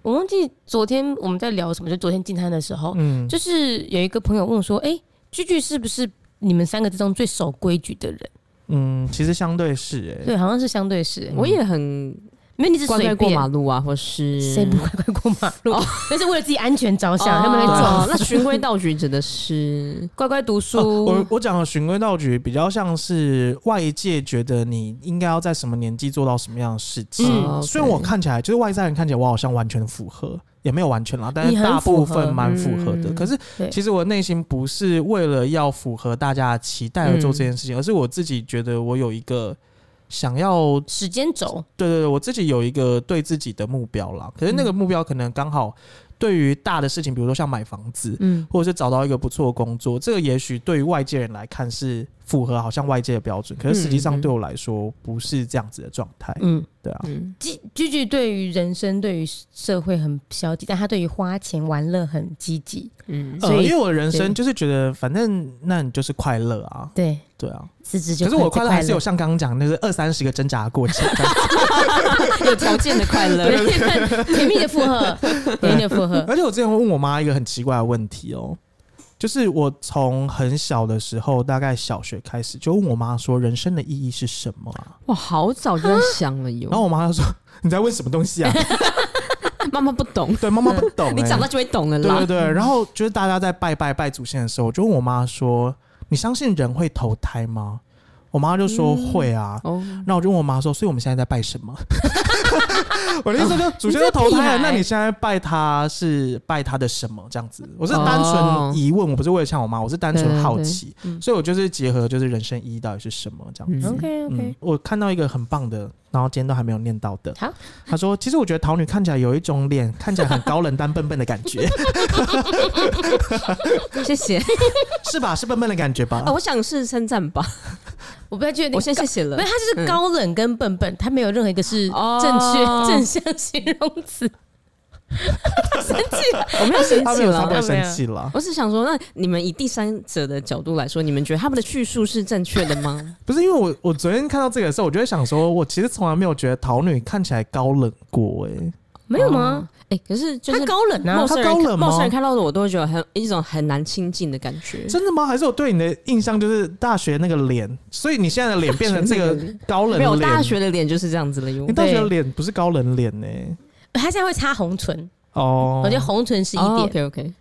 [SPEAKER 1] 我忘记昨天我们在聊什么，就昨天进餐的时候，
[SPEAKER 3] 嗯，
[SPEAKER 1] 哦就是有一个朋友问我说，哎、居居是不是你们三个之中最守规矩的人？
[SPEAKER 3] 嗯，其实相对是哎、
[SPEAKER 1] 对，好像是相对是、
[SPEAKER 3] 嗯
[SPEAKER 2] 我也很
[SPEAKER 1] 没有你只
[SPEAKER 2] 乖乖
[SPEAKER 1] 随
[SPEAKER 2] 过马
[SPEAKER 1] 便，
[SPEAKER 2] 路啊，或是
[SPEAKER 1] 谁不乖乖过马
[SPEAKER 3] 哦
[SPEAKER 1] 路？那是为了自己安全着想，他们会
[SPEAKER 2] 哦
[SPEAKER 1] 撞。
[SPEAKER 2] 那循规蹈矩指的 是
[SPEAKER 1] 乖乖读书，
[SPEAKER 3] 啊哦我我讲的循规蹈矩比较像是外界觉得你应该要在什么年纪做到什么样的事情。
[SPEAKER 1] 嗯
[SPEAKER 3] 虽然我看起来就是外在人看起来我好像完全符合，也没有完全啦，但
[SPEAKER 1] 你
[SPEAKER 3] 是
[SPEAKER 1] 很
[SPEAKER 3] 大部
[SPEAKER 1] 符合
[SPEAKER 3] 分蛮符合的。
[SPEAKER 2] 嗯
[SPEAKER 3] 可是
[SPEAKER 1] 对
[SPEAKER 3] 其实我内心不是为了要符合大家的期待而做
[SPEAKER 1] 嗯
[SPEAKER 3] 这件事情，而是我自己觉得我有一个想要
[SPEAKER 1] 时间轴
[SPEAKER 3] 对对对，我自己有一个对自己的目标啦，可是
[SPEAKER 1] 嗯
[SPEAKER 3] 那个目标可能刚好对于大的事情，比如说像买房子，
[SPEAKER 1] 嗯
[SPEAKER 3] 或者是找到一个不错的工作，这个也许对于外界人来看是符合好像外界的标准，可是实
[SPEAKER 2] 嗯
[SPEAKER 3] 际
[SPEAKER 2] 嗯
[SPEAKER 3] 上
[SPEAKER 2] 嗯
[SPEAKER 3] 对我来说不是这样子的状态，
[SPEAKER 1] 嗯，
[SPEAKER 3] 对啊。
[SPEAKER 2] 嗯，
[SPEAKER 1] 居居居对于人生、对于社会很消极，但他对于花钱玩乐很积极。
[SPEAKER 2] 嗯，
[SPEAKER 1] 所
[SPEAKER 3] 呃，
[SPEAKER 1] 以
[SPEAKER 3] 因为我的人生
[SPEAKER 1] 对
[SPEAKER 3] 就是觉得，反正那你就是快乐啊，
[SPEAKER 1] 对，
[SPEAKER 3] 对啊。
[SPEAKER 1] 辞嗯职就
[SPEAKER 3] 可是我的快乐还是有
[SPEAKER 1] 有
[SPEAKER 3] 像刚刚讲，那是二三十个挣扎的过程。这样
[SPEAKER 2] 有条件的快乐，
[SPEAKER 1] 甜蜜的负荷，甜蜜的负荷。
[SPEAKER 3] 而且我之前问我妈一个很奇怪的问题哦，就是我从很小的时候，大概小学开始，就问我妈说人生的意义是什么啊？
[SPEAKER 2] 哇，好早就在想了哟
[SPEAKER 3] 然。后我妈就说 你在问什么东西啊？
[SPEAKER 2] 妈妈不懂，
[SPEAKER 3] 对，妈妈不懂、欸，
[SPEAKER 2] 你长大就会懂了
[SPEAKER 3] 对对
[SPEAKER 2] 啦。
[SPEAKER 3] 对。然后就是大家在拜拜拜祖先的时候，我就问我妈说你相信人会投胎吗？我妈就说
[SPEAKER 1] 嗯
[SPEAKER 3] 会啊。
[SPEAKER 2] 哦，
[SPEAKER 3] 那我就问我妈说，所以我们现在在拜什么？ 我的意思就祖先都投
[SPEAKER 1] 哦你这屁
[SPEAKER 3] 胎
[SPEAKER 1] 孩
[SPEAKER 3] 了，那你现在拜他是拜他的什么？这样子，我是
[SPEAKER 2] 哦
[SPEAKER 3] 单纯疑问，我不是为了像我妈，我是单纯好奇
[SPEAKER 1] 对对对嗯，
[SPEAKER 3] 所以我就是结合就是人生意义到底是什么这样子。
[SPEAKER 2] 嗯
[SPEAKER 1] OK
[SPEAKER 3] 嗯
[SPEAKER 1] OK，，
[SPEAKER 3] 我看到一个很棒的，然后今天都还没有念到的。
[SPEAKER 1] 好，
[SPEAKER 3] 他说：“其实我觉得桃女看起来有一种脸，看起来很高冷 但笨笨的感觉，
[SPEAKER 2] 谢 谢。
[SPEAKER 3] 是吧？是笨笨的感觉吧？
[SPEAKER 2] 啊，我想是称赞吧，
[SPEAKER 1] 我不太确定。
[SPEAKER 2] 我先谢谢了
[SPEAKER 1] 没有，。他就是高冷跟笨笨，他没有任何一个是
[SPEAKER 2] 哦
[SPEAKER 1] 正确、正向形容词。生气了，
[SPEAKER 2] 我没有生
[SPEAKER 3] 他
[SPEAKER 2] 气
[SPEAKER 3] 没有，他
[SPEAKER 2] 了
[SPEAKER 3] 不。会
[SPEAKER 1] 他没有
[SPEAKER 3] 生气了。
[SPEAKER 2] 我是想说，那你们以第三者的角度来说，你们觉得他们的叙述是正确的吗？
[SPEAKER 3] 不是因为我，我昨天看到这个的时候，我就会想说，我其实从来没有觉得桃女看起来高冷过、欸，
[SPEAKER 1] 没有吗？
[SPEAKER 2] 哦？哎、可是就
[SPEAKER 1] 他
[SPEAKER 2] 是
[SPEAKER 1] 高冷啊
[SPEAKER 2] 陌，生人
[SPEAKER 3] 他高冷
[SPEAKER 2] 看
[SPEAKER 3] 吗
[SPEAKER 2] 陌生人看到的我都会觉得很一种很难亲近的感觉。
[SPEAKER 3] 真的吗？还是我对你的印象就是大学那个脸？所以你现在的脸变成这个高冷
[SPEAKER 2] 没有
[SPEAKER 3] 脸？
[SPEAKER 2] 大学的脸就是这样子了哟
[SPEAKER 3] 你。大学的脸不是高冷脸呢、
[SPEAKER 1] 他现在会擦红唇，
[SPEAKER 3] 哦，
[SPEAKER 1] 我觉得红唇是一点。
[SPEAKER 2] OK OK，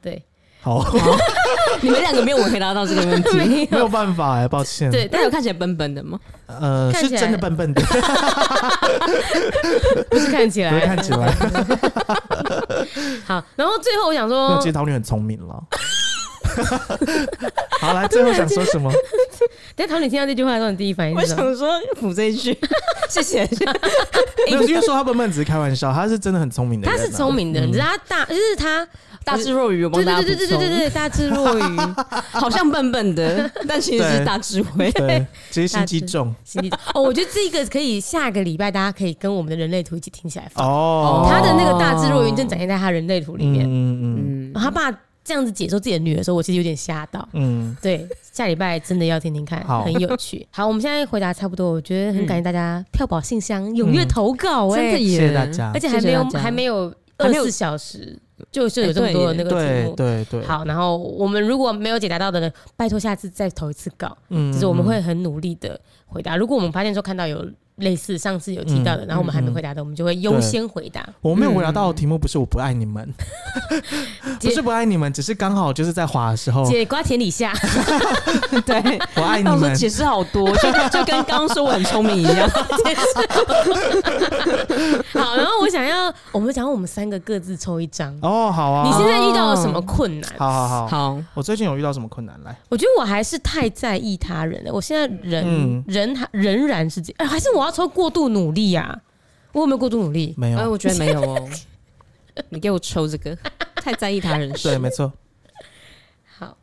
[SPEAKER 1] 对，
[SPEAKER 3] 好，
[SPEAKER 2] 哦你们两个没有回答到这个问 题。
[SPEAKER 1] 没
[SPEAKER 3] 没
[SPEAKER 1] 有
[SPEAKER 3] 有办法哎、抱歉。
[SPEAKER 1] 对，
[SPEAKER 2] 那
[SPEAKER 1] 但
[SPEAKER 2] 有看起来笨笨的 吗？
[SPEAKER 3] 呃，
[SPEAKER 1] 看
[SPEAKER 3] 是
[SPEAKER 1] 起来
[SPEAKER 3] 真的笨笨的，
[SPEAKER 1] 不是看起来
[SPEAKER 3] 不是看起来。
[SPEAKER 1] 好。然后最后我想
[SPEAKER 3] 没有，
[SPEAKER 1] 说
[SPEAKER 3] 其，实桃女很聪明了。好，来，最后想说什么？
[SPEAKER 1] 但唐你听到这句话的时候，你第一反应
[SPEAKER 2] 我
[SPEAKER 1] 是什么？
[SPEAKER 2] 想说补这一句， 谢 谢。
[SPEAKER 3] 没有，因为说她笨笨只是开玩笑，她是真的很聪明的
[SPEAKER 1] 他
[SPEAKER 3] 人啊、
[SPEAKER 1] 是聪明的，人，只是他大，就是他
[SPEAKER 2] 大智若愚，我帮
[SPEAKER 1] 对
[SPEAKER 2] 大家
[SPEAKER 1] 对
[SPEAKER 2] 补
[SPEAKER 1] 对对对对
[SPEAKER 2] 充。
[SPEAKER 1] 对，大智若愚，
[SPEAKER 2] 好像笨笨的，但其实是大 智慧。
[SPEAKER 3] 对，其实心机重
[SPEAKER 1] 心里哦，我觉得这个可以下个礼拜大家可以跟我们的人类图一起听起来放。
[SPEAKER 3] 哦。
[SPEAKER 1] 他的那个大智若愚正展现在他人类图里面。
[SPEAKER 3] 嗯嗯
[SPEAKER 2] 嗯，
[SPEAKER 1] 他爸这样子解说自己的女儿的时候，我其实有点吓到。
[SPEAKER 3] 嗯
[SPEAKER 1] 对，下礼拜真的要听听看，
[SPEAKER 3] 好
[SPEAKER 1] 很有 趣。好，我们现在回答差不多，我觉得很感谢大家票宝信箱踊跃投稿、哎、
[SPEAKER 2] 真的
[SPEAKER 3] 嗯，
[SPEAKER 2] 耶！
[SPEAKER 3] 谢谢大，家
[SPEAKER 1] 而。且还没有
[SPEAKER 2] 谢谢大家
[SPEAKER 1] 还没有
[SPEAKER 2] 还
[SPEAKER 1] 二
[SPEAKER 2] 没有
[SPEAKER 1] 十四小时，就是有这么多的那个题
[SPEAKER 3] 对
[SPEAKER 1] 目。
[SPEAKER 3] 对对，
[SPEAKER 1] 好，然后我们如果没有解答到的呢，拜托下次再投一次稿，
[SPEAKER 3] 嗯
[SPEAKER 1] 就是我们会很努力的回答。如果我们发现说看到有类似上次有提到的，
[SPEAKER 3] 嗯
[SPEAKER 1] 然后我们还没回答的，我们就会优先回答。
[SPEAKER 3] 我没有回答到的题目，不是我不爱你 们，不是不爱你们，只是刚好就是在滑的时候，
[SPEAKER 1] 解瓜田李下，
[SPEAKER 2] 对，
[SPEAKER 3] 我爱你
[SPEAKER 2] 到时候
[SPEAKER 3] 们。
[SPEAKER 2] 解释好多，就 就跟刚刚说我很聪明一样。
[SPEAKER 1] 好，然后我想要，我们想要我们三个各自抽一张。
[SPEAKER 3] 哦，好啊，
[SPEAKER 1] 你现在遇到了什么困难？
[SPEAKER 3] 好好好，
[SPEAKER 2] 好，
[SPEAKER 3] 我最近有遇到什么困难？来，
[SPEAKER 1] 我觉得我还是太在意他人了。我现在人、
[SPEAKER 3] 嗯
[SPEAKER 1] 人还仍然是这样，哎，还是我要抽过度努力啊？我有没有过度努力？
[SPEAKER 3] 没
[SPEAKER 2] 哎，
[SPEAKER 3] 有，
[SPEAKER 2] 我觉得没有哦。你给我抽这个，太在意他人
[SPEAKER 3] 对，
[SPEAKER 2] 事。
[SPEAKER 3] 没错。
[SPEAKER 1] 好，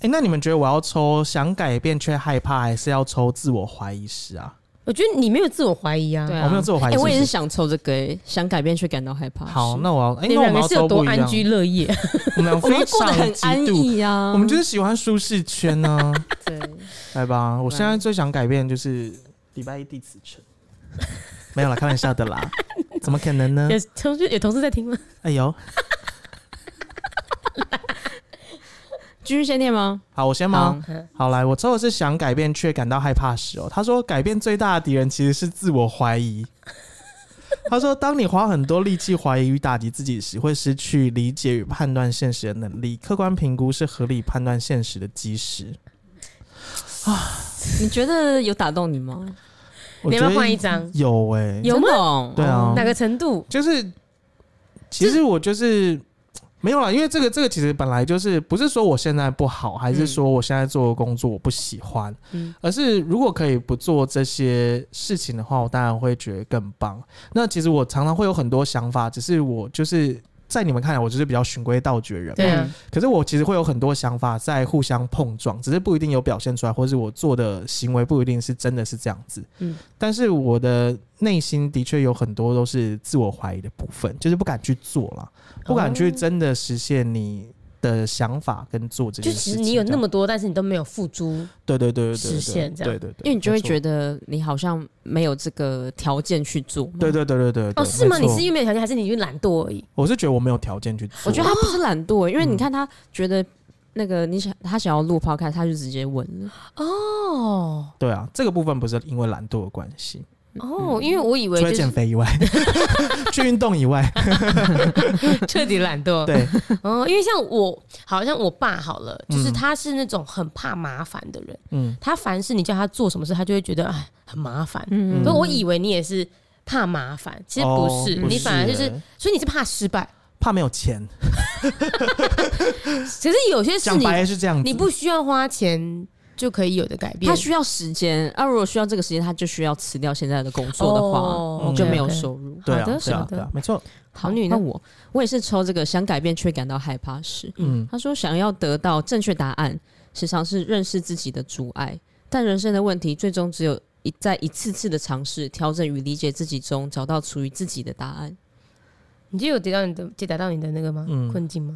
[SPEAKER 3] 哎，那你们觉得我要抽想改变却害怕，还是要抽自我怀疑时啊？
[SPEAKER 1] 我觉得你没有自我怀疑啊。
[SPEAKER 2] 对啊
[SPEAKER 3] 我没有自我怀
[SPEAKER 2] 哎，
[SPEAKER 3] 疑是不
[SPEAKER 2] 我
[SPEAKER 3] 是。
[SPEAKER 2] 也是想抽这个，哎，想改变却感到害怕。
[SPEAKER 3] 好，
[SPEAKER 2] 是
[SPEAKER 3] 那我要，哎，
[SPEAKER 1] 哦你
[SPEAKER 3] 那我
[SPEAKER 1] 们两个
[SPEAKER 3] 们要
[SPEAKER 1] 是有
[SPEAKER 3] 抽
[SPEAKER 1] 多
[SPEAKER 3] 不一
[SPEAKER 1] 安
[SPEAKER 3] 样。
[SPEAKER 1] 居乐业？
[SPEAKER 3] 我们
[SPEAKER 2] 我们
[SPEAKER 3] 非
[SPEAKER 2] 过得
[SPEAKER 3] 常
[SPEAKER 2] 很安
[SPEAKER 3] 极度，
[SPEAKER 2] 逸
[SPEAKER 1] 嗯
[SPEAKER 2] 啊。
[SPEAKER 3] 我们就是喜欢舒适圈 呢。
[SPEAKER 2] 对，
[SPEAKER 3] 来吧，我现在最想改变就是礼拜一地磁 城，没有啦，开玩笑的啦，怎么可能呢？
[SPEAKER 1] 有 同事有同事在听吗？
[SPEAKER 3] 哎呦，
[SPEAKER 2] 继续先念吗？
[SPEAKER 3] 好，我先
[SPEAKER 2] 好
[SPEAKER 3] 吗？好来，我抽的 是想改变却感到害怕时哦。他说，改变最大的敌人其实是自我怀疑。他说：“当你花很多力气怀疑与打击自己时，会失去理解与判断现实的能力。客观评估是合理判断现实的基石。
[SPEAKER 2] 你觉得有打动你吗？”
[SPEAKER 3] 我
[SPEAKER 1] 你
[SPEAKER 3] 觉
[SPEAKER 1] 要不
[SPEAKER 3] 得
[SPEAKER 1] 要换一张？
[SPEAKER 3] 有哎、
[SPEAKER 1] 有吗
[SPEAKER 2] 真的哦
[SPEAKER 3] 对啊
[SPEAKER 1] 哪个程度？
[SPEAKER 3] 就是其实我就是没有啦，因为这个这个其实本来就是不是说我现在不好，还是说我现在做的工作我不喜欢，
[SPEAKER 1] 嗯
[SPEAKER 3] 而是如果可以不做这些事情的话，我当然会觉得更棒。那其实我常常会有很多想法，只是我就是。在你们看来，我就是比较循规蹈矩的人嘛。
[SPEAKER 1] 对啊，
[SPEAKER 3] 可是我其实会有很多想法在互相碰撞，只是不一定有表现出来，或是我做的行为不一定是真的是这样子。
[SPEAKER 1] 嗯
[SPEAKER 3] 但是我的内心的确有很多都是自我怀疑的部分，就是不敢去做啦，
[SPEAKER 1] 哦
[SPEAKER 3] 不敢去真的实现你的想法跟做这
[SPEAKER 1] 哦就
[SPEAKER 3] 件
[SPEAKER 1] 其
[SPEAKER 3] 事情。
[SPEAKER 1] 实你有那
[SPEAKER 3] 这样
[SPEAKER 1] 么多，但是你都没有付诸。
[SPEAKER 3] 对对对对对
[SPEAKER 1] 实现这样
[SPEAKER 3] 对对对，
[SPEAKER 2] 因为你就会觉
[SPEAKER 3] 得
[SPEAKER 2] 得你好像没有这个条件去做。
[SPEAKER 3] 对，对对对对对
[SPEAKER 1] 哦，是吗？
[SPEAKER 3] 没
[SPEAKER 1] 你
[SPEAKER 3] 错
[SPEAKER 1] 是因为没有条件，还是你因为懒惰而已？
[SPEAKER 3] 我是觉得我没有条件去做，
[SPEAKER 2] 我觉得他不是懒惰，因为
[SPEAKER 3] 嗯
[SPEAKER 2] 你看他觉得那个你想他想要录 podcast，他就直接问了。
[SPEAKER 1] 哦
[SPEAKER 3] 对啊，这个部分不是因为懒惰的关系，
[SPEAKER 1] 哦，因为我以为
[SPEAKER 3] 除了
[SPEAKER 1] 就
[SPEAKER 3] 减
[SPEAKER 1] 是
[SPEAKER 3] 肥以外， 去运 动以外，
[SPEAKER 1] 彻底懒惰。
[SPEAKER 3] 对，
[SPEAKER 1] 哦，因为像我，好像我爸好了，就是
[SPEAKER 3] 嗯
[SPEAKER 1] 他是那种很怕麻烦的人，
[SPEAKER 3] 嗯。
[SPEAKER 1] 他凡是你叫他做什么事，他就会觉得哎很麻烦。
[SPEAKER 2] 嗯
[SPEAKER 1] 所以我以为你也是怕麻烦，其实不是，
[SPEAKER 3] 哦
[SPEAKER 1] 你反而就是，
[SPEAKER 3] 欸
[SPEAKER 1] 所以你是怕失败。
[SPEAKER 3] 怕没有钱。
[SPEAKER 1] 可是有些事
[SPEAKER 3] 讲
[SPEAKER 1] 你
[SPEAKER 3] 白了是这样子，
[SPEAKER 1] 你不需要花钱就可以有的改变。
[SPEAKER 2] 他需要时间，啊，如果需要这个时间，他就需要辞掉现在的工作的话，
[SPEAKER 1] 哦
[SPEAKER 3] 嗯
[SPEAKER 2] 就没有
[SPEAKER 1] OK，OK
[SPEAKER 2] 收入。
[SPEAKER 3] 对啊，
[SPEAKER 1] 好的
[SPEAKER 3] 对
[SPEAKER 1] 好
[SPEAKER 3] 啊，
[SPEAKER 1] 的
[SPEAKER 3] 对啊，没错，
[SPEAKER 1] 好女
[SPEAKER 2] 那
[SPEAKER 1] 呢
[SPEAKER 2] 我我也是抽这个想改变却感到害怕时，
[SPEAKER 3] 嗯
[SPEAKER 2] 他说想要得到正确答案，时常是认识自己的阻碍，但人生的问题最终只有一在一次次的尝试、调整与理解自己中找到属于自己的答案。
[SPEAKER 1] 你就有解到你的解答到你的那个吗？
[SPEAKER 3] 嗯
[SPEAKER 1] 困境吗？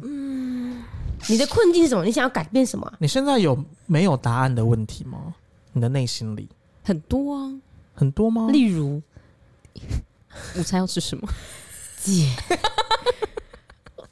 [SPEAKER 1] 你的困境是什么？你想要改变什么啊？
[SPEAKER 3] 你现在有没有答案的问题吗？你的内心里
[SPEAKER 2] 很多啊，
[SPEAKER 3] 很多吗？
[SPEAKER 1] 例如，
[SPEAKER 2] 午餐要 吃什么？
[SPEAKER 1] 姐，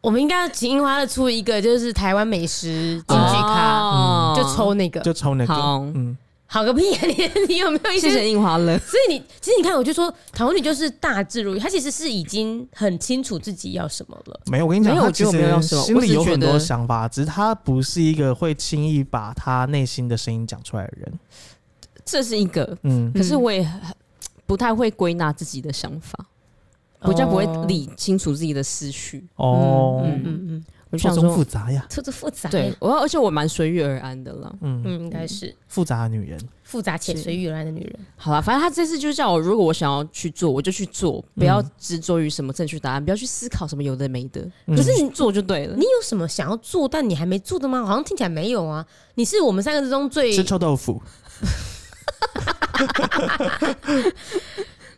[SPEAKER 1] 我们应该要请樱花乐出一个就是台湾美食金
[SPEAKER 3] 哦
[SPEAKER 1] 句卡，
[SPEAKER 2] 哦
[SPEAKER 1] 就抽那个。
[SPEAKER 3] 就抽那个，
[SPEAKER 2] 好。
[SPEAKER 3] 嗯，
[SPEAKER 1] 好个屁、啊！你你有没有一些
[SPEAKER 2] 谢谢印华了，
[SPEAKER 1] 所以你其实你看，我就说唐文女就是大智如一，她其实是已经很清楚自己要什么了。
[SPEAKER 3] 没有，我跟你讲，
[SPEAKER 2] 没有
[SPEAKER 3] 他
[SPEAKER 2] 我觉
[SPEAKER 3] 其
[SPEAKER 2] 得我没有要
[SPEAKER 3] 实
[SPEAKER 2] 什么
[SPEAKER 3] 心
[SPEAKER 2] 我只
[SPEAKER 3] 里有
[SPEAKER 2] 觉
[SPEAKER 3] 很多
[SPEAKER 2] 得
[SPEAKER 3] 想法，只是他不是一个会轻易把他内心的声音讲出来的人。
[SPEAKER 2] 这是一个，
[SPEAKER 3] 嗯，
[SPEAKER 2] 可是我也很不太会归纳自己的想法，比较不会理清楚自己的思绪。
[SPEAKER 3] 哦，
[SPEAKER 1] 嗯嗯嗯，
[SPEAKER 2] 我就
[SPEAKER 3] 错
[SPEAKER 2] 想
[SPEAKER 3] 综复
[SPEAKER 2] 说，
[SPEAKER 3] 杂呀，
[SPEAKER 1] 这这复杂。
[SPEAKER 2] 对，我而且我蛮随遇而安的了。
[SPEAKER 3] 嗯，
[SPEAKER 1] 嗯，应该是
[SPEAKER 3] 复杂的女人，
[SPEAKER 1] 复杂且随遇而安的女人。
[SPEAKER 2] 好了，反正他这次就叫我，如果我想要去做，我就去做，不要执着于什么正确答案，不要去思考什么有的没的，
[SPEAKER 3] 嗯
[SPEAKER 2] 可是你做就对了。
[SPEAKER 1] 你有什么想要做但你还没做的吗？好像听起来没有啊。你是我们三个之中最
[SPEAKER 3] 吃臭豆腐，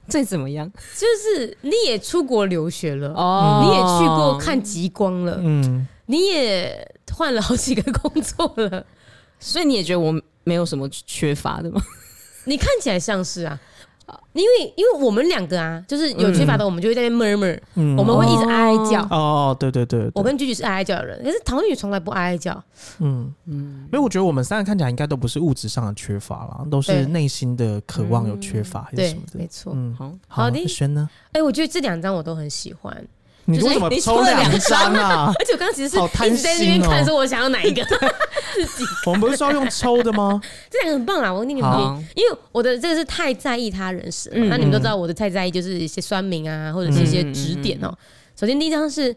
[SPEAKER 2] 这怎么样？
[SPEAKER 1] 就是你也出国留学了，
[SPEAKER 2] 哦
[SPEAKER 1] 你也去过看极光了，
[SPEAKER 3] 嗯，
[SPEAKER 1] 你也换了好几个工作了。
[SPEAKER 2] 所以你也觉得我没有什么缺乏的吗？
[SPEAKER 1] 你看起来像是啊，因为因为我们两个啊，就是有缺乏的，我们就会在那边 murmur，、
[SPEAKER 3] 嗯
[SPEAKER 1] 我们会一直哀哀叫。
[SPEAKER 3] 哦，对对对，对
[SPEAKER 1] 我跟菊菊是哀哀叫的人，可是唐女从来不哀哀叫。
[SPEAKER 3] 嗯，没有，我觉得我们三个看起来应该都不是物质上的缺乏啦，都
[SPEAKER 1] 对
[SPEAKER 3] 是内心的渴望有缺乏还是
[SPEAKER 1] 对
[SPEAKER 3] 什么，的
[SPEAKER 1] 没。错。
[SPEAKER 3] 嗯，
[SPEAKER 2] 好，
[SPEAKER 1] 好的
[SPEAKER 3] 那轩呢？
[SPEAKER 1] 哎、我觉得这两张我都很喜欢，而
[SPEAKER 3] 你
[SPEAKER 1] 就是
[SPEAKER 3] 为什么
[SPEAKER 2] 哎你
[SPEAKER 3] 抽
[SPEAKER 2] 抽了
[SPEAKER 3] 两
[SPEAKER 2] 两
[SPEAKER 3] 张啊？
[SPEAKER 1] 且我刚刚其实是
[SPEAKER 3] 好贪
[SPEAKER 1] 一直在那边
[SPEAKER 3] 心哦
[SPEAKER 1] 看，说我想要哪一个。
[SPEAKER 3] 我们不是说要用抽的吗？
[SPEAKER 1] 这两个很棒啦，啊我跟你们
[SPEAKER 2] 好
[SPEAKER 1] 比，因为我的这个是太在意他人时，
[SPEAKER 2] 嗯
[SPEAKER 1] 那你们都知道我的太在意就是一些酸民啊，或者
[SPEAKER 3] 嗯
[SPEAKER 1] 是一些指点哦、首先第一张是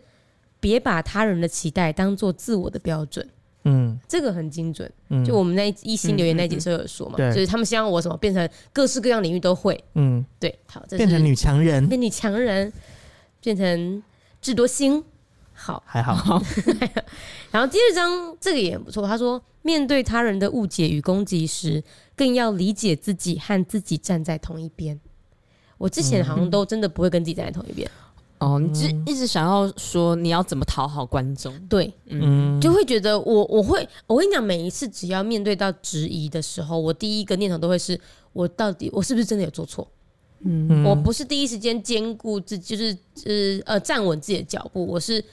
[SPEAKER 1] 别把他人的期待当做自我的标准，
[SPEAKER 3] 嗯
[SPEAKER 1] 这个很精准。
[SPEAKER 3] 嗯，
[SPEAKER 1] 就我们那一一心留言那一集
[SPEAKER 2] 嗯嗯嗯
[SPEAKER 1] 时候有说嘛，
[SPEAKER 3] 对
[SPEAKER 1] 就是他们希望我什么变成各式各样领域都会，
[SPEAKER 3] 嗯
[SPEAKER 1] 对，好，这是嗯
[SPEAKER 3] 变成女 强人
[SPEAKER 1] 变女强人，变成智多星，好。
[SPEAKER 3] 还好，
[SPEAKER 1] 然后第二章这个也很不错，他说面对他人的误解与攻击时，更要理解自己和自己站在同一边。我之前好像都真的不会跟自己站在同一边，
[SPEAKER 2] 哦，你一直一直想要说你要怎么讨好观众，
[SPEAKER 1] 对，
[SPEAKER 3] 嗯，
[SPEAKER 1] 就会觉得我我会我跟你讲，每一次只要面对到质疑的时候，我第一个念头都会是我到底我是不是真的有做错？
[SPEAKER 3] 嗯
[SPEAKER 1] 我不是第一时间兼顾自己，就是呃呃站稳自己的脚步，我是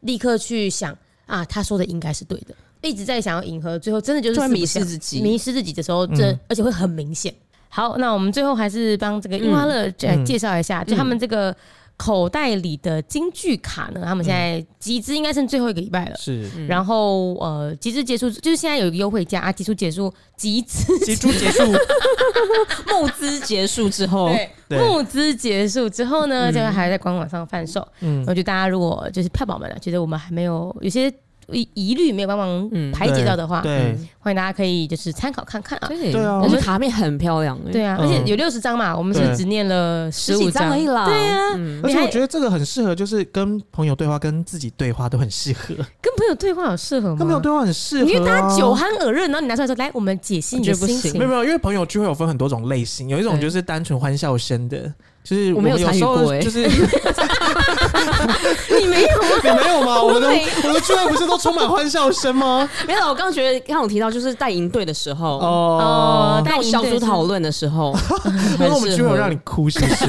[SPEAKER 1] 立刻去想啊，他说的应该是对的，一直在想要迎合，最后真的就是
[SPEAKER 2] 就会
[SPEAKER 1] 四不
[SPEAKER 2] 迷失
[SPEAKER 1] 像
[SPEAKER 2] 自己
[SPEAKER 1] 迷失自己的时候，这、
[SPEAKER 3] 嗯
[SPEAKER 1] 而且会很明显。好，那我们最后还是帮这个樱花
[SPEAKER 2] 嗯
[SPEAKER 1] 乐来介绍一下，就他们这个口袋里的京剧卡呢，他们现在集资应该剩最后一个礼拜了。
[SPEAKER 3] 是
[SPEAKER 2] 嗯
[SPEAKER 1] 然后呃，集资结束就是现在有一个优惠价啊，集资结束集资
[SPEAKER 3] 结束 结束，
[SPEAKER 2] 募资结束之后，
[SPEAKER 3] 对
[SPEAKER 1] 募资结束之后
[SPEAKER 2] 嗯
[SPEAKER 1] 呢，这个还在官网上贩售。
[SPEAKER 3] 嗯
[SPEAKER 1] 我，觉得大家如果就是票宝们啊，觉得我们还没有有些疑疑虑没有帮忙
[SPEAKER 2] 嗯
[SPEAKER 1] 排解到的话，嗯
[SPEAKER 3] 对
[SPEAKER 1] 欢迎大家可以就是参考看看啊。
[SPEAKER 2] 对
[SPEAKER 3] 对啊
[SPEAKER 2] 而且卡面很漂亮、欸，
[SPEAKER 1] 对
[SPEAKER 2] 啊，
[SPEAKER 1] 啊，
[SPEAKER 3] 嗯
[SPEAKER 1] 而且有六十张嘛，我们是不是
[SPEAKER 3] 对
[SPEAKER 1] 只念了
[SPEAKER 2] 十
[SPEAKER 1] 十
[SPEAKER 2] 几
[SPEAKER 1] 五
[SPEAKER 2] 张而已啦，
[SPEAKER 1] 对啊，
[SPEAKER 2] 嗯
[SPEAKER 3] 而
[SPEAKER 1] 你
[SPEAKER 3] 且
[SPEAKER 1] 还
[SPEAKER 3] 我觉得这个很适合，就是跟朋友对话、跟自己对话都很适 合，
[SPEAKER 1] 跟朋友对话有适合吗？
[SPEAKER 3] 跟朋友对话很适合啊、
[SPEAKER 1] 嗯因为大家酒酣耳热，然后你拿出来说，来，我们解析你的
[SPEAKER 2] 我觉得不
[SPEAKER 1] 心
[SPEAKER 2] 行
[SPEAKER 1] 情
[SPEAKER 3] 没有。没有，因为朋友聚会有分很多种类型，有一种
[SPEAKER 2] 对
[SPEAKER 3] 就是单纯欢笑声的，就是
[SPEAKER 2] 我没
[SPEAKER 3] 们
[SPEAKER 2] 有参与
[SPEAKER 3] 时候
[SPEAKER 2] 过欸
[SPEAKER 3] 就是 你没有吗？你欸没有吗？我的我的聚会不是都充满欢笑声吗？
[SPEAKER 2] 没有，我刚刚觉得刚刚有提到就是带营队的时候，哦，
[SPEAKER 1] 哦
[SPEAKER 3] 哦，
[SPEAKER 1] 带
[SPEAKER 2] 带
[SPEAKER 1] 营队
[SPEAKER 2] 小组讨论的时 候，
[SPEAKER 3] 然后我们聚会有让
[SPEAKER 2] 你
[SPEAKER 3] 你哭是不是？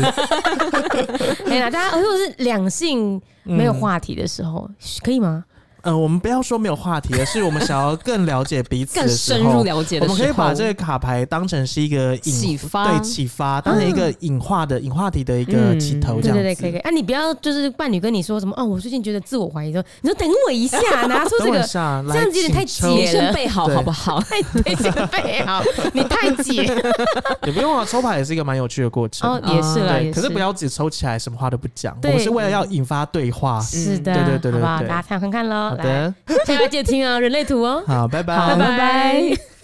[SPEAKER 1] 哎呀，大家如果是两性没有
[SPEAKER 3] 嗯
[SPEAKER 1] 话题的时候，可以吗？
[SPEAKER 3] 呃，我们不要说没有话题，而是我们想要更了解彼此
[SPEAKER 2] 更
[SPEAKER 3] 的时
[SPEAKER 2] 深
[SPEAKER 3] 候
[SPEAKER 2] 入了解
[SPEAKER 3] 我
[SPEAKER 2] 的时
[SPEAKER 3] 们
[SPEAKER 2] 候，
[SPEAKER 3] 可以把这个卡牌当成是一个
[SPEAKER 2] 启
[SPEAKER 3] 引
[SPEAKER 2] 发
[SPEAKER 3] 对启发，当成一个引话的引话题的一个
[SPEAKER 2] 嗯
[SPEAKER 3] 起头，这
[SPEAKER 1] 对
[SPEAKER 3] 样
[SPEAKER 1] 对
[SPEAKER 3] 子。
[SPEAKER 1] 对，可以可以。啊，你不要就是伴侣跟你说什么哦，我最近觉得自我怀疑，说你说等我一下， 拿出这
[SPEAKER 3] 等我一
[SPEAKER 1] 个
[SPEAKER 3] 下，
[SPEAKER 1] 这样子有点太
[SPEAKER 3] 急
[SPEAKER 1] 解
[SPEAKER 2] 也
[SPEAKER 1] 了
[SPEAKER 2] 先备好
[SPEAKER 3] 对
[SPEAKER 2] 好不好？
[SPEAKER 1] 太太这个背好，你太解
[SPEAKER 3] 也不用啊，抽牌也是一个蛮有趣的过程。
[SPEAKER 1] 哦，也是啦，
[SPEAKER 3] 嗯对，啊
[SPEAKER 1] 也
[SPEAKER 3] 可是不要只抽起来，什么话都不讲。我
[SPEAKER 1] 对
[SPEAKER 3] 们是为了要引发对话。
[SPEAKER 1] 是的，
[SPEAKER 3] 嗯对对对对
[SPEAKER 1] 好不好？
[SPEAKER 3] 对
[SPEAKER 1] 大家参考看看喽来，
[SPEAKER 3] 好，的，
[SPEAKER 1] 下个记得听啊，人类图哦，
[SPEAKER 3] 哦好，拜拜，
[SPEAKER 1] 好，拜拜。